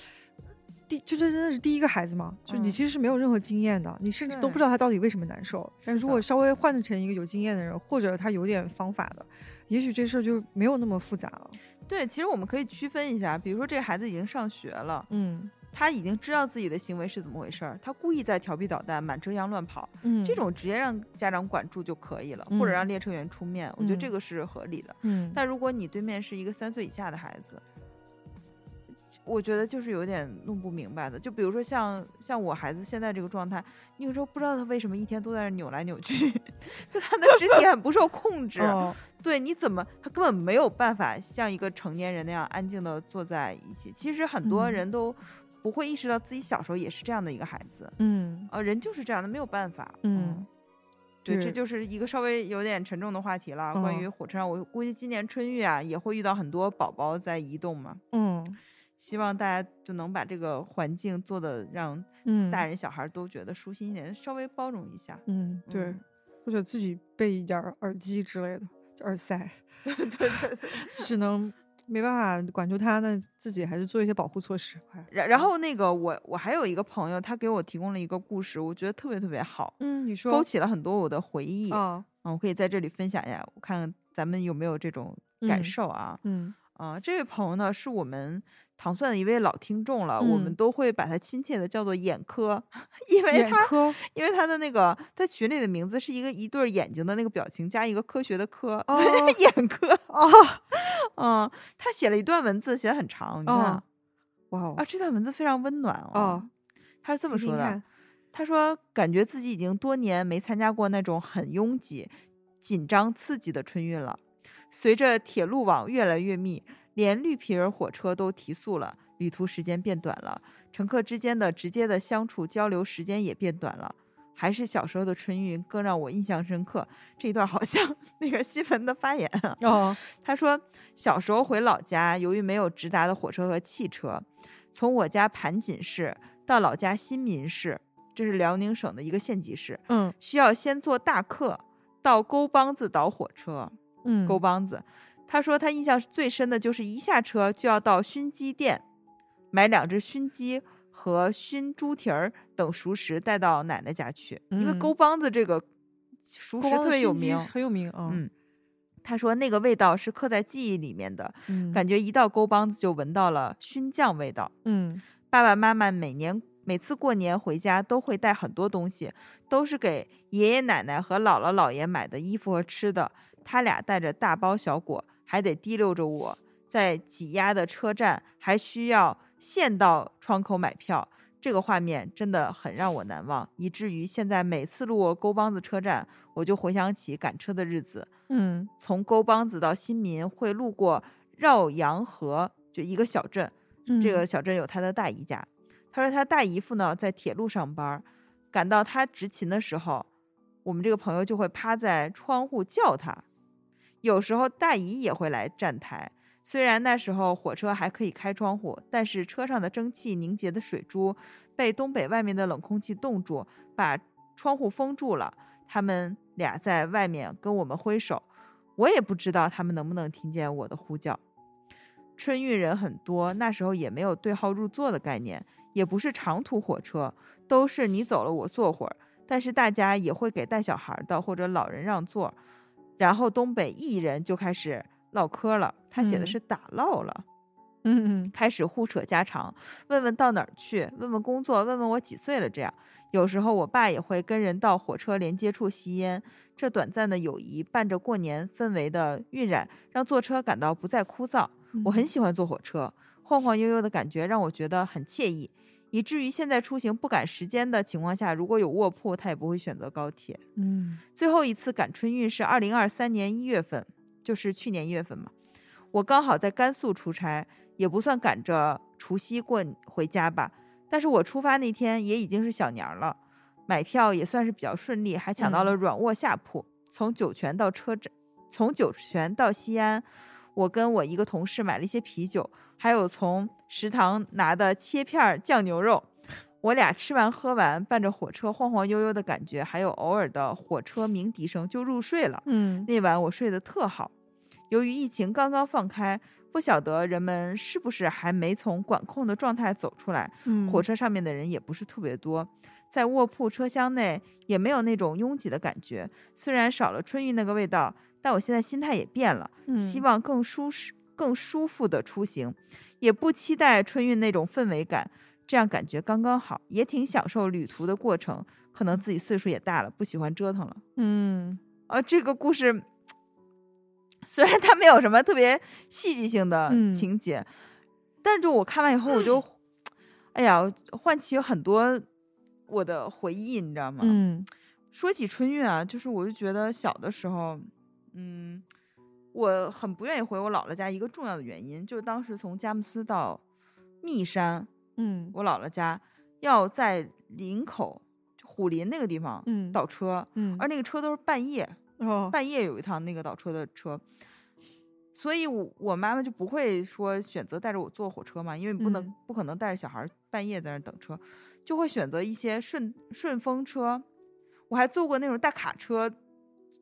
Speaker 3: 第就这真的是第一个孩子嘛，就你
Speaker 2: 嗯
Speaker 3: 其实是没有任何经验的，你甚至都
Speaker 2: 对
Speaker 3: 不知道他到底为什么难受。但
Speaker 2: 是
Speaker 3: 如
Speaker 2: 的
Speaker 3: 果稍微换成一个有经验的人，或者他有点方法的，也许这事儿就没有那么复杂了。
Speaker 2: 对其实我们可以区分一下，比如说这个孩子已经上学了，
Speaker 3: 嗯
Speaker 2: 他已经知道自己的行为是怎么回事儿，他故意在调皮捣蛋、满遮阳乱跑，
Speaker 3: 嗯
Speaker 2: 这种直接让家长管住就可以了，或者让列车员出面，我觉得这
Speaker 3: 嗯
Speaker 2: 个是合理的。
Speaker 3: 嗯，
Speaker 2: 但如果你对面是一个三岁以下的孩子，我觉得就是有点弄不明白的。就比如说像像我孩子现在这个状态，你有时候不知道他为什么一天都在那扭来扭去， 就他的肢体很不受控制。
Speaker 3: 哦
Speaker 2: 对，你怎么他根本没有办法像一个成年人那样安静的坐在一起。其实很多
Speaker 3: 嗯
Speaker 2: 人都不会意识到自己小时候也是这样的一个孩子，
Speaker 3: 嗯
Speaker 2: 呃，人就是这样的，没有办法。
Speaker 3: 嗯
Speaker 2: 对，这
Speaker 3: 是
Speaker 2: 就是一个稍微有点沉重的话题了。关
Speaker 3: 嗯
Speaker 2: 于火车上，我估计今年春运啊也会遇到很多宝宝在移动嘛，
Speaker 3: 嗯
Speaker 2: 希望大家就能把这个环境做的让
Speaker 3: 嗯，
Speaker 2: 大人小孩都觉得舒心一点，稍微包容一 下。
Speaker 3: 嗯对
Speaker 2: 嗯，
Speaker 3: 或者自己备一点儿耳机之类的，就耳塞，
Speaker 2: 对对 对。
Speaker 3: 只能没办法管住他，那自己还是做一些保护措施。快，
Speaker 2: 然然后那个我我还有一个朋友，他给我提供了一个故事，我觉得特别特别好，
Speaker 3: 嗯，你说
Speaker 2: 勾起了很多我的回忆。嗯，
Speaker 3: 啊，
Speaker 2: 我可以在这里分享一下，我看看咱们有没有这种感
Speaker 3: 嗯
Speaker 2: 受啊。
Speaker 3: 嗯
Speaker 2: 啊、这位朋友呢是我们糖蒜的一位老听众了，我们
Speaker 3: 嗯
Speaker 2: 都会把他亲切的叫做眼科， 因为
Speaker 3: 眼
Speaker 2: 哎他
Speaker 3: 科
Speaker 2: 因为他的那个在群里的名字是一个一对儿眼睛的那个表情加一个科学的科， 所以叫
Speaker 3: 哦
Speaker 2: 眼科。
Speaker 3: 哦
Speaker 2: 嗯，他写了一段文字，写的很长，你看、
Speaker 3: 哦哇哦
Speaker 2: 啊，这段文字非常温暖哦。
Speaker 3: 哦
Speaker 2: 他是这么
Speaker 3: 听
Speaker 2: 说
Speaker 3: 听
Speaker 2: 的，
Speaker 3: 看
Speaker 2: 他说：“感觉自己已经多年没参加过那种很拥挤、紧张、刺激的春运了。随着铁路网越来越密，连绿皮儿火车都提速了，旅途时间变短了，乘客之间的直接的相处交流时间也变短了。还是小时候的春运更让我印象深刻。”这一段好像 那个新闻的发言啊。
Speaker 3: 哦
Speaker 2: 他说，小时候回老家，由于没有直达的火车和汽车，从我家盘锦市到老家新民市，这是辽宁省的一个县级市，
Speaker 3: 嗯
Speaker 2: 需要先坐大客到沟帮子倒火车。
Speaker 3: 嗯
Speaker 2: 沟帮子，他说他印象最深的就是一下车就要到熏鸡店买两只熏鸡。和熏猪蹄儿等熟食带到奶奶家去，因为
Speaker 3: 嗯
Speaker 2: 沟帮子这个熟食
Speaker 3: 国王
Speaker 2: 特
Speaker 3: 的
Speaker 2: 别有
Speaker 3: 熏鸡
Speaker 2: 名，
Speaker 3: 很有名啊。
Speaker 2: 嗯他说那个味道是刻在记忆里面的，
Speaker 3: 嗯
Speaker 2: 感觉一到沟帮子就闻到了熏酱味道。
Speaker 3: 嗯
Speaker 2: 爸爸妈妈每年每次过年回家都会带很多东西，都是给爷爷奶奶和姥姥姥爷买的衣服和吃的。他俩带着大包小裹，还得提溜着我，在挤压的车站还需要现到窗口买票。这个画面真的很让我难忘，以至于现在每次路过沟帮子车站，我就回想起赶车的日子。
Speaker 3: 嗯
Speaker 2: 从沟帮子到新民会路过绕阳河，就一个小镇。
Speaker 3: 嗯
Speaker 2: 这个小镇有他的大姨家，他说他大姨夫呢在铁路上班儿，赶到他执勤的时候，我们这个朋友就会趴在窗户叫他。有时候大姨也会来站台，虽然那时候火车还可以开窗户，但是车上的蒸汽凝结的水珠被东北外面的冷空气冻住，把窗户封住了。他们俩在外面跟我们挥手，我也不知道他们能不能听见我的呼叫。春运人很多，那时候也没有对号入座的概念，也不是长途火车，都是你走了我坐会儿。但是大家也会给带小孩的或者老人让座，然后东北艺人就开始唠嗑了。他写的
Speaker 3: 嗯
Speaker 2: 是打唠了，
Speaker 3: 嗯嗯
Speaker 2: 开始互扯家常，问问到哪儿去，问问工作，问问我几岁了。这样，有时候我爸也会跟人到火车连接处吸烟。这短暂的友谊伴着过年氛围的晕染，让坐车感到不再枯燥。我
Speaker 3: 嗯
Speaker 2: 很喜欢坐火车，晃晃悠悠的感觉让我觉得很惬意，以至于现在出行不赶时间的情况下，如果有卧铺，他也不会选择高铁。
Speaker 3: 嗯
Speaker 2: 最后一次赶春运是二零二三年一月份，就是去年一月份嘛。我刚好在甘肃出差，也不算赶着除夕过回家吧。但是我出发那天也已经是小年儿了，买票也算是比较顺利，还抢到了软卧下铺。从酒泉到车站，从酒泉到西安，我跟我一个同事买了一些啤酒，还有从食堂拿的切片儿酱牛肉。我俩吃完喝完，伴着火车晃晃悠悠的感觉，还有偶尔的火车鸣笛声，就入睡了。
Speaker 3: 嗯
Speaker 2: 那晚我睡得特好。由于疫情刚刚放开，不晓得人们是不是还没从管控的状态走出来，
Speaker 3: 嗯
Speaker 2: 火车上面的人也不是特别多，在卧铺车厢内也没有那种拥挤的感觉。虽然少了春运那个味道，但我现在心态也变了，希
Speaker 3: 嗯
Speaker 2: 望更舒适、更舒服的出行，也不期待春运那种氛围感。这样感觉刚刚好，也挺享受旅途的过程。可能自己岁数也大了，不喜欢折腾了。
Speaker 3: 嗯
Speaker 2: 啊，这个故事虽然它没有什么特别戏剧性的
Speaker 3: 嗯
Speaker 2: 情节，但是我看完以后，我就，哎呀，唤起很多我的回忆，你知道吗？
Speaker 3: 嗯
Speaker 2: 说起春运啊，就是我就觉得小的时候，嗯，我很不愿意回我姥姥家，一个重要的原因就是当时从佳木斯到密山，
Speaker 3: 嗯
Speaker 2: 我姥姥家要在林口就虎林那个地方
Speaker 3: 嗯
Speaker 2: 倒车，
Speaker 3: 嗯
Speaker 2: 而那个车都是半夜，
Speaker 3: 哦
Speaker 2: 半夜有一趟那个倒车的车，所以我我妈妈就不会说选择带着我坐火车嘛，因为不能、
Speaker 3: 嗯
Speaker 2: 不可能带着小孩儿半夜在那儿等车，就会选择一些顺顺风车。我还坐过那种大卡车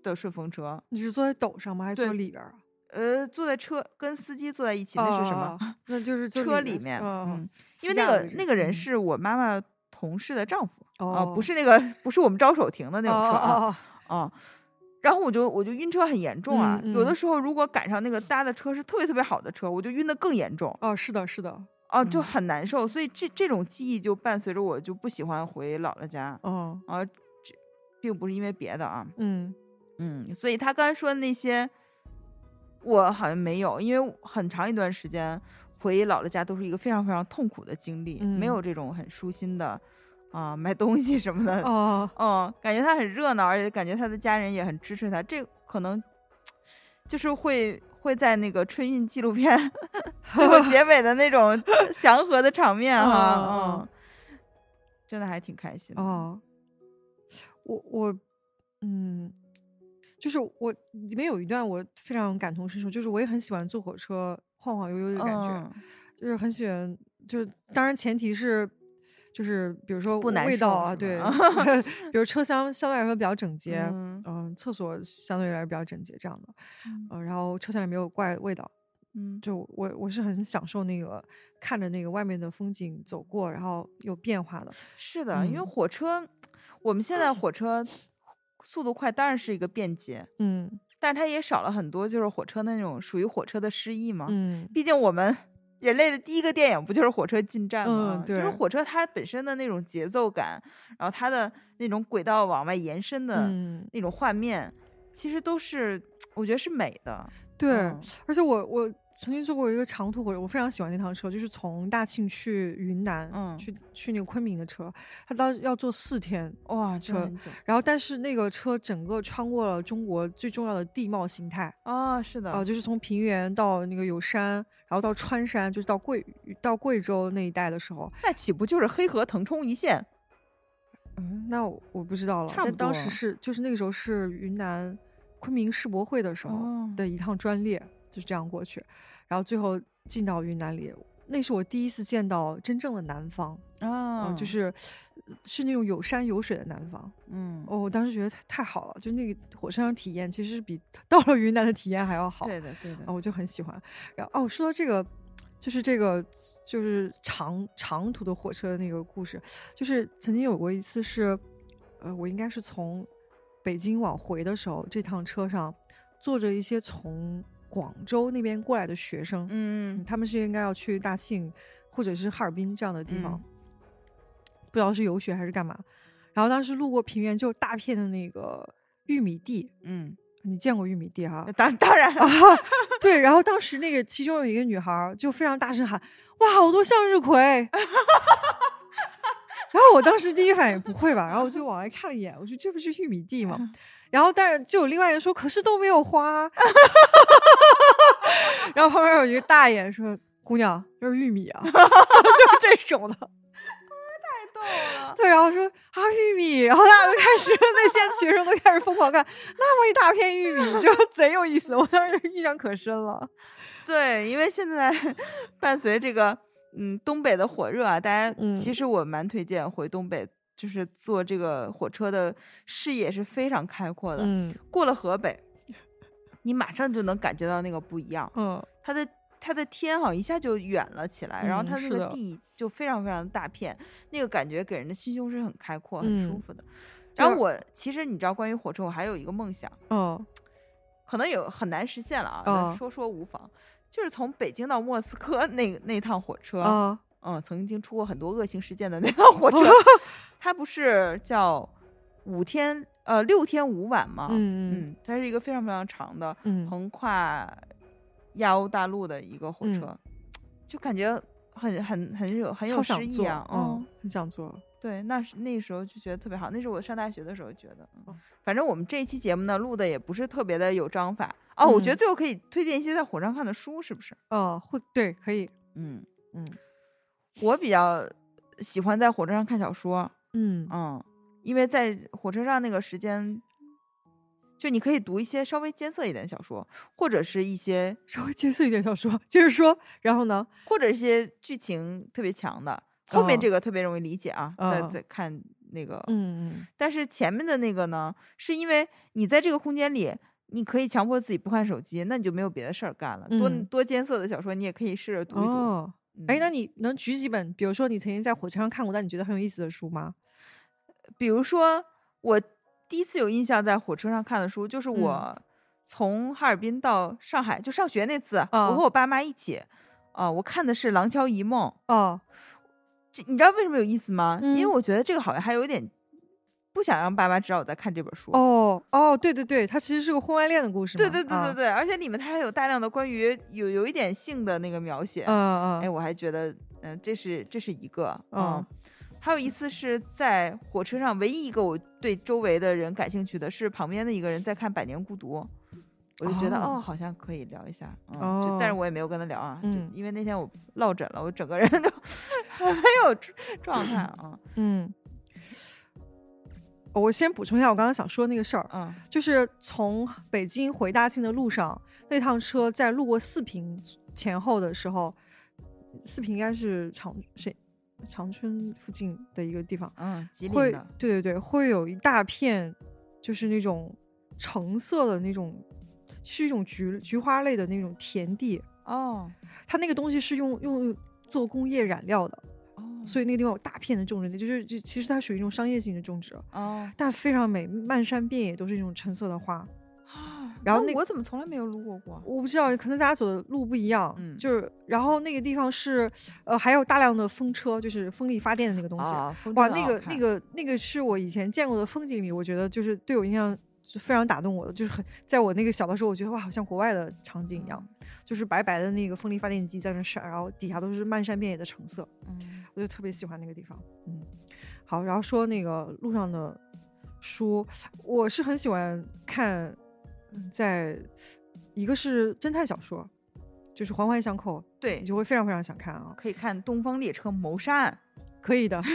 Speaker 2: 的顺风车，
Speaker 3: 你是坐在斗上吗？还是
Speaker 2: 对
Speaker 3: 坐里边儿啊？
Speaker 2: 呃，坐在车跟司机坐在一起，那是什么？
Speaker 3: 哦？哦哦那就是就
Speaker 2: 车里面，
Speaker 3: 哦
Speaker 2: 嗯，因为
Speaker 3: 私
Speaker 2: 那
Speaker 3: 家的
Speaker 2: 个
Speaker 3: 这
Speaker 2: 那个人
Speaker 3: 嗯
Speaker 2: 是我妈妈同事的丈夫啊、
Speaker 3: 哦
Speaker 2: 不是那个不是我们招手停的那
Speaker 3: 哦
Speaker 2: 种车啊，
Speaker 3: 哦哦
Speaker 2: 啊，然后我就我就晕车很严重啊，
Speaker 3: 嗯
Speaker 2: 有的
Speaker 3: 嗯
Speaker 2: 时候如果赶上那个搭的车是特别特别好的车，我就晕得更严重
Speaker 3: 哦，是的，是的，
Speaker 2: 啊，就
Speaker 3: 嗯
Speaker 2: 很难受。所以这这种记忆就伴随着我，就不喜欢回姥姥家
Speaker 3: 哦，
Speaker 2: 啊，这并不是因为别的啊，
Speaker 3: 嗯
Speaker 2: 嗯，所以他刚才说的那些，我好像没有，因为很长一段时间回姥姥家都是一个非常非常痛苦的经历，没有
Speaker 3: 嗯
Speaker 2: 这种很舒心的啊买东西什么的
Speaker 3: 哦，
Speaker 2: 嗯，感觉他很热闹，而且感觉他的家人也很支持他。这可能就是会会在那个春运纪录片 最 后结尾的那种祥和的场面哈，
Speaker 3: 嗯
Speaker 2: 嗯，真的还挺开心的。
Speaker 3: 哦，我我嗯，就是我里面有一段我非常感同身受，就是我也很喜欢坐火车晃晃悠悠的感觉，
Speaker 2: 嗯
Speaker 3: 就是很喜欢，就是当然前提是。就是比如说
Speaker 2: 不难
Speaker 3: 味
Speaker 2: 受
Speaker 3: 道啊，
Speaker 2: 是
Speaker 3: 对
Speaker 2: 吗，
Speaker 3: 比如 车厢相对来说比较整洁，
Speaker 2: 嗯
Speaker 3: 嗯、厕所相对来说比较整洁这样的，嗯、然后车厢里没有怪味道，
Speaker 2: 嗯，
Speaker 3: 就我我是很享受那个看着那个外面的风景走过，然后有变化的，
Speaker 2: 是的，因为
Speaker 3: 嗯
Speaker 2: 火车，我们现在火车速度快，当然是一个便捷，
Speaker 3: 嗯
Speaker 2: 但是它也少了很多就是火车那种属于火车的诗意嘛。
Speaker 3: 嗯
Speaker 2: 毕竟我们 人类的第一个电影不就是火车进站吗？
Speaker 3: 嗯
Speaker 2: 就是
Speaker 3: 对
Speaker 2: 火车它本身的那种节奏感，然后它的那种轨道往外延伸的
Speaker 3: 嗯，
Speaker 2: 那种画面，其实都是我觉得是美的。
Speaker 3: 对，
Speaker 2: 嗯
Speaker 3: 而且我我曾经坐过一个长途火车，我非常喜欢那趟车，就是从大庆去云南，
Speaker 2: 嗯
Speaker 3: 去去那个昆明的车，它当时要坐四天，
Speaker 2: 哇，
Speaker 3: 车
Speaker 2: 车很久
Speaker 3: 然后但是那个车整个穿过了中国最重要的地貌形态，
Speaker 2: 啊，是的，
Speaker 3: 啊、就是从平原到那个有山，然后到川山，就是到贵到贵州那一带的时候，
Speaker 2: 那岂不就是黑河腾冲一线？
Speaker 3: 嗯，那我我不知道了。
Speaker 2: 差
Speaker 3: 但
Speaker 2: 不
Speaker 3: 当时
Speaker 2: 多
Speaker 3: 是就是那个时候是云南昆明世博会的时候
Speaker 2: 哦
Speaker 3: 的一趟专列，就是这样过去，然后最后进到云南里，那是我第一次见到真正的南方，
Speaker 2: 啊
Speaker 3: 嗯，就是是那种有山有水的南方。
Speaker 2: 嗯，
Speaker 3: 哦，我当时觉得太太好了，就那个火车上体验其实是比 到了云南的体验还要好。
Speaker 2: 对的，对的
Speaker 3: 啊、，我就很喜欢。然后哦，说到这个，就是这个就是长长途的火车的那个故事，就是曾经有过一次是，呃，我应该是从北京往回的时候，这趟车上坐着一些从广州那边过来的学生，
Speaker 2: 嗯
Speaker 3: 嗯，他们是应该要去大庆或者是哈尔滨这样的地方，不知道是游学还是干嘛。然后当时路过平原，就大片的那个玉米地，
Speaker 2: 嗯，
Speaker 3: 你见过玉米地哈、
Speaker 2: 嗯当当然
Speaker 3: 哦对，然后当时那个其中有一个女孩儿就非常大声喊：“哇，好多向日葵！” 然后我当时第一反应不会吧，然后我就往外看了一眼，我说这不是玉米地吗？然后但是就有另外一个人说：“可是都没有花啊。” 然后旁边有一个大爷说：“姑娘，这是玉米啊， 就是这种的。”
Speaker 2: 逗了，
Speaker 3: 对，然后说啊玉米，然后大家都开始那些学生都开始疯狂看，那么一大片玉米就 贼有意思，我当时印象可深了。
Speaker 2: 对，因为现在 伴随这个嗯东北的火热啊，大家、其
Speaker 3: 嗯
Speaker 2: 实我蛮推荐回东北，就是坐这个火车的视野是非常开阔的。
Speaker 3: 嗯
Speaker 2: 过了河北，你马上就能感觉到那个不一样，
Speaker 3: 嗯
Speaker 2: 它的它的天好像一下就远了起来，然后
Speaker 3: 嗯
Speaker 2: 它那
Speaker 3: 是
Speaker 2: 个
Speaker 3: 的
Speaker 2: 地就非常非常大片，那个感觉给人的心胸是很开阔、很舒
Speaker 3: 嗯
Speaker 2: 服的。然后
Speaker 3: 是
Speaker 2: 我其实你知道，关于火车，我还有一个梦想。
Speaker 3: 嗯
Speaker 2: 可能有很难实现了啊，但
Speaker 3: 哦
Speaker 2: 说说无妨。就是从北京到莫斯科那那趟火车，
Speaker 3: 啊
Speaker 2: 嗯，曾经出过很多恶性事件的那辆火 车，它不是叫五天呃六天五晚吗？
Speaker 3: 嗯嗯
Speaker 2: 它是一个非常非常长的
Speaker 3: 嗯
Speaker 2: 横跨亚欧大陆的一个火车，就感觉很很很有很有
Speaker 3: 超想
Speaker 2: 诗意
Speaker 3: 做
Speaker 2: 啊，
Speaker 3: 嗯，很想做，
Speaker 2: 对，那是那时候就觉得特别好，那是我上大学的时候觉得。嗯反正我们这一期节目呢，录的也不是特别的有章法哦。我觉得
Speaker 3: 嗯
Speaker 2: 最后可以推荐一些在火车上看的书，是不是？
Speaker 3: 哦，会对，可以，
Speaker 2: 嗯
Speaker 3: 嗯
Speaker 2: 我比较喜欢在火车上看小说，
Speaker 3: 嗯
Speaker 2: 嗯，因为在火车上那个时间，就你可以读一些稍微艰涩一点的小说，或者是一些
Speaker 3: 稍微艰涩一点小说，接着说，然后呢，
Speaker 2: 或者一些剧情特别强的。后面
Speaker 3: 哦
Speaker 2: 这个特别容易理解啊，再
Speaker 3: 哦
Speaker 2: 再看那个
Speaker 3: 嗯
Speaker 2: 但是前面的那个呢，是因为你在这个空间里，你可以强迫自己不看手机，那你就没有别的事儿干了。多
Speaker 3: 嗯
Speaker 2: 多艰涩的小说，你也可以试着读一读。
Speaker 3: 哦，哎，
Speaker 2: 嗯
Speaker 3: 那你能举几本，比如说你曾经在火车上看过但你觉得很有意思的书吗？
Speaker 2: 比如说我第一次有印象在火车上看的书，就是
Speaker 3: 嗯
Speaker 2: 我从哈尔滨到上海就上学那次，
Speaker 3: 啊
Speaker 2: 我和我爸妈一起，啊、我看的是《廊桥遗梦》。
Speaker 3: 哦，
Speaker 2: 这你知道为什么有意思吗？因为
Speaker 3: 嗯
Speaker 2: 我觉得这个好像还有一点不想让爸妈知道我在看这本书。
Speaker 3: 哦，哦，对对对，它其实是个婚外恋的故事嘛。啊
Speaker 2: 对对对对对，而且里面它还有大量的关于有有一点性的那个描写。
Speaker 3: 啊，啊
Speaker 2: 哎，
Speaker 3: 啊，
Speaker 2: 我还觉得，嗯、这是这是一个，嗯，
Speaker 3: 嗯
Speaker 2: 还有一次是在火车上，唯一一个我对周围的人感兴趣的是旁边的一个人在看《百年孤独》，我就觉得
Speaker 3: 哦
Speaker 2: 哦好像可以聊一下，嗯，就但是
Speaker 3: 哦
Speaker 2: 我也没有跟他聊啊，
Speaker 3: 嗯
Speaker 2: 就因为那天我落枕了，我整个人就没有状态啊，
Speaker 3: 嗯。我先补充一下我刚刚想说的那个事儿，
Speaker 2: 嗯
Speaker 3: 就是从北京回大庆的路上，那趟车在路过四平前后的时候，四平应该是长谁长春附近的一个地方，
Speaker 2: 嗯，吉林
Speaker 3: 会
Speaker 2: 的，
Speaker 3: 对对对，会有一大片就是那种橙色的那种，是一种菊菊花类的那种田地，
Speaker 2: 哦
Speaker 3: 它那个东西是用用做工业染料的，
Speaker 2: 哦
Speaker 3: 所以那个地方有大片的种植，就是就其实它属于一种商业性的种植，
Speaker 2: 哦
Speaker 3: 但非常美，漫山遍野都是那种橙色的花。
Speaker 2: 啊，
Speaker 3: 然后
Speaker 2: 那
Speaker 3: 那
Speaker 2: 我怎么从来没有路过过？
Speaker 3: 我不知道，可能大家走的路不一样，
Speaker 2: 嗯
Speaker 3: 就是然后那个地方是呃还有大量的风车，就是风力发电的那个东西，
Speaker 2: 啊，风
Speaker 3: 哇，
Speaker 2: 筝
Speaker 3: 那
Speaker 2: 好
Speaker 3: 个
Speaker 2: 看
Speaker 3: 那个那个是我以前见过的风景里，我觉得就是对我印象是非常打动我的，就是很在我那个小的时候，我觉得哇，好像国外的场景一样，就是白白的那个风力发电机在那闪，然后底下都是漫山遍野的橙色，
Speaker 2: 嗯
Speaker 3: 我就特别喜欢那个地方。嗯，好，然后说那个路上的书，我是很喜欢看，嗯在一个是侦探小说，就是环环相扣，
Speaker 2: 对
Speaker 3: 你，就会非常非常想看啊。
Speaker 2: 可以看《东方列车谋杀案
Speaker 3: 可以的。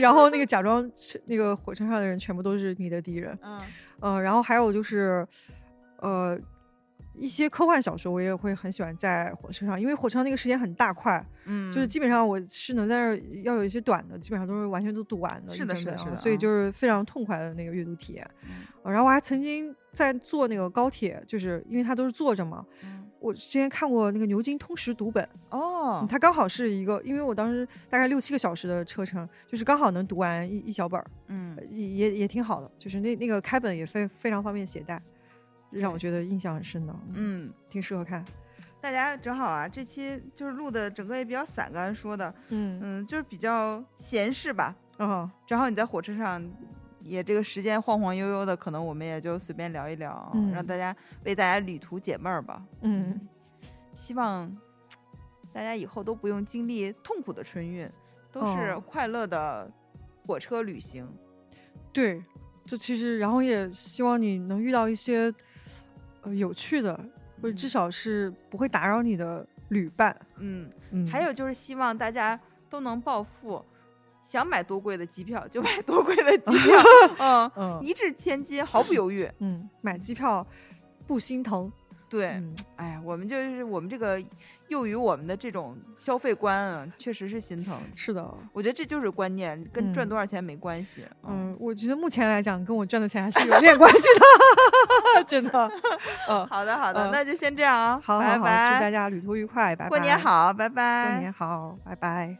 Speaker 3: 然后那个假装是那个火车上的人全部都是你的敌人》。，
Speaker 2: 嗯，
Speaker 3: 嗯、然后还有就是，呃，一些科幻小说我也会很喜欢在火车上，因为火车上那个时间很大块，
Speaker 2: 嗯
Speaker 3: 就是基本上我是能在那儿要有一些短的，基本上都是完全都读完的，
Speaker 2: 是的
Speaker 3: 一整
Speaker 2: 是的
Speaker 3: 本
Speaker 2: 是
Speaker 3: 啊
Speaker 2: 的
Speaker 3: 所
Speaker 2: 啊
Speaker 3: 以就是非常痛快的那个阅读体验。
Speaker 2: 嗯
Speaker 3: 呃然后我还曾经在坐那个高铁，就是因为它都是坐着嘛，
Speaker 2: 嗯
Speaker 3: 我之前看过那个牛津通识读本。
Speaker 2: 哦，
Speaker 3: 它刚好是一个，因为我当时大概六七个小时的车程，就是刚好能读完一一小本儿，呃
Speaker 2: 嗯，
Speaker 3: 也也也挺好的，就是那那个开本也非非常方便携带，让我觉得印象很深的，，
Speaker 2: 嗯，
Speaker 3: 挺适合看，
Speaker 2: 大家正好啊，这期就是录的整个也比较散，刚才说的，
Speaker 3: 嗯
Speaker 2: 嗯，就是比较闲适吧。
Speaker 3: 啊，
Speaker 2: 正好你在火车上，也这个时间晃晃悠悠的，可能我们也就随便聊一聊啊，
Speaker 3: 嗯
Speaker 2: 让大家为大家旅途解闷儿吧。
Speaker 3: 嗯，
Speaker 2: 希望大家以后都不用经历痛苦的春运，都是
Speaker 3: 哦
Speaker 2: 快乐的火车旅行。
Speaker 3: 对，就其实然后也希望你能遇到一些呃有趣的，或者至少是不会打扰你的旅伴，
Speaker 2: 嗯，
Speaker 3: 嗯，
Speaker 2: 还有就是希望大家都能暴富，想买多贵的机票就买多贵的机 票，嗯，
Speaker 3: 嗯
Speaker 2: 一掷千金，毫不犹豫。
Speaker 3: 嗯，买机票不心疼，
Speaker 2: 对，
Speaker 3: 嗯
Speaker 2: 哎呀，我们就是我们这个囿于我们的这种消费观啊，确实是心疼。
Speaker 3: 是的，
Speaker 2: 我觉得这就是观念，跟赚
Speaker 3: 嗯
Speaker 2: 多少钱没关系。
Speaker 3: 嗯，我觉得目前来讲，跟我赚的钱还是有点关系的， 真的。嗯，
Speaker 2: 好的，好的，
Speaker 3: 嗯
Speaker 2: 那就先这样啊，
Speaker 3: 好好好，
Speaker 2: 拜
Speaker 3: 祝
Speaker 2: 拜，
Speaker 3: 大家旅途愉快，拜拜。
Speaker 2: 过年，好，啊拜拜，
Speaker 3: 过年好，拜拜。